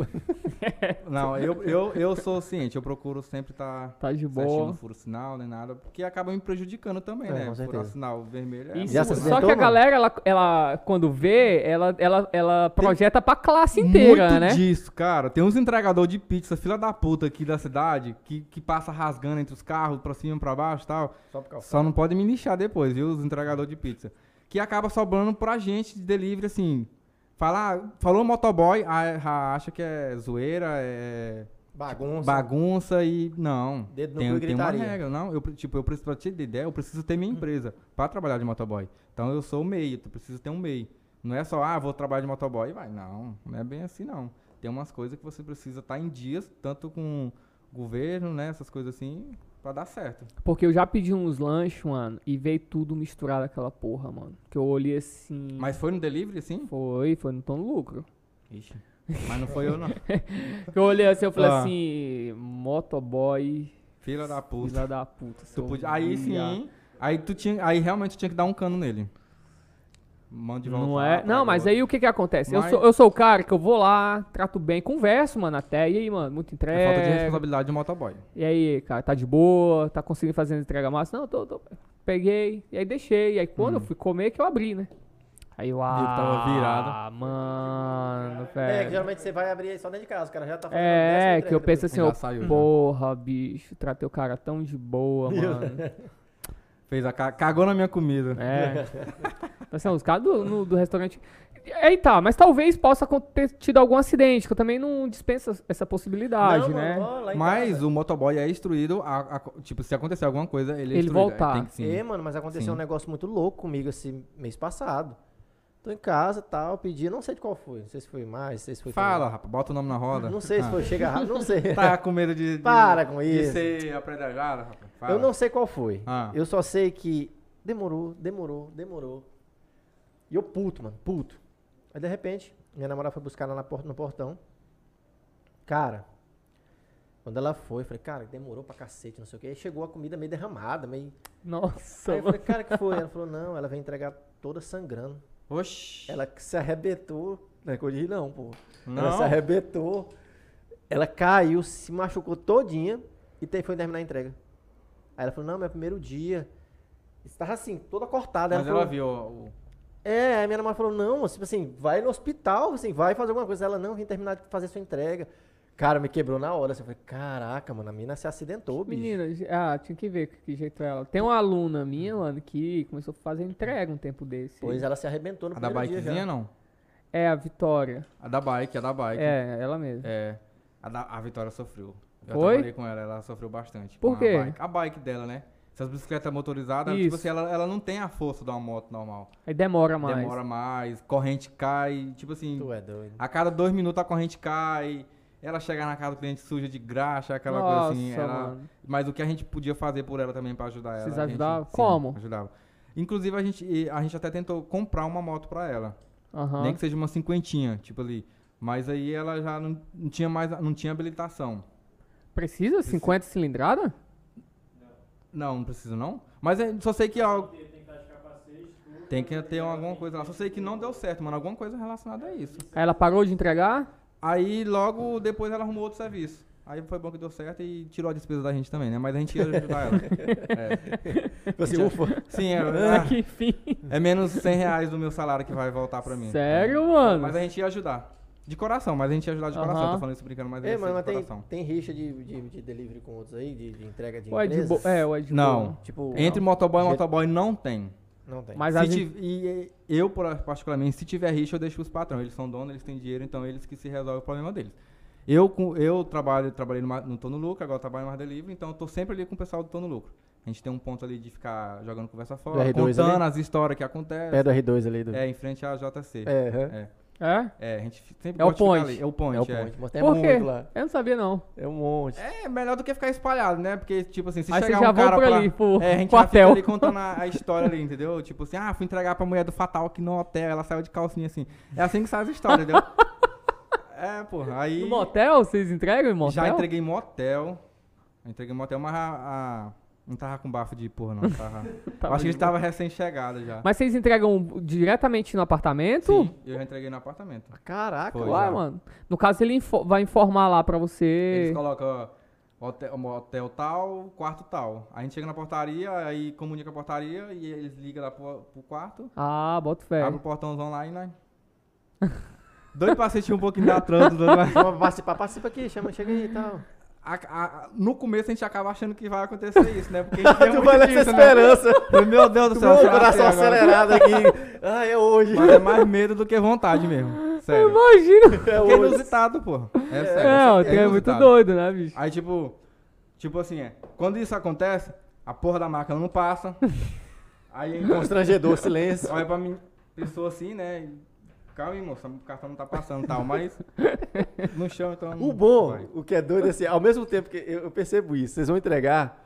Não, eu, eu, eu sou ciente, eu procuro sempre estar tá
Tá de
certinho, não
boa.
furo sinal, nem nada, porque acaba me prejudicando também,
É,
né?
com
Furar
certeza.
sinal vermelho é
Isso,
Já se
só
acidentou,
que a
mano?
galera, ela, ela, quando vê, ela, ela, ela projeta pra classe inteira,
Muito
né?
disso, cara. Tem uns entregador de pizza, fila da puta aqui da cidade, que, que passa rasgando entre os carros, pra cima, pra baixo e tal.
Só por causa.
Só não pode me lixar depois, viu, os entregador de pizza. Que acaba sobrando pra gente de delivery, assim. Fala, falou motoboy, a- a- acha que é zoeira, é
Bagunça.
bagunça e. Não.
Dedo no
tem,
cu
um,
e
tem uma
gritaria.
regra, não. Eu, pre- tipo, eu preciso, pra te ter ideia, eu preciso ter
Hum.
minha empresa pra trabalhar de motoboy. Então eu sou o meio, tu precisa ter um meio. Não é só, ah, vou trabalhar de motoboy e vai. Não, não é bem assim, não. Tem umas coisas que você precisa estar em dias, tanto com o governo, né, essas coisas assim, pra dar certo.
Porque eu já pedi uns lanches, mano, e veio tudo misturado aquela porra, mano. Que eu olhei assim.
Mas foi no delivery, assim?
Foi, foi no Tom no Lucro.
Ixi. Mas não foi eu, não.
Que eu olhei assim, eu falei
Ah.
assim, motoboy,
Filha da puta.
filha da puta.
Tu
seu
podia... Aí sim,
viado.
hein? Aí tu tinha. Aí realmente tu tinha que dar um cano nele. Mão de
Não
voltar,
é? Não,
pega
mas
outro.
aí o que que acontece? Eu,
Mas-
sou, eu sou o cara que eu vou lá, trato bem, converso, mano, até. E aí, mano, muito entrega.
É falta de responsabilidade do motoboy.
E aí, cara, tá de boa, tá conseguindo fazer as entrega massa? Não, tô, tô. Peguei, e aí deixei. E aí quando eu fui comer que eu abri, né? Aí eu, ah,
que Hum. tava virado.
mano,
É, que
velho.
geralmente você vai abrir aí só dentro de casa, o cara já tá fazendo a décima
É,
entrega
que eu
depois.
penso assim,
Já
ó,
saiu, já.
porra, bicho, tratei o cara tão de boa, mano.
Fez a ca- cagou na minha comida.
É. Então, assim, os caras do, no- do restaurante. Aí tá, mas talvez possa acon- ter tido algum acidente, que eu também não dispenso essa possibilidade,
Não,
né?
mano, ó, lá em
Mas
casa.
o motoboy é instruído a, a co- tipo se acontecer alguma coisa, ele
Ele
é instruído.
voltar.
Tem que sim.
É, mano, mas aconteceu um
Sim.
negócio muito louco comigo esse mês passado. Tô em casa tal, pedi, não sei de qual foi. Não sei se foi mais, não sei se foi.
Fala, rapaz, bota o nome na roda.
Não sei se
Ah.
foi, chega rápido, não sei.
Tá com medo de, de
Para com
de
isso.
ser apredajado, rapaz. Fala.
Eu não sei qual foi.
Ah.
Eu só sei que demorou, demorou, demorou. E eu puto, mano, puto. Aí de repente, minha namorada foi buscar ela na porta, no portão. Cara, quando ela foi, eu falei, cara, demorou pra cacete, não sei o quê. Aí chegou a comida meio derramada, meio.
Nossa,
Aí eu
mano.
falei, cara, que foi? Ela falou, não, ela veio entregar toda sangrando.
Oxi.
Ela que se arrebentou. Não é coisa de rir, não, pô. Ela
Não.
se arrebentou. Ela caiu, se machucou todinha e te- foi terminar a entrega. Aí ela falou, não, é meu primeiro dia. Estava assim, toda cortada.
Mas
falou,
ela viu o,
É, aí minha namorada falou, não, tipo assim, vai no hospital, assim, vai fazer alguma coisa. Ela, não, vem terminar de fazer sua entrega. Cara, me quebrou na hora. Você falei, caraca, mano, a mina se acidentou, bicho.
Menina, ge- ah, tinha que ver que- que jeito é ela. Tem uma aluna minha, mano, que começou a fazer entrega um tempo desse.
é.
Pois ela se arrebentou no
A da
primeiro dia
bikezinha
já.
não.
É, a Vitória.
A da bike, a da bike.
É, ela mesma.
É, a, da- a Vitória sofreu. Eu
Foi?
trabalhei com ela, ela sofreu bastante.
Por
com a
quê?
bike. A bike dela, né? Essas bicicletas motorizadas,
Isso.
tipo assim, ela, ela não tem a força de uma moto normal.
Aí demora mais.
Demora mais, corrente cai, tipo assim,
Tu é doido.
a cada dois minutos a corrente cai, ela chega na casa do cliente suja de graxa, aquela coisa
Nossa,
assim. ela-
mano.
Mas o que a gente podia fazer por ela também pra ajudar ela.
Vocês
a gente-
ajudavam?
sim,
Como?
Ajudava. Inclusive, a gente, e a gente até tentou comprar uma moto pra ela.
Aham.
Nem que seja uma cinquentinha, tipo ali. Mas aí ela já não, não tinha mais, não tinha habilitação.
Precisa? 50 cilindrada?
Não, não preciso não. Mas eu só sei que algo.
Tem que estar de capacete, tudo.
Tem que ter alguma coisa lá. Só sei que não deu certo, mano. Alguma coisa relacionada a isso.
Aí ela parou de entregar?
Aí logo depois ela arrumou outro serviço. Aí foi bom que deu certo e tirou a despesa da gente também, né? Mas a gente ia ajudar ela. É.
Você, ufa.
Sim, é,
Ah, que fim.
é menos 100 reais do meu salário que vai voltar pra mim.
Sério, mano?
Mas a gente ia ajudar. De coração, mas a gente ia ajudar de coração.
Aham.
Tô falando isso brincando, mas,
Ei,
ia ser
mano, É, mas
de
tem,
coração.
tem rixa de, de, de delivery com outros aí? De, de entrega de
O Ed
empresas?
Bo- É, o Ed
Não.
Bo-
Tipo,
Entre motoboy e
Ge-
motoboy não tem.
não tem.
Mas
Se
a gente...
tiv- E e eu, por- particularmente, se tiver rixa, eu deixo os patrões. Eles são donos, eles têm dinheiro, então eles que se resolvem o problema deles. Eu, com- eu trabalho, trabalhei no, Mar- no Tô no Lucro, agora eu trabalho no Mar Delivery, então eu tô sempre ali com o pessoal do Tô no Lucro. A gente tem um ponto ali de ficar jogando conversa fora,
R2
contando
ali?
as histórias que acontecem.
Pé do R2 ali. Do...
É, em frente à JC. É,
É, aham.
É?
a gente f- sempre
É o
gosta de ficar
point.
ali. É o ponte.
É o
é.
ponte. Mas tem
Por
muito
quê?
lá.
Eu não sabia, não.
É um monte.
É melhor do que ficar espalhado, né? Porque, tipo assim, se
Aí vocês
chegar
já
um
vão
cara
por
pra-
ali, pro
É, a gente já
quartel.
fica ali contando a, a história ali, entendeu? Tipo assim, ah, fui entregar pra mulher do Fatal aqui no hotel, ela saiu de calcinha assim. É assim que sai as histórias, entendeu? é, porra, aí...
No motel? Vocês entregam em motel?
Já entreguei em motel. Eu Entreguei em motel, mas a, a- Não tava com bafo de porra, não. Tava...
Tava
Acho que
de
ele tava recém-chegado já.
Tá Mas vocês entregam diretamente no apartamento?
Sim, eu já entreguei no apartamento.
Caraca,
Foi.
uau.
Uai,
já.
mano. No caso, ele info- vai informar lá pra você.
Eles colocam ó, hotel, hotel tal, quarto tal. A gente chega na portaria, aí comunica a portaria e eles ligam lá pro, pro quarto.
Ah, bota
É.
fé.
Abre o portãozão lá e nós. Doido pra assistir um pouquinho da trânsito. doido pra-
Vamos participar, participa aqui, chama, chega aí e tal.
A- a- no começo a gente acaba achando que vai acontecer isso, né? Porque a gente vê
Tu
muito
vai nessa
disso, né?
esperança.
Meu Deus do
Tu
céu,
vai o
será que
coração
é agora?
acelerado aqui. Ah, é hoje.
Mas é mais medo do que vontade mesmo. Sério.
Imagina.
É
Porque é
hoje.
inusitado, pô. É,
É,
sério.
o trem é muito
inusitado.
doido, né, bicho?
Aí, tipo, tipo assim, é, quando isso acontece, a porra da máquina não passa. aí é encontra,
Constrangedor, silêncio.
olha é pra mim, pessoa assim, né? e, Calma aí, moça, o cartão não tá passando e tal, mas no chão então.
O bom,
vai.
o que é doido, é assim, ao mesmo tempo que eu, eu percebo isso, vocês vão entregar,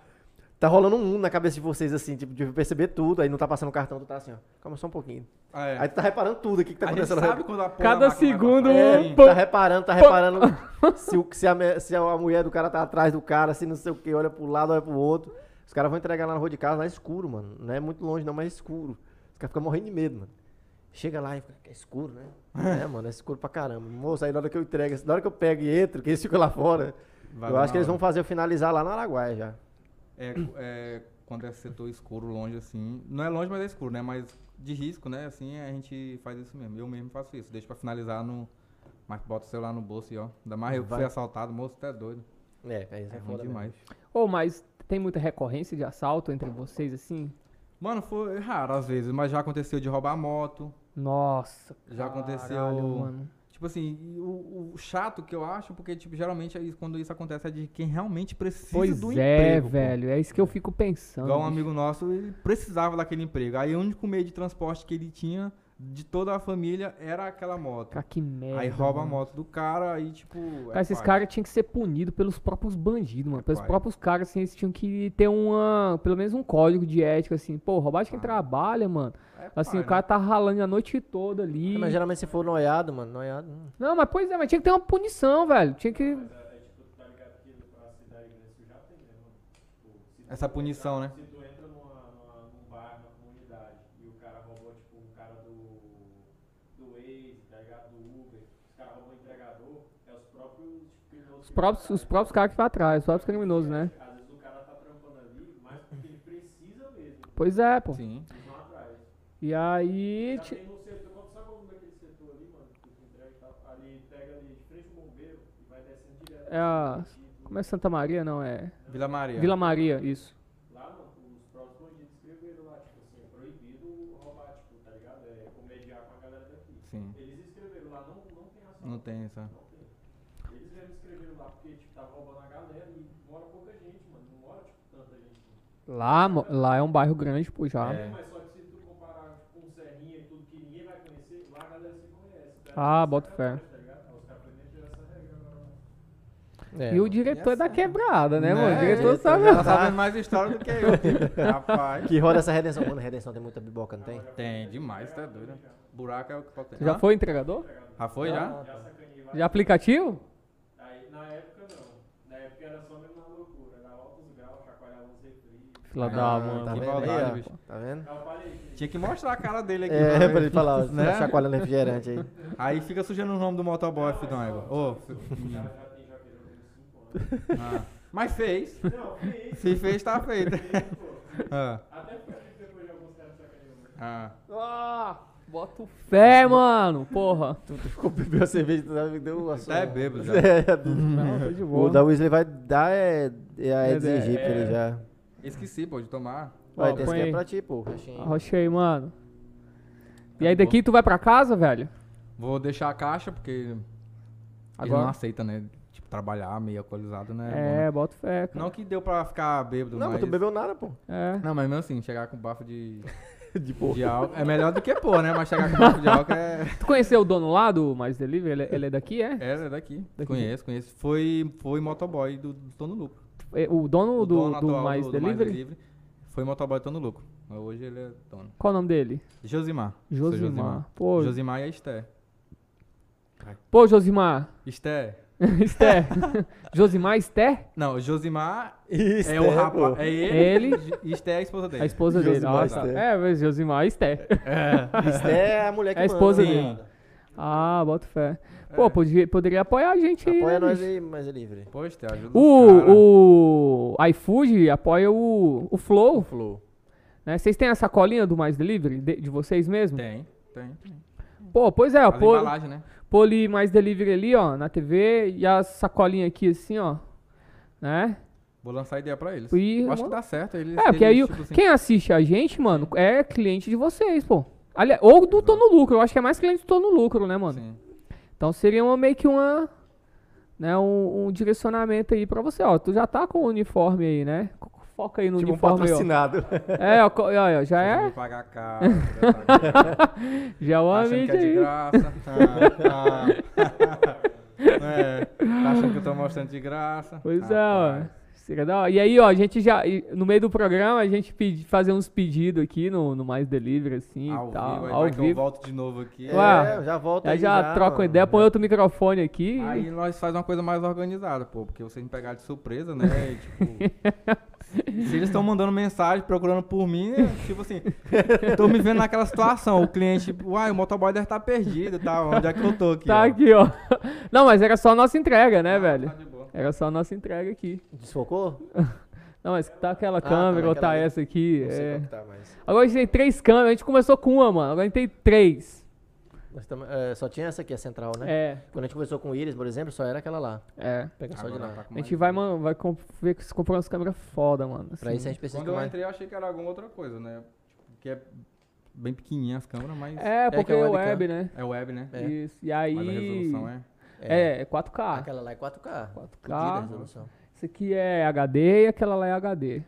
tá rolando um mundo na cabeça de vocês, assim, tipo, de perceber tudo, aí não tá passando o cartão, tu tá assim, ó, calma só um pouquinho.
Ah, é.
Aí tu tá reparando tudo aqui que tá
a gente
acontecendo.
sabe quando a porra
Cada
da máquina tá vai
segundo,
passar,
um
sim.
pouco.
Tá reparando, tá reparando se, o, se, a, me- se a mulher do cara tá atrás do cara, se não sei o que, olha pro lado, olha pro outro. Os caras vão entregar lá na rua de casa, lá é escuro, mano. Não é muito longe, não, mas é escuro. Os caras ficam morrendo de medo, mano. Chega lá e fica, é escuro, né? É, mano, é escuro pra caramba. Moço, aí na hora que eu entrego, na hora que eu pego e entro, que eles ficam lá fora,
É, Vai
eu
lá
acho que
na
eles vão
hora.
fazer eu finalizar lá no Araguaia já.
É, é, quando é setor escuro, longe assim. Não é longe, mas é escuro, né? Mas de risco, né? Assim, a gente faz isso mesmo. Eu mesmo faço isso. Deixa pra finalizar no. Mas bota o celular no bolso e ó. Ainda mais eu que
Vai.
fui assaltado, moço, até doido.
É, é isso
É
é
ruim
foda demais.
demais.
Ô, mas tem muita recorrência de assalto entre vocês, assim?
Mano, foi raro às vezes, mas já aconteceu de roubar moto.
Nossa.
Já aconteceu-
caralho, mano.
Tipo assim, e o, o chato que eu acho, porque tipo, geralmente aí quando isso acontece é de quem realmente precisa
Pois
do
é,
emprego. pô.
velho. É isso que eu fico pensando.
Igual um
bicho.
amigo nosso, ele precisava daquele emprego. Aí o único meio de transporte que ele tinha de toda a família era aquela moto.
Cara, que merda.
Aí rouba a
mano.
moto do cara, aí tipo. é
Cara, esses
pai.
caras tinham que ser punidos pelos próprios bandidos, mano. Pelos
pai.
próprios caras, assim, eles tinham que ter uma, pelo menos um código de ética, assim. Pô, roubar de quem
Pai.
trabalha, mano.
É
Assim,
pai,
o cara tá ralando a noite toda ali.
É, mas geralmente se for noiado, mano, noiado. hum.
Não, mas pois é, mas tinha que ter uma punição, velho. Tinha que.
É, é, tipo, tu tá ligado que a cidade grande isso já tem, né, mano? Tipo, se
né?
tu
Essa punição, né?
Se tipo, tu entra numa, numa, num bar, numa comunidade, e o cara roubou, tipo, um cara do, do Waze, tá ligado? Do Uber, os caras roubam o entregador, é os próprios tipo, criminosos
Os
que
próprios,
vão
os
atrás.
próprios caras que vai atrás, os próprios criminosos, né?
Às vezes o cara tá trampando ali, mas porque ele precisa mesmo,
Pois é, pô.
Sim.
eles vão atrás.
E aí.
Já
ti-
tem Tá no setor, como- é sabe como é aquele setor ali, mano? Que tu entrega e tal? Ali pega ali de frente o bombeiro e vai descendo direto.
É a. Como é Santa Maria? Não, é.
Vila Maria.
Vila Maria, isso.
Lá no- os próprios bandidos escreveram lá, tipo assim, é proibido roubar, tipo, tá ligado? É comediar com a galera daqui.
Sim.
Eles escreveram lá, não, não tem ação.
Não tem essa.
Não tem. Eles mesmo escreveram lá porque, tipo, tava roubando a galera e mora pouca gente, mano. Não mora, tipo, tanta gente.
Lá, mo- lá é um bairro grande, pô, já.
É.
Mas só que se tu comparar tipo, com Serrinha e tudo que ninguém vai conhecer, lá a galera se conhece. Tá?
Ah, bota fé.
Tá ligado? Ah, Os caras planejam essa regra agora.
É,
E o diretor é da quebrada, né, mano? O diretor
Diretor
sabe.
Ela sabe mais história do que eu. Rapaz.
Que roda essa redenção. Mano, redenção tem muita biboca, não tem?
Tem, demais, tá doido. Buraco é o que falta.
Já
Hã?
foi entregador?
Já foi,
Ah,
Ah,
já?
tá.
tá.
Já sacaneei lá.
De aplicativo?
Aí, na época, não. Na época era só mesmo na loucura. Era altos graus, chacoalhava os refri.
Filha
Ah,
da
tá
Tá
Que
mano.
vendo
maldade,
aí, ó?
bicho.
Tá vendo?
Aí eu parei, gente.
Tinha que mostrar a cara dele aqui.
É,
pra
pra
ver.
ele falar,
Né?
né? chacoalhando refrigerante aí.
Aí fica sujando o nome do motoboy, filho da égua. Ô,
Já,
menino.
já tem jaqueiro com 5 anos.
Ah, Mas fez.
Não, fiz,
Se fez, tá feito.
pô.
Ah,
Até porque depois de alguns caras sacanearam.
ah.
Ah, bota o fé, mano. Porra.
Tu, tu ficou bebendo cerveja, tu sabe, deu o assunto.
Tá é bêbado já.
É,
Não, tô de
o
boa.
da Weasley vai dar é, é a
É,
Eds
é.
Egípcia ele já.
Esqueci, pô, de tomar.
Vai,
Ó,
tem esse
põe
aqui é
aí.
pra ti, pô. Roxinho.
Arrocha aí, mano. E aí daqui tu vai pra casa, velho?
Vou deixar a caixa, porque ele
Agora.
não aceita, né? Tipo, trabalhar meio alcoolizado, né? bom, né?
É, bota o fé, cara.
Não que deu pra ficar bêbado,
Não, mas
mas...
tu bebeu nada, pô.
É.
Não, mas mesmo assim, chegar com bafo de,
De boa.
de álcool é melhor do que pôr, né? Mas chegar com bafo de álcool é...
Tu conheceu o dono lá do Mais Delivery? Ele, ele é daqui, é?
É, é daqui.
Daqui.
Conheço, conheço. Foi, foi motoboy do, do Tono Lucro.
É, O dono do,
dono
do
atual
Mais
do- do
Delivery?
Delivery Foi motoboy do Tono Lucro. Mas Hoje ele é dono.
Qual o nome dele?
Josimar. Seu
Josimar. Pô,
Josimar e a Esté.
Pô Josimar.
Esté.
Esther. Josimar Esther?
Não, Josimar
Isso,
é o rapaz. É ele.
Ele.
E Esté é a esposa dele.
A esposa dele.
Josimar
Ah, tá.
Esther.
É, mas Josimar Esther.
Isso é a mulher que
É a esposa
manda,
dele.
né?
Ah, bota fé. Pô, podia- poderia apoiar a gente aí.
Apoia
né,
nós
bicho?
aí, mais é livre.
Pô, Esté, ajuda os cara.
O, o iFood apoia o, o Flow,
Flow.
né? Vocês têm a sacolinha do Mais Delivery de, de vocês mesmo?
Tem, tem. tem.
Pô, pois é, ó,
As
pô,
embalagens, né?
poli Mais Delivery ali, ó, na TV e a sacolinha aqui assim, ó, né?
Vou lançar ideia pra eles.
E-
Eu acho que dá certo. Eles,
É, porque aí
eles,
o-
tipo assim,
quem assiste a gente, mano, é cliente de vocês, pô. Aliás, ou do Tô no Lucro, eu acho que é mais cliente do Tô no Lucro,
tipo
né, mano?
Sim.
Então seria uma, meio que uma. Né, um, um direcionamento aí pra você, ó. Tu já tá com o uniforme aí, né? Foca aí no
Tipo um
uniforme aí, ó.
patrocinado.
É, ó, co- ó, ó, já
Vocês
é.
vão pagar caro. tá
Já é uma
achando que
mídia
é de
aí.
graça. Tá, tá. É, tá achando que eu tô mostrando de graça.
Pois é,
Rapaz.
ó. Seria da hora. E aí, ó, a gente já. e No meio do programa, a gente pedi, fazer uns pedidos aqui no, no Mais Delivery, assim
Ao
e tal.
vivo, aí
ao
vai que eu
vivo.
volto de novo aqui.
Ué, Uau.
É, eu já volto
Aí já, troca uma
mano.
ideia, põe outro microfone aqui.
Aí nós faz uma coisa mais organizada, pô, porque vocês me pegaram de surpresa, né? E, tipo, se eles estão mandando mensagem procurando por mim, é, tipo assim, tô me vendo naquela situação, o cliente, tipo, uai, o motoboy deve estar perdido, tá? Onde é que eu tô aqui?
tá
ó?"
aqui, ó. Não, mas era só a nossa entrega, né,
Ah,
velho?
tá de boa.
Era só a nossa entrega aqui.
Desfocou?
Não, mas tá aquela
tá
câmera ou tá
naquela ali.
essa aqui.
Não sei
É.
qual que tá, mas...
Agora a gente tem três câmeras, a gente começou com uma, mano. Agora a gente tem três.
nós tamo- é, só tinha essa aqui, a central, né?
É,
Quando a gente conversou com o Iris, por exemplo, só era aquela lá.
é.
Pega só de
Agora tá
lá.
com
A
mais
gente vai,
um.
mano, vai comp- ver se comprou umas câmeras foda, mano.
Pra
assim.
isso é tipo a gente precisa
Quando
de
eu
mais.
entrei, eu achei que era alguma outra coisa, né? Tipo, que é bem pequenininha as câmeras, mas...
É,
que
porque é
webcam.
web, né?
É web, né?
É.
Isso. E aí.
Mas a resolução é...
É, é 4K.
Aquela lá é 4K.
4K.
resolução.
Isso aqui é HD e aquela lá é HD.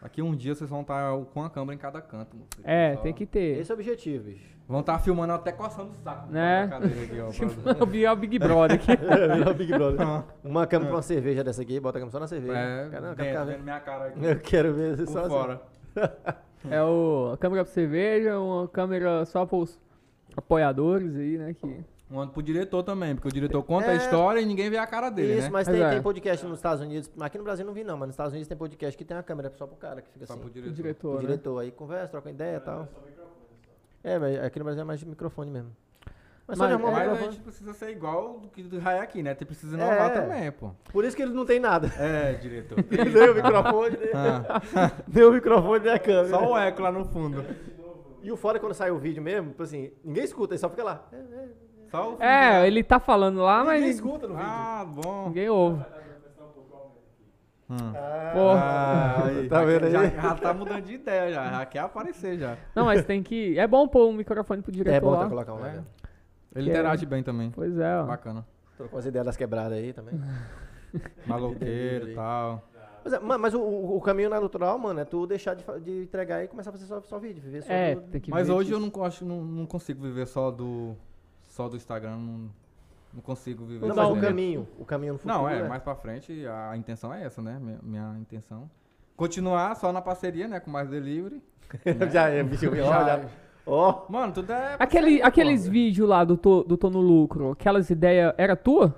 Daqui um dia vocês vão estar com a câmera em cada canto. mano. Vocês
É,
só-
tem que ter.
Esse é o objetivo, bicho.
Vão estar filmando até coçando o saco.
Né?
da cadeira aqui, ó, pra-
Mano, o Big- é o Big Brother aqui.
Virar o Big Brother. Uma câmera pra uma cerveja dessa aqui, bota a câmera só na cerveja.
É,
Cara, não, eu,
dentro,
quero
vendo
ficar
minha cara aqui.
vendo- eu quero ver
por
só assim.
fora.
É o, a câmera pra cerveja, é uma câmera só pros apoiadores aí, né? Que...
Manda Um pro diretor também, porque o diretor conta a
É.
história e ninguém vê a cara dele,
Isso,
né?
mas
Mas
tem,
é.
tem podcast nos Estados Unidos. Aqui no Brasil não vi, não, mas nos Estados Unidos tem podcast que tem uma câmera só pro cara que fica
Só
assim.
pro
O
diretor.
O
diretor, né?
diretor aí conversa, troca ideia e tal. É, mas aqui no Brasil é mais de microfone mesmo. Mas, só
Mas-
de arrumar o
Mas a
microfone.
gente precisa ser igual do que do Rai aqui, né? Tem precisa inovar
É, É.
também, pô.
Por isso que ele não tem nada.
É, diretor.
nem o microfone, né? nem,
Ah,
nem o microfone, nem a câmera.
só o eco lá no fundo.
E o fora é quando sai o vídeo mesmo, tipo assim, ninguém escuta, ele só fica lá. É, é, é.
Só o
É, ele tá falando lá,
Ninguém
mas ninguém,
escuta no vídeo.
Ah, bom.
ouve.
Hum.
Porra.
Ah, aí,
Tá vendo aí?
Já, já tá mudando de ideia, já. Já quer aparecer, já.
Não, mas tem que. É bom pôr um microfone pro diretor
É bom
lá.
tá colocar um, né?
Ele interage bem também.
Pois é,
Ah.
ó.
Bacana.
Trocou as ideias das quebradas aí também.
Maloqueiro e tal.
Mas, é, ma- mas o, o- o caminho na natural, mano, é tu deixar de, fa- de entregar e começar a fazer só, só vídeo. Viver só
É,
do-
tem que
Mas
ver
hoje
disso.
eu não, acho, não, não consigo viver só do, só do Instagram. Não, não consigo viver
Não,
só
mas
do
o
Instagram.
caminho. O caminho no futuro. né?
Não, é, mais pra frente a intenção é essa, né? Minha, minha intenção. Continuar só na parceria, né? Com mais delivery.
já é, bicho. Ó, já- ó.
Mano, tudo é.
Aquele,
parceria,
aqueles
pô.
vídeos lá do tô, do tô no
Uhum.
lucro, aquelas ideias, era tua?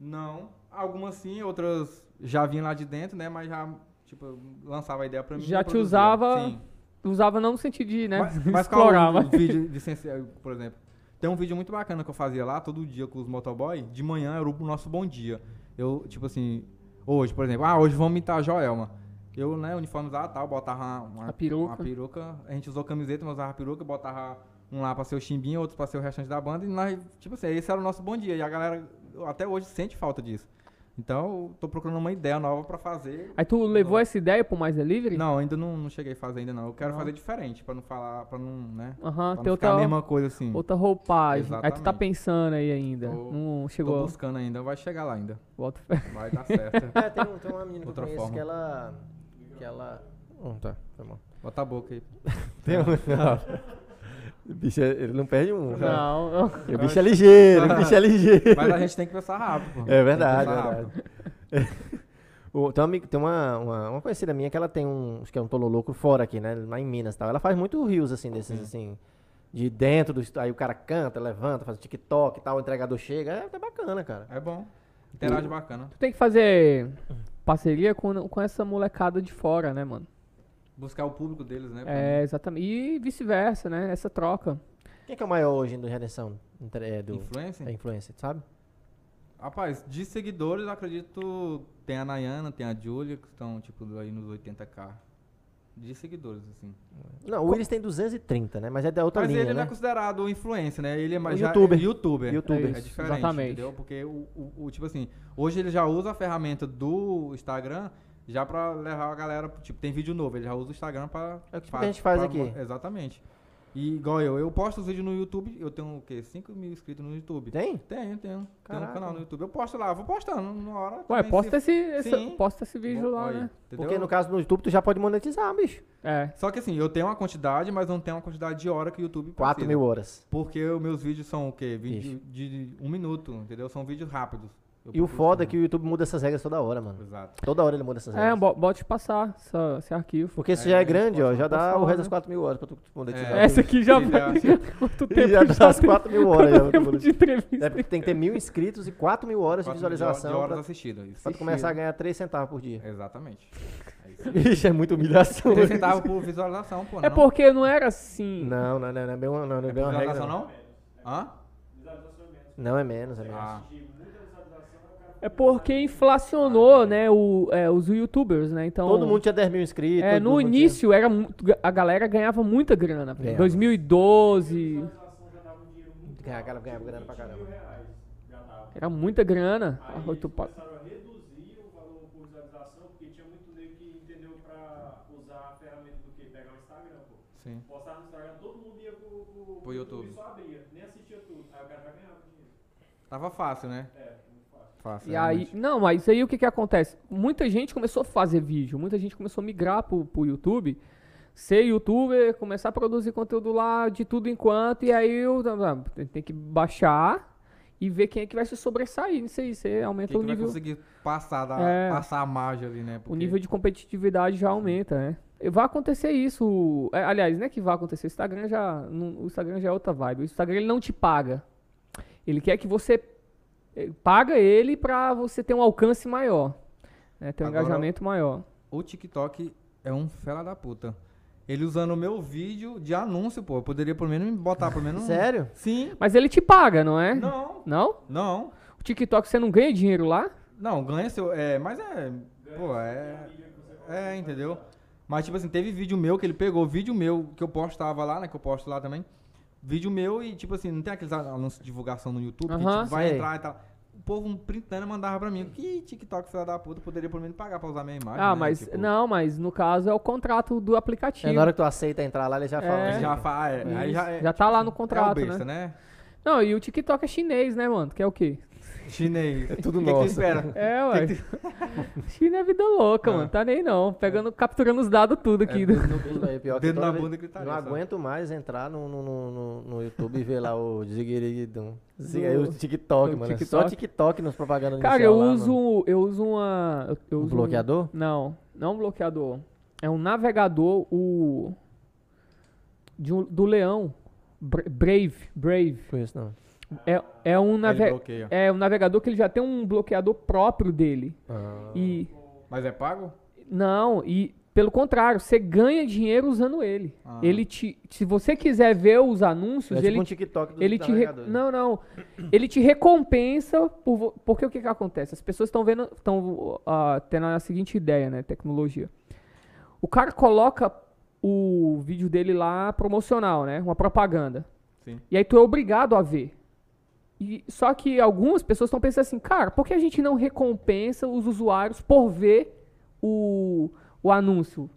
Não. Algumas sim, outras já vinham lá de dentro, né? Mas já, tipo, lançava a ideia pra mim.
Já
eu
te
produzia.
usava,
Sim.
Usava não no sentido de, né,
Mas, mas qual
explorar,
o
mas...
vídeo licenciado, por exemplo? Tem um vídeo muito bacana que eu fazia lá, todo dia com os motoboy. De manhã era o nosso bom dia. Eu, tipo assim, hoje, por exemplo, ah, hoje vamos imitar a Joelma. Eu, né, uniformizava tal, botava uma, uma-
A peruca.
uma peruca. A gente usou camiseta, mas usava a peruca, botava um lá pra ser o chimbinho, outro pra ser o restante da banda. E nós, tipo assim, esse era o nosso bom dia. E a galera até hoje sente falta disso. Então, eu tô procurando uma ideia nova pra fazer.
Aí tu levou essa ideia pro mais É delivery?
Não, ainda não, não cheguei a fazer ainda não. Eu quero fazer diferente, pra não falar, pra não, né?
Aham,
Pra
tem
não ficar
outra,
a mesma coisa assim.
outra roupagem. Aí tu tá
Exatamente.
pensando aí ainda.
Tô-
não
Tô
chegou.
buscando ainda, vai chegar lá ainda.
Bota fé.
Vai dar certo.
É, tem, um- tem uma menina que eu
Outra
conheço
forma.
que ela... Que ela... Hum, tá, tá bom.
Bota a boca aí.
Tem um... bicho, ele não perde um.
Não,
O bicho é ligeiro, o bicho é ligeiro.
Mas a gente tem que pensar rápido, pô. Tem
É
que
verdade,
pensar
verdade.
rápido.
O- tem uma, amiga- tem uma, uma, uma conhecida minha que ela tem um, acho que é um tololoco fora aqui, né? Lá em Minas e tal. Ela faz muito rios, assim,
Uhum.
desses, assim, de dentro do... estú- Aí o cara canta, levanta, faz TikTok e tal, o entregador chega. É, é bacana, cara.
É bom. Interage bacana.
Tu tem que fazer parceria com, com essa molecada de fora, né, mano?
Buscar o público deles, né?
É, exatamente. E vice-versa, né? Essa troca.
Quem é que é o maior hoje do Redenção? Entre- É, do,
Influência.
é influencer, sabe?
Rapaz, de seguidores, eu acredito, tem a Nayana, tem a Julia, que estão, tipo, aí nos 80k. De seguidores, assim.
Não, o Willis tem 230, né? Mas é da outra
Mas
linha,
ele não é
né?
considerado influencer, né? Ele é mais já-
youtuber.
youtuber.
Youtuber.
É,
Isso,
diferente,
exatamente.
entendeu? Porque o, o- o- tipo assim, hoje ele já usa a ferramenta do Instagram já pra levar a galera, tipo, tem vídeo novo, ele já usa o Instagram pra...
É o que
pra-
a gente faz
pra-
aqui.
Exatamente. E igual eu, eu posto os vídeos no YouTube, eu tenho o quê? 5 mil inscritos no YouTube.
Tem?
Tenho, tenho. Tenho
Caraca.
um canal no YouTube. Eu posto lá, vou postando, numa hora...
Ué,
também,
posta
se-
esse, esse,
Sim.
posta esse vídeo lá,
Olha,
né?
entendeu?
Porque no caso do YouTube tu já pode monetizar, bicho.
É.
Só que assim, eu tenho uma quantidade, mas não tenho uma quantidade de hora que o YouTube
4
precisa.
mil horas.
Porque os meus vídeos são o quê?
Isso.
Vídeo de um minuto, entendeu? São vídeos rápidos. Eu
E o
procuro
foda é que o
fazer.
YouTube muda essas regras toda hora, mano.
Exato.
Toda hora ele muda essas
É,
regras.
bo- bota te passar essa- esse arquivo.
Porque se
É,
já
a
é
gente
grande, ó,
pode
já dá
passar,
o resto das
né?
4 mil horas pra tu monetizar.
É,
Essa aqui já
Ele
vai.
dá-
Quanto
E
tempo
já tá dá as
tem-
4 mil horas. já,
tempo
tipo,
de entrevista.
É porque tem que ter mil inscritos e 4 mil horas de
Quatro
visualização
de horas
pra,
assistidas. Isso.
pra tu começar a ganhar 3 centavos por dia.
Exatamente. É isso.
Ixi, é muita humilhação.
Três centavos por visualização, pô.
É
não.
porque não era assim.
Ah, Não, não, não, não é bem uma, não, não é
É
bem uma regra.
visualização,
Não.
não? Hã?
não, é menos, é menos.
Ah,
É porque inflacionou, né, o, é, os youtubers, né? Então,
Todo mundo tinha 10 mil inscritos.
é,
todo
no
mundo tinha-
início era muito- a galera ganhava muita grana.
Ganhava.
2012
Ganhava, ganhava, ganhava grana pra caramba.
era muita grana. Ah, eu tô pa-
Começaram a reduzir o valor por visualização, porque tinha muito nego que entendeu pra usar a ferramenta do que? Pegar o Instagram, pô.
sim.
Postar no Instagram, todo mundo ia pro, pro,
Pro YouTube.
e só abria, nem assistia tudo. Aí o cara já ganhava dinheiro.
Tava fácil, né?
É, muito fácil.
Fácil.
E aí, não, mas aí o que que acontece? Muita gente começou a fazer vídeo, muita gente começou a migrar pro, pro YouTube, ser youtuber, começar a produzir conteúdo lá de tudo enquanto, e aí eu, ah, tem que baixar e ver quem é que vai se sobressair nisso aí, você
o
aumenta
que,
o
que vai
nível,
conseguir passar, da,
É.
passar a margem ali, né?
o
Porque-
nível de competitividade já aumenta, né? E Vai acontecer isso, é, aliás, não é que vai acontecer, o Instagram já, não- o Instagram já é outra vibe, o Instagram ele não te paga, ele quer que você eh, paga ele pra você ter um alcance maior, né? ter um
Agora-
engajamento maior.
O TikTok é um fela da puta. Ele usando o meu vídeo de anúncio, pô. Eu poderia pelo menos me botar pelo
Hum.
menos. um-
Sério?
Sim.
Mas ele te paga, não é?
Não.
Não?
Não.
O TikTok você não ganha dinheiro lá?
Não, ganha seu. É, mas é. Pô, é. É, entendeu? Mas, tipo assim, teve vídeo meu que ele pegou, vídeo meu que eu postava lá, né? Que eu posto lá também. vídeo meu e, tipo assim, não tem aqueles anúncios de divulgação no YouTube que
Aham.
tipo, vai
Sei.
entrar e tal. O povo printando mandava pra mim. Que TikTok, filha da puta, poderia pelo menos pagar pra usar minha imagem.
Ah,
né?
mas.
Tipo,
Não, mas no caso é o contrato do aplicativo.
É, na hora que tu aceita entrar lá, ele já fala.
É.
né?
Já, fa- é, aí já, é,
Já tá lá no
é o
contrato,
besta,
né?
né?
Não, e o TikTok é chinês, né, mano? Que é o quê?
Chinês. É
tudo
que Que
nosso.
tu espera?
É, ué. China é vida louca,
Ah.
mano. Tá nem não. Pegando, capturando os dados tudo
É,
aqui. do-
Isso aí, pior que
Dedo
toda
na
vez-
bunda e gritaria,
Não
sabe?
aguento mais entrar no, no, no, no- no YouTube e ver lá o Ziguiriguidum. Zigue- aí o TikTok,
do
mano. é Só
TikTok.
TikTok nos propagandas
Cara,
inicial
eu
lá,
uso,
mano.
eu uso uma. eu- Eu
um
uso
bloqueador?
Não, não um bloqueador. É um navegador, o. de um- do leão. Bra- Brave. Brave.
Por isso, não.
É, é, um
Ele
nave...
bloqueia.
é um navegador que ele já tem um bloqueador próprio dele. E.
Mas é pago?
Não, e pelo contrário, você ganha dinheiro usando ele.
Ah.
Ele te. Se você quiser ver os
É
anúncios,
tipo
ele
um TikTok dos
ele te re-
navegadores.
não não ele te recompensa por vo- porque o que que acontece as pessoas estão vendo estão tendo a seguinte ideia né tecnologia o cara coloca o vídeo dele lá promocional né uma propaganda
Sim.
e aí tu é obrigado a ver e só que algumas pessoas estão pensando assim cara por que a gente não recompensa os usuários por ver o, o anúncio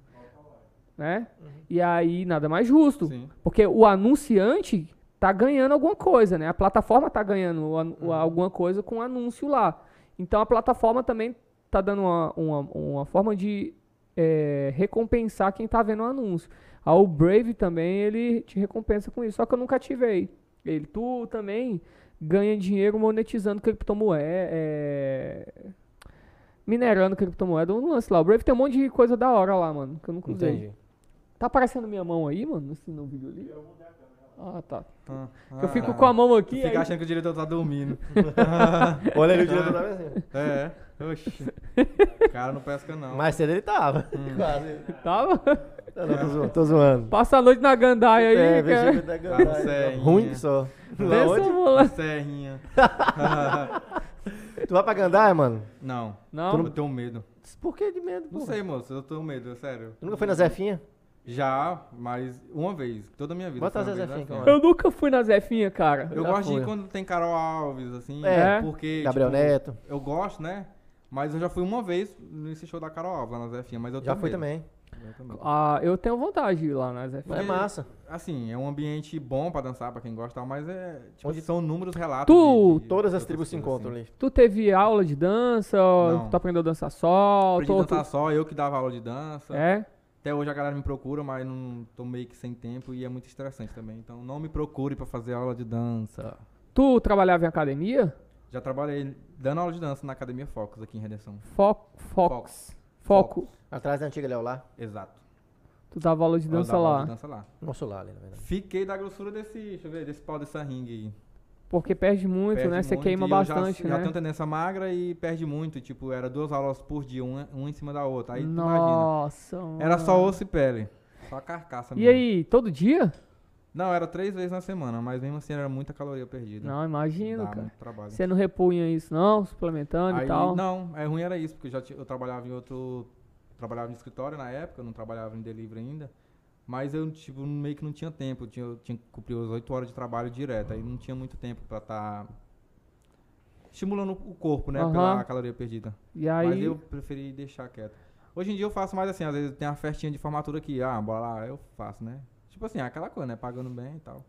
né e aí nada mais justo
Sim.
porque o anunciante tá ganhando alguma coisa, né? A plataforma tá ganhando o anu- o- alguma coisa com o anúncio lá. Então a plataforma também tá dando uma, uma, uma forma de eh, recompensar quem tá vendo o anúncio. Ah, o Brave também, ele te recompensa com isso. Só que eu nunca ativei. Ele, tu também ganha dinheiro monetizando criptomoeda, minerando criptomoeda, um lance lá. O Brave tem um monte de coisa da hora lá, mano, que eu nunca usei.
Entendi.
Tá aparecendo minha mão aí, mano, assim, no vídeo ali? Ah, tá.
Ah,
eu fico
ah.
com a mão aqui,
Fica
aí...
achando que o diretor tá dormindo.
Olha ali o diretor tava assim.
é. Oxi. O cara não pesca, não.
Mais cedo ele tava. Quase.
Tava?
Não, não, tô zoando. Tô zoando.
Passa a noite na gandaia aí,
É,
cara.
vestígio da
Tá
gandaia.
certinho.
Ruim que só.
tá
Lá
Pensa,
onde?
moleque.
Serrinha.
Tu vai pra Gandaia, mano?
Não.
Não,
Eu tenho medo.
Por que de medo,
Não
pô?
sei, moço. Eu tenho medo, é sério.
Tu nunca foi na Zefinha?
Já, mas uma vez. Toda a minha vida.
Bota
foi
a
uma
Zezé
vez,
Finca,
assim.
mano.
eu nunca fui na Zefinha, cara.
Eu
Já
gosto de
foi.
ir quando tem Carol Alves, assim.
É.
Porque,
Gabriel
tipo,
Neto.
Eu gosto, né? Mas eu já fui uma vez nesse show da Carol Alves lá na Zefinha, mas eu
Já
tenho
fui
medo.
também.
Eu tenho medo.
Ah, eu tenho vontade de ir lá na Zefinha.
É massa.
Assim, é um ambiente bom pra dançar, pra quem gosta, e tal, mas é. Tipo, são números relatos.
Tu-
de- de-
Todas
de
as
outras
tribos se
coisas,
encontram
assim.
ali.
Tu teve aula de dança? ou
Não.
Tu aprendeu a dançar sol?
Aprendi
tu-
a dançar só, eu que dava aula de dança.
tu- É?
Até hoje a galera me procura, mas não tô meio que sem tempo e é muito estressante também. Então não me procure pra fazer aula de dança.
Tu trabalhava em academia?
Já trabalhei dando aula de dança na Academia Focus aqui em Redenção.
Fo Foco. Foco.
Atrás da antiga Léo lá.
Exato.
Tu dava aula de
Eu
dança
dava aula
lá.
de dança lá.
Nosso lá ali, na verdade.
Fiquei da grossura desse, deixa eu ver, desse pau dessa ringue aí.
Porque perde muito,
Perde
né? Você
muito
queima
e eu
bastante,
já,
né?
Já tenho tendência magra e perde muito. Tipo, era duas aulas por dia, uma, uma em cima da outra. Aí tu imagina.
Nossa.
Era só
mano.
osso e pele. Só carcaça
E
mesmo.
aí, todo dia?
Não, era três vezes na semana, mas mesmo assim era muita caloria perdida.
Não, imagino,
Dá
cara.
muito trabalho.
Você não repunha isso, não? Suplementando
Aí,
e tal?
Não, é ruim era isso, porque eu, já ti- eu trabalhava em outro. Trabalhava em escritório na época, eu não trabalhava em delivery ainda. Mas eu, tipo, meio que não tinha tempo. Eu tinha, eu tinha que cumprir as 8 horas de trabalho direto. Aí não tinha muito tempo pra estar estimulando o corpo, né?
Aham.
Pela caloria perdida.
E aí.
Mas eu preferi deixar quieto. Hoje em dia eu faço mais assim, às vezes tem uma festinha de formatura aqui, ah, bora lá, eu faço, né? Tipo assim, aquela coisa, né? Pagando bem e tal.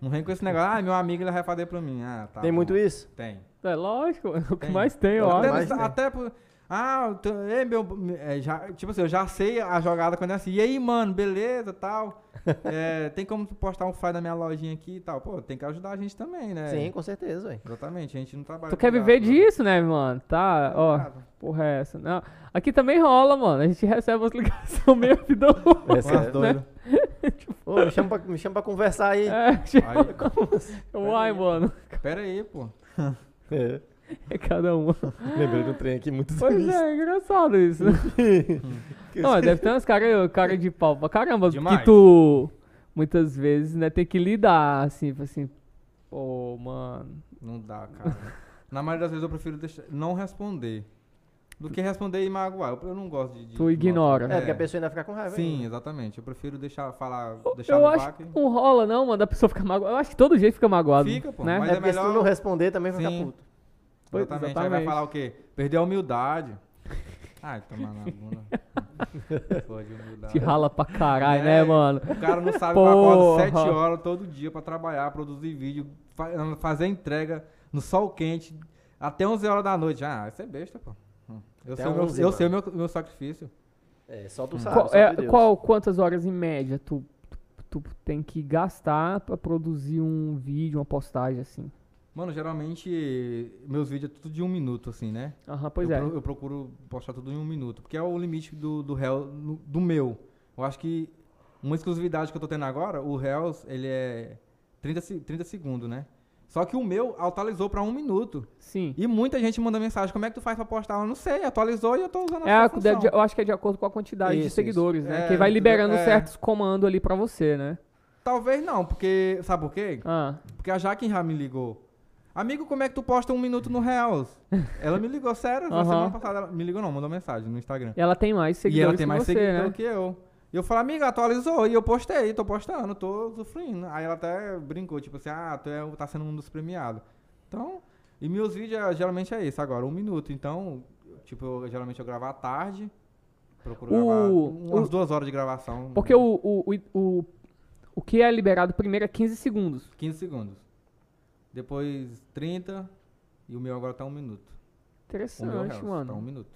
não vem com esse negócio, ah, meu amigo ele vai fazer pra mim. Ah, tá.
Tem
bom.
muito isso?
Tem.
É lógico, é o que
Tem.
mais tem, ó.
Claro.
Até,
Mas
nessa-
tem.
até por- Ah, eu tô- ei, meu. é, já, tipo assim, eu já sei a jogada quando é assim. E aí, mano, beleza tal. É, tem como tu postar um fly da minha lojinha aqui e tal. Pô, tem que ajudar a gente também, né?
Sim, com certeza, ué.
Exatamente, a gente não Ah, trabalha.
Tu quer
de
viver
graça, né?
disso, né, mano? Tá, ó. Porra, é essa. Não. Aqui também rola, mano. A gente recebe umas ligações meio vida louca.
É
Umas
sério.
doidas.
Ô, me chama pra, me chama pra conversar aí.
É, tipo,
Aí,
uai, mano.
Pera aí, pô.
É.
É cada um.
Lembrei do trem aqui muito
Pois
triste.
é, é engraçado isso. né? Não, mas deve ter uns cara, cara de pau pra caramba.
Demais.
Que tu, muitas vezes, né, tem que lidar, assim, assim. Pô, mano.
Não dá, cara. Na maioria das vezes eu prefiro deixar, não responder. do que responder e magoar. Eu, eu não gosto de. de
Tu
de
ignora. né?
maltrato.
É, porque a pessoa ainda vai ficar com raiva. É
Sim,
ainda.
exatamente. Eu prefiro deixar falar, deixar
Eu
no
acho
vácuo
que
e-
não rola, não, mano. A pessoa fica magoada. Eu acho que todo jeito fica magoado.
Fica, pô,
né?
mas-
é
é
porque se tu
melhor-
não responder, também vai ficar
Sim.
puto.
Pois-
Exatamente. Aí vai
exatamente.
falar o quê? Perder a humildade. Ai, tomar na bunda. Pô, de humildade.
Te rala pra caralho,
É,
né, mano?
O cara não sabe que eu acordo
Porra.
7 horas todo dia pra trabalhar, produzir vídeo, fa- fazer entrega no sol quente até 11 horas da noite. Ah, isso é besta, pô. Hum. Eu
Até
sei, o meu,
11,
eu sei o meu, meu sacrifício.
É, só tu sabe.
Qual,
só
é,
tu e Deus.
qual- quantas horas em média tu, tu, tu tem que gastar pra produzir um vídeo, uma postagem assim?
Mano, geralmente meus vídeos é tudo de um minuto, assim, né?
Aham, pois
eu,
é.
pro- eu procuro postar tudo em um minuto, porque é o limite do, do réu, no- do meu. Eu acho que uma exclusividade que eu tô tendo agora, o réus, ele é 30, se- 30 segundos, né? Só que o meu atualizou pra um minuto.
Sim.
E muita gente manda mensagem, como é que tu faz pra postar? Eu não sei, atualizou e eu tô usando
É, a-
a sua
de-
função.
eu acho que é de acordo com a quantidade
Isso,
de
isso.
seguidores, né?
É,
que vai liberando
é.
certos comandos ali pra você, né?
Talvez não, porque... Sabe por quê?
Ah,
Porque a Jaque já me ligou. Amigo, como é que tu posta um minuto no Reels? Ela me ligou, sério, na
Aham.
semana passada. Ela me ligou não, mandou mensagem no Instagram.
e ela tem mais seguidores
e ela tem
que
mais
você,
seguidor
né?
que eu. E eu falei, amiga, atualizou. E eu postei, tô postando, tô sofrendo. Aí ela até brincou, tipo assim, ah, tu é, tá sendo um dos premiados. Então, e meus vídeos é- geralmente é isso agora, um minuto. Então, tipo, eu- geralmente eu gravo à tarde, procuro
O-
gravar umas
o-
duas horas de gravação.
Porque o, o, o, o, o que é liberado primeiro é 15 segundos.
15 segundos. Depois 30, e o meu agora tá um minuto. O meu
Interessante,
Reels tá um
mano.
minuto.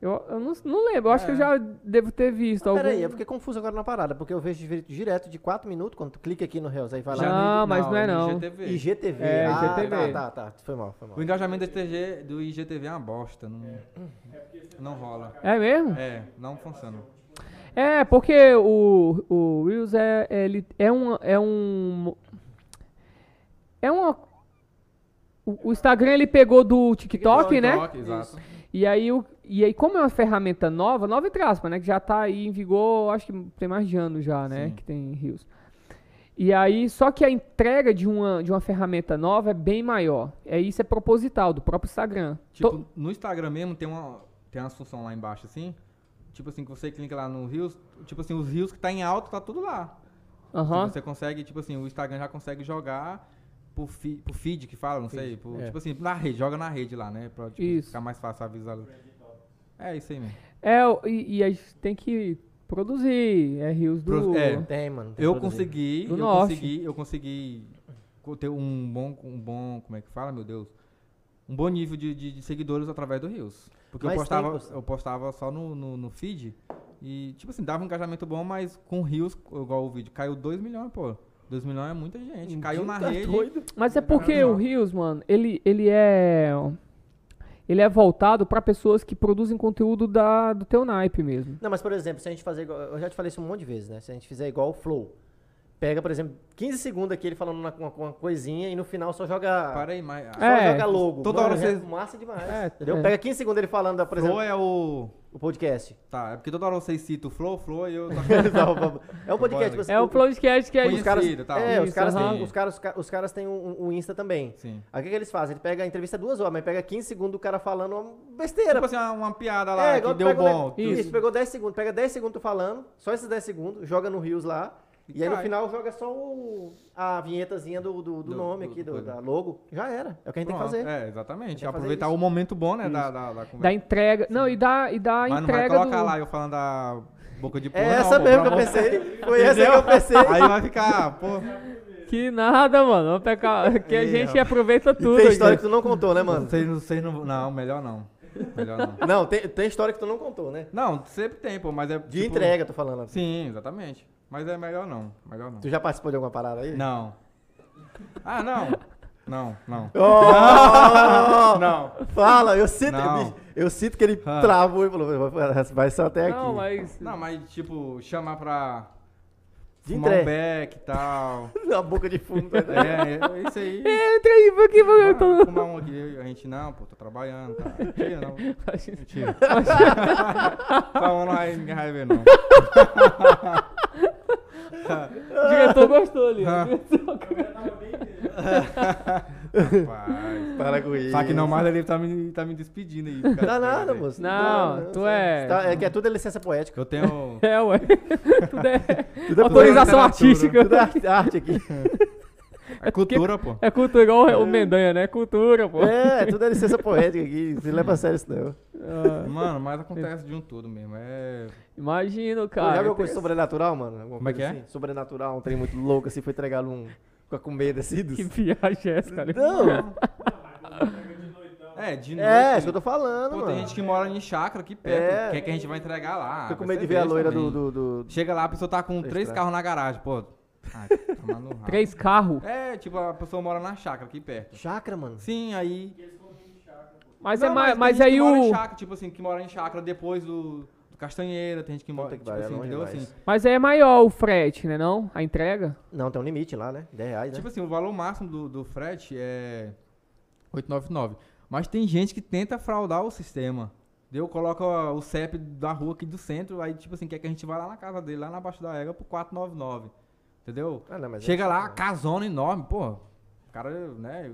Eu, eu não, não lembro, eu acho que eu
É.
já devo ter visto é algum...
Peraí, eu fiquei confuso agora na parada, porque eu vejo direito- direto de 4 minutos, quando tu clica aqui no Reels, aí vai
Já-
lá.
Não,
no-
mas não é
no
não.
IGTV.
IGTV.
É,
ah,
IGTV.
Tá, tá, tá. Foi mal, foi mal.
O engajamento do IGTV, do IGTV é tá uma bosta, não, não rola.
É mesmo?
É, não funciona.
É, porque o, o Reels é, ele é um. É um. É uma. O, o Instagram ele pegou do TikTok, né?
TikTok, exato.
E aí, o, e aí, como é uma ferramenta nova, nova entre aspas, né? Que já tá aí em vigor, acho que tem mais de ano já, né?
Sim.
Que tem Reels. E aí, só que a entrega de uma, de uma ferramenta nova é bem maior. É isso é proposital do próprio Instagram.
Tipo,
To-
no Instagram mesmo tem uma tem umas função lá embaixo assim, tipo assim que você clica lá no Reels, tipo assim, os Reels que tá em alto tá tudo lá.
Aham.
Você consegue, tipo assim, o Instagram já consegue jogar pro, fi, pro feed que fala, não sei, pro-
é.
tipo assim, na rede, joga na rede lá, né, pra tipo,
Isso.
ficar mais fácil avisar. É isso aí mesmo.
É, o- e, e a gente tem que produzir. É Reels do.
Pro- é.
Tem, mano. tem
Eu
produzido.
consegui,
Do
eu
norte.
consegui, eu consegui co- ter um bom, um bom, como é que fala, meu Deus? Um bom nível de, de- de seguidores através do Rios. Porque eu
Mas tem,
postava,
Gustavo.
eu postava só no, no, no feed e, tipo assim, dava um engajamento bom, mas com Rios, igual o vídeo, caiu 2 milhões, pô. 2 milhões é muita gente. Caiu na
Tá
rede.
doido?
Mas é porque
Não.
o Rios, mano, ele, ele é. Ele é voltado pra pessoas que produzem conteúdo da, do teu naipe mesmo.
Não, mas por exemplo, se a gente fazer igual, eu já te falei isso um monte de vezes, né? Se a gente fizer igual o Flow, pega, por exemplo, 15 segundos aqui ele falando uma, uma- uma coisinha e no final só joga
Para aí, mas.
só
É,
joga logo.
toda
Mano,
hora
é
você-
massa demais.
É,
entendeu?
é.
Pega 15 segundos ele falando, por exemplo,
Flow é o.
o podcast.
Tá, é porque toda hora vocês citam o Flow, Flow e eu.
é o podcast, tipo assim,
É o podcast que é
Conhecido,
caras-
isso.
tal.
É, os
Isso,
caras,
aham.
têm, os, caras, os caras têm um, um Insta também.
Sim.
Aí o que, que eles fazem? Ele pega a entrevista duas horas, mas pega 15 segundos do cara falando uma besteira.
Tipo assim, uma, uma piada lá
É, igual
que
tu
deu
pega o ne-
bom. tu-
Isso. pegou 10 segundos. Pega 10 segundos tu falando, só esses 10 segundos, joga no Rios lá. E, aí no
cai.
final joga só o- a vinhetazinha do, do, do
Do-
nome
do-
aqui, do,
do-
da logo. Já era. É o que a gente
Pronto,
tem que fazer.
É, exatamente.
Tem que fazer
Aproveitar
isso.
o momento bom, né, da, da, da
Da
conversa.
entrega. Não, e da, e da
Mas não vai
entrega
colocar
do.
lá eu falando da boca de porra,
É
não,
essa
pô,
mesmo que
pra
eu
mostrar.
pensei. Foi essa que eu pensei.
Aí vai ficar, pô.
Que nada, mano. Vamos pegar- Que a
Ih,
gente
rapaz.
aproveita
E
tudo.
tem
aqui.
história que tu não contou, né, mano?
Vocês não, vocês não. Não, melhor não. Melhor não.
Não, tem, tem história que tu não contou, né?
Não, sempre tem, pô, mas é.
De
tipo-
entrega, tô falando.
Sim, exatamente. Mas é melhor não. Melhor não.
Tu já participou de alguma parada aí?
Não. Ah, não. Não, não.
Oh!
Não.
Fala, eu sinto,
Não.
bicho, eu sinto que ele
Ah.
travou e falou, "Vai- vai só até aqui.
Não, mas.
Não, mas tipo, chamar pra.
De
fumar
entrega.
um beck e tal.
Na boca de fumo. tá
É, é isso aí.
Entra aí, vai que vai. Eu tô.
Bora fumar um aqui. A gente não, pô, tô trabalhando. Tá. Mentira, não. Mentira. Calma, Tá não vai ninguém vai ver, não.
O diretor gostou ali.
Ah. Rapaz.
Para com isso.
Só que não mais ele tá me, tá me despedindo aí.
Não dá nada, moço.
Não,
dá,
tu
você-
é-
você tá- é que é tudo é licença poética.
Eu tenho.
É, ué. Tudo é.
Tudo é
Autorização
literatura.
artística.
Tudo é arte- arte aqui.
É cultura, pô.
É cultura igual o Mendanha, né? É cultura, pô.
É, tudo é licença poética aqui. Não leva a sério isso, não.
Ah,
Mano, mas acontece de um todo mesmo. É.
imagino,
Tá,
cara.
Cara, já viu coisa sobrenatural, mano? Alguma
Como é
coisa
que é?
assim? Sobrenatural, um trem muito louco, assim, foi entregado um. Fica com medo assim dos.
Que viagem é essa, cara?
Não!
É, de noite.
É, isso que eu tô falando,
Pô,
mano.
tem gente que mora em chácara aqui perto.
É.
O que é que a gente vai entregar lá?
Fica com
Vai
medo de
ser
ver a
besta
loira do. É
também.
do, do-
Chega lá, a pessoa tá com três
Extra.
carros na garagem, pô. Ai, tomar no rabo.
Três carros.
É, tipo, a pessoa mora na chácara aqui perto.
Chácara, mano.
Sim, aí.
Mas, é
Não,
mais,
tem
mas
gente que
aí
mora em
o.
chácara, tipo assim, que mora em chácara depois do, do Castanheira, tem gente que mora.
Puta que
Tipo
pariu, é
assim,
longe
entendeu?
demais.
Assim,
Mas aí é maior o frete, né? Não? A entrega?
Não, tem um limite lá, né? 10 reais, né?
tipo assim, o valor máximo do, do frete é 899. Mas tem gente que tenta fraudar o sistema. Deu, coloca o CEP da rua aqui do centro, aí tipo assim, quer que a gente vá lá na casa dele, lá na Baixa da Ega, por 499. Entendeu?
Ah, não, mas é
Chega lá,
chato,
casona enorme, pô. O cara, né?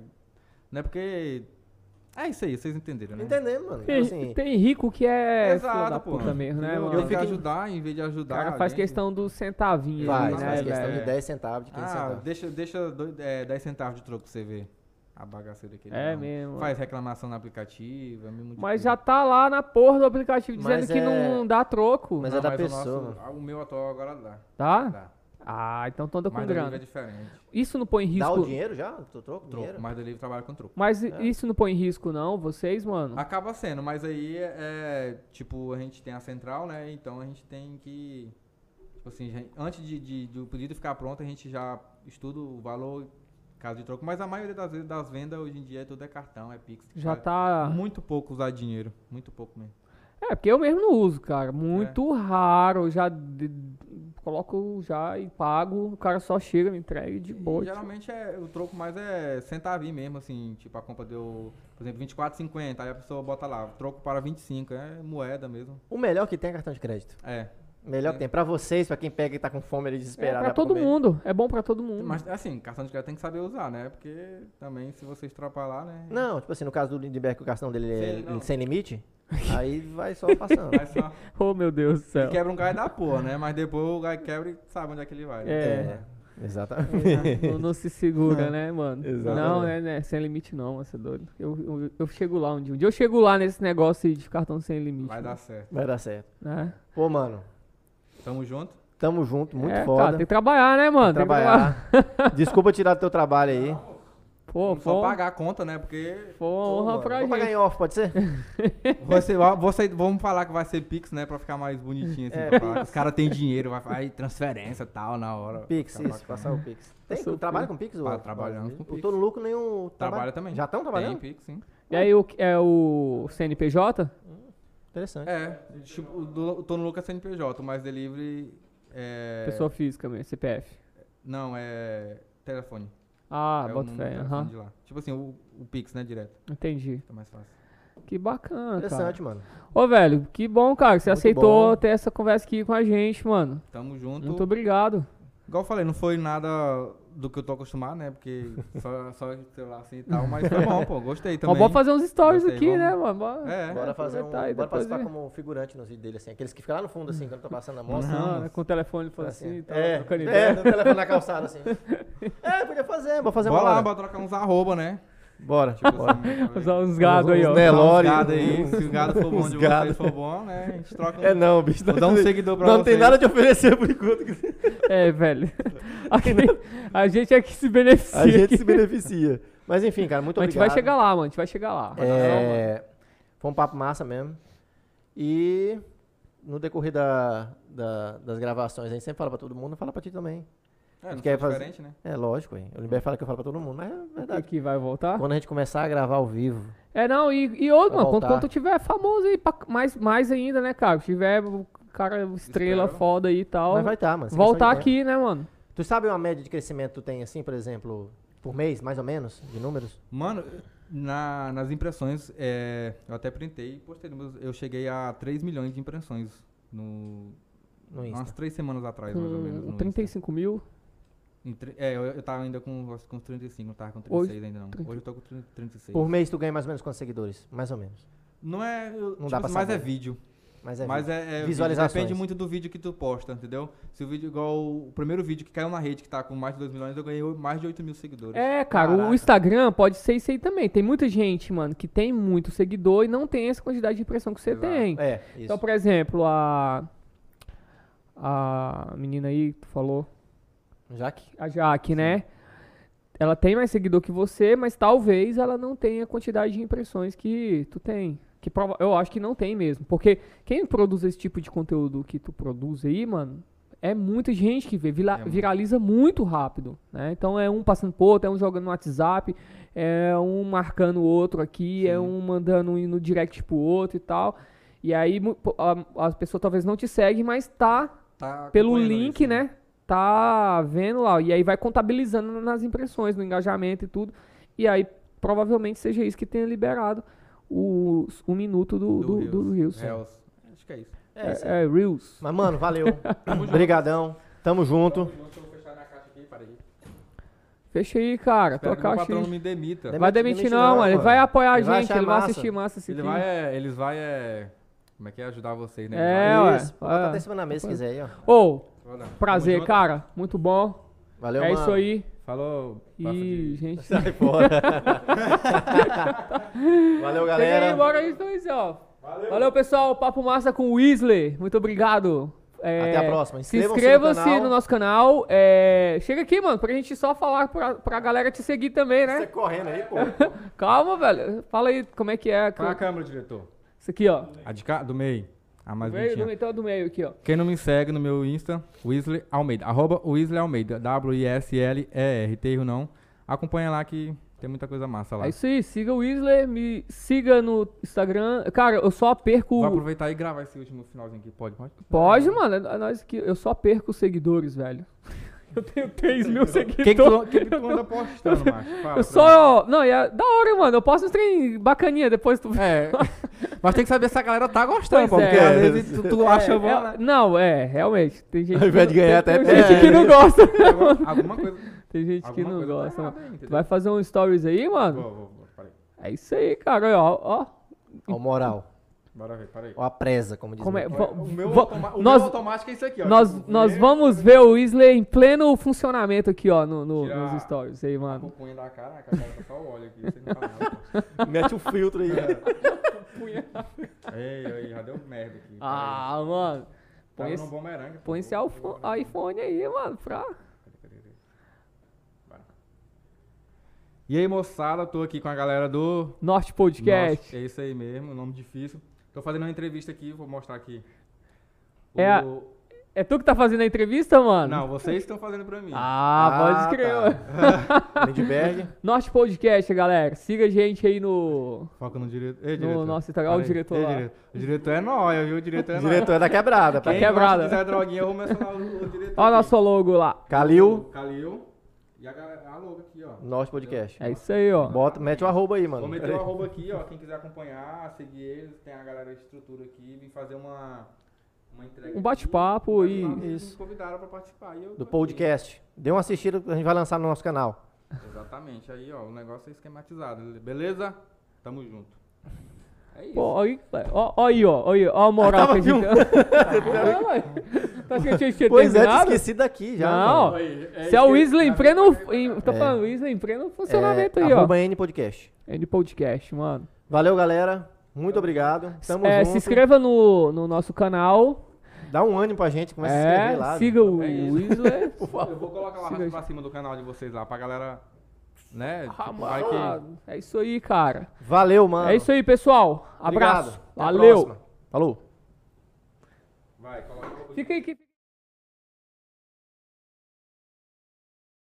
Não é porque. É isso aí, vocês entenderam,
né?
né?
Entendemos, mano. Tipo
Tem,
assim,
tem rico que é.
Exato,
filho da
pô.
puta mesmo, né?
Eu
mano?
tenho que
fiquei-
ajudar em vez de
O
ajudar.
cara faz
alguém.
questão do centavinho,
vai,
ali,
Nossa,
né?
né?
Faz questão
velho?
de 10 centavos, de 15
Ah,
centavos.
deixa, deixa dois- é, 10 centavos de troco pra você ver. A bagaceira que ele
É
dá.
mesmo.
Faz reclamação no aplicativo, é mesmo de
Mas
tudo.
já tá lá na porra do aplicativo dizendo
Mas
que
é-
não dá troco,
Mas é da
o
pessoa,
nosso- ah, o meu atual agora dá.
tá?
dá.
Ah, então tô andando com
Mas delivery é
grana.
diferente.
Isso não põe em
Dá É. o
risco.
dinheiro já? Tu troca o dinheiro?
Troco. Mas delivery trabalha com troco.
Mas i- isso não põe em risco, não, vocês,
Ah,
mano?
Acaba sendo, mas aí é. Tipo, a gente tem a central, né? Então a gente tem que. Tipo assim, gen- antes de, de- do pedido ficar pronto, a gente já estuda o valor, caso de troco. Mas a maioria das vezes das vendas hoje em dia tudo é cartão, é Pix.
Já
cara.
tá.
Muito pouco usar dinheiro. Muito pouco mesmo.
É, porque eu mesmo não uso, cara. Muito raro. Eu já de- coloco já e pago. O cara só chega, me entrega e de boa.
E
tio.
geralmente é, o troco mais é centavinho mesmo, assim, tipo, a compra deu, por exemplo, 24,50, aí a pessoa bota lá, troco para 25, é moeda mesmo.
O melhor que tem é cartão de crédito.
É.
Melhor que tem. Pra vocês, pra quem pega e tá com fome ali
É
desesperado.
pra
dá
todo
comer.
mundo. É bom pra todo mundo.
Mas assim, cartão de crédito tem que saber usar, né? Porque também se você extrapolar, né?
Não, tipo assim, no caso do Lindbergh, que o cartão dele é
Sim, não.
sem limite, aí vai só passando.
Vai só.
Oh, meu Deus do
Ele
céu.
quebra um gás da porra, né? Mas depois o gás quebra e sabe onde é que ele vai. né?
É.
Exatamente.
não, não se segura, né, mano?
Exatamente.
Não, né, né? Sem limite não, você é doido. Eu, eu, eu chego lá um dia. Um dia eu chego lá nesse negócio aí de cartão sem limite.
Vai dar certo.
Vai dar certo.
Né?
Pô, mano,
Tamo junto.
tamo junto, muito
é, Cara,
foda.
tem que trabalhar, né, mano? Tem que
trabalhar. Desculpa tirar do teu trabalho aí.
Pô,
Vamos só
foi,
pagar a conta, né? Porque
foi uma honra
Pô, mano,
pra
vamos pagar em
gente.
off, pode ser?
você, va- você- vamos falar que vai ser Pix, né? Pra ficar mais bonitinho assim.
É,
pra falar que os caras têm dinheiro, vai, vai transferência e tal na hora.
Pix,
Fica
isso,
bacana.
passar o Pix. Tem,
Passou o
tu trabalha com Pix?
Tá,
ou-
trabalhamos com
ou-
Pix.
Tô no lucro nenhum.
Trabalha também.
Já
tá
estão trabalhando?
Tem Pix, sim.
E aí, o, que- é o CNPJ?
Interessante.
É, tipo, o do- o Tono Lucas é CNPJ, mas delivery é...
Pessoa física mesmo, CPF.
Não, é telefone.
Ah,
é o
bota
número do
fé.
telefone
Aham.
de lá. Tipo assim, o, o Pix, né, direto.
Entendi.
Fica mais fácil.
Que bacana,
Interessante, mano.
cara. Ô, velho, que bom, cara, que você
Muito
aceitou
bom.
ter essa conversa aqui com a gente, mano.
Tamo junto.
Muito obrigado.
Igual eu falei, não foi nada do que eu tô acostumado, né? Porque só, só celular assim e tal, mas foi bom, pô. Gostei
Ó,
também.
bora fazer uns stories
Gostei,
aqui,
vamos.
né, mano? Bora.
É,
Bora fazer um.
aproveitar tá aí
bora
depois
participar
aí.
como figurante nos vídeos dele, assim. Aqueles que ficam lá no fundo, assim, quando tá passando a mostra.
Não, né, com o telefone falando
Assim,
assim, tá
é,
trocando
é,
ideia.
no telefone na calçada, assim. É, podia fazer, bora fazer
Bora
uma
lá,
hora.
bora trocar uns arroba, né?
Bora.
Tipo
bora.
assim,
Usar uns gado aí, ó.
Né, Lore,
uns gado aí, se o gado for bom
uns
de
gado.
vocês, for bom, né? A gente troca um...
É não, bicho.
Vou dar um seguidor pra
não
vocês.
tem nada de oferecer por enquanto.
É, velho. A gente, a gente é que se beneficia.
A gente
aqui.
se beneficia. Mas enfim, cara, muito
A gente
obrigado.
vai chegar lá, mano. A gente vai chegar lá.
É, foi um papo massa mesmo. E no decorrer da- da- das gravações, a gente sempre fala pra todo mundo, fala pra ti também.
É, não
Quer
quer
fazer-
diferente, né?
É lógico, hein? O Limber fala que eu falo pra todo mundo, mas é
E
verdade.
que vai voltar?
Quando a gente começar a gravar ao vivo,
É, não, e, e
Vai
outro, mano, quando,
voltar.
quando tu tiver famoso aí, pra- mais, mais ainda, né, cara? Se tiver o cara estrela
Espero.
foda aí e tal,
mas vai estar, mano. Tá sem
voltar
questão de
aqui, né, mano?
tempo. Tu sabe uma média de crescimento que tu tem, assim, por exemplo, por mês, mais ou menos, de números?
Mano, na- nas impressões, é, eu até printei e postei. no meu- Eu cheguei a 3 milhões de impressões no,
No Insta.
Hum,
umas 3 semanas atrás, mais ou menos. um
Com
no Insta.
35 mil.
Em tre- É, eu, eu tava ainda com, acho que com 35, não tava com 36 ainda não. Hoje eu tô com 30 36.
Por mês tu ganha mais ou menos quantos seguidores? Mais ou menos.
Não é. eu- tipo
dá pra
assim, mas é
saber.
vídeo.
Mas é
mas
vídeo.
é, é vídeo.
Visualizações.
Depende muito do vídeo que tu posta, entendeu? Se o vídeo, igual o primeiro vídeo que caiu na rede, que tá com mais de 2 milhões, eu ganhei o- mais de 8 mil seguidores.
É, cara, o
Caraca.
Instagram pode ser isso aí também. Tem muita gente, mano, que tem muito seguidor e não tem essa quantidade de impressão que você
Exato.
tem.
É, isso.
Então, por exemplo, a. A menina aí que tu falou,
Já que
a Jaque, né? Ela tem mais seguidor que você, mas talvez ela não tenha a quantidade de impressões que tu tem. Que prova- Eu acho que não tem mesmo. Porque quem produz esse tipo de conteúdo que tu produz aí, mano, é muita gente que vê. vila-
É muito.
viraliza muito rápido. Né? Então é um passando por outro, é um jogando no WhatsApp, é um marcando o outro aqui, é
Sim.
um mandando um no direct pro outro e tal. E aí mu- po- a, a pessoa talvez não te segue, mas tá
Tá
pelo
acompanhando
link,
isso,
né? Tá vendo lá. E aí vai contabilizando nas impressões, no engajamento e tudo. E aí provavelmente seja isso que tenha liberado o, o minuto do, do, do, Reels.
Reels. Acho que é isso.
é isso. aí.
É, é, Reels.
Mas mano, valeu. Obrigadão. Tamo junto.
eu vou fechar minha caixa aqui, peraí.
Fecha aí, cara.
Espero
Tua
que meu
É caixa
patrão não
aí.
me demita.
Demite-
Vai demitir
demite
não,
não,
mano. Ele
mano.
vai apoiar a
Ele vai
gente,
achar
ele vai
massa.
assistir massa esse
Ele
filme.
vai, é, eles vai, é... Como é que é? Ajudar vocês, né?
É, ué.
Isso. Bota
É.
até em cima na mesa se quiser aí, ó.
Ô,
Vai lá.
prazer,
Tamo junto.
cara. Muito bom.
Valeu,
é
mano.
isso aí.
Falou. Rafa
E,
de- Tá
gente.
Sai fora. valeu,
Chega
galera.
aí, bora aí, então, isso, ó. Valeu. pessoal. Papo massa com o Weasley. Muito obrigado. É,
Até a próxima.
Se
Inscrevam-se no
inscrevam-se no,
canal.
nosso canal. É, chega aqui, mano, pra gente só falar pra, pra galera te seguir também,
Você
né?
correndo aí, pô.
Calma, velho. Fala aí como é que é.
Qual é a
que-
câmera, diretor?
Isso aqui, ó.
A de cá? Do meio. A mais
Veio do
bonitinha.
meio, então, do meio aqui, ó.
Quem não me segue no meu Insta, Weasley Almeida. Arroba Weasley Almeida. W-I-S-L-E-R. Terro não. Acompanha lá que tem muita coisa massa lá.
É isso aí. Siga o Weasley, me siga no Instagram. Cara, eu só perco.
Vou aproveitar e gravar esse último finalzinho aqui. Pode, pode?
Pode, mano. é- é nós que eu só perco os seguidores, velho. Eu tenho 3 mil seguidores.
O que, que, tu, que que tu anda postando, macho? Fala pra
Eu só. Não, e é da hora, mano. Eu posso uns trem bacaninha, depois tu
mim. É. Mas tem que saber se a galera tá
Pois
gostando, pô. Porque
é.
às vezes tu, tu acha
É,
bom,
é-
né?
não, é, realmente. Tem gente,
Ao invés de
que não-
ganhar,
tem,
até
tem gente
perde.
que não gosta.
Alguma coisa.
Tem gente que
alguma
não
coisa tá
gosta,
errada
mano.
aí,
Tu
entendeu?
vai fazer um stories aí, mano?
Vou, vou, vou. Peraí.
É isso aí, cara. Ó, ó.
Ó, moral.
Bora ver, peraí.
Ó, a presa, como diz.
Como é?
meu.
Va-
O meu,
va-
automa- o
nós,
meu automático é isso aqui, ó.
nós, nós vamos ver o Weasley em pleno funcionamento aqui, ó, no, no-
Tirar-
nos stories aí,
A
mano.
pupunha da cara, a cara tá só o óleo aqui, você não tá nada.
Mete o filtro aí.
Ei, ei, já deu merda aqui.
Ah, mano. Põe
Põe
esse,
no um bumerangue.
põe esse alfo- iPhone aí, mano, pra.
E aí, moçada, tô aqui com a galera do...
Norte Podcast.
Nossa, é isso aí mesmo, nome difícil. Tô fazendo uma entrevista aqui, vou mostrar aqui.
É a-
O-
É tu que tá fazendo a entrevista, mano?
Não, vocês estão fazendo pra mim.
Ah, pode escrever.
tá. Lindbergh.
Norte Podcast, galera. Siga a gente aí no.
Foca no direito. Ei,
No
diretor.
nosso Instagram,
Para
o
aí.
diretor
Ei,
lá.
diretor. O diretor é nóia, viu? O diretor é nóia.
Diretor da quebrada, pá.
Quem
quebrada.
gosta de quiser droguinha, eu vou mencionar o, o diretor.
Olha o
aqui.
Tá nosso logo lá.
Calil,
O Calil. E a, galera, a logo aqui, ó.
nosso podcast.
É isso aí, ó.
Bota, mete o arroba aí, mano.
Vou meter
Peraí.
o arroba aqui, ó. Quem quiser acompanhar, seguir eles, tem a galera de estrutura aqui, vim fazer uma, uma entrega.
Um bate-papo
aqui,
e-
mas eles
Isso.
Me convidaram pra participar. e eu tô
Do
aqui.
podcast. Dê uma assistida, a gente vai lançar no nosso canal.
Exatamente. Aí, ó, o negócio é esquematizado. Beleza? Tamo junto. É isso.
Pô, aí, velho. ó, ó aí, ó, ó aí, ó a moral
Ah, tava
que a gente. Ah, velho. tá achando que a gente tinha
Pois é,
terminado?
te esqueci daqui já.
Não,
mano.
Aí, é
Se é
isso
o
que-
Weasley em
tá
pleno.
vendo?
Em, tô
É.
falando, Weasley em pleno funcionamento
É,
aí, ó.
arroba N Podcast.
É de podcast, mano.
Valeu, galera. Muito obrigado. Tamo
É,
junto.
se inscreva no, no nosso canal.
Dá um ânimo pra gente, começa a se
É,
inscrever lá. né?
siga o
É isso.
Weasley.
Eu vou colocar lá
Siga aí.
pra cima do canal de vocês lá, pra galera. Né?
Ah,
tipo, vai que.
mano, É isso aí, cara.
Valeu, mano.
É isso aí, pessoal.
Obrigado.
Abraço.
Até a
Valeu.
próxima. Falou.
Vai, coloca. um
Fica aí que.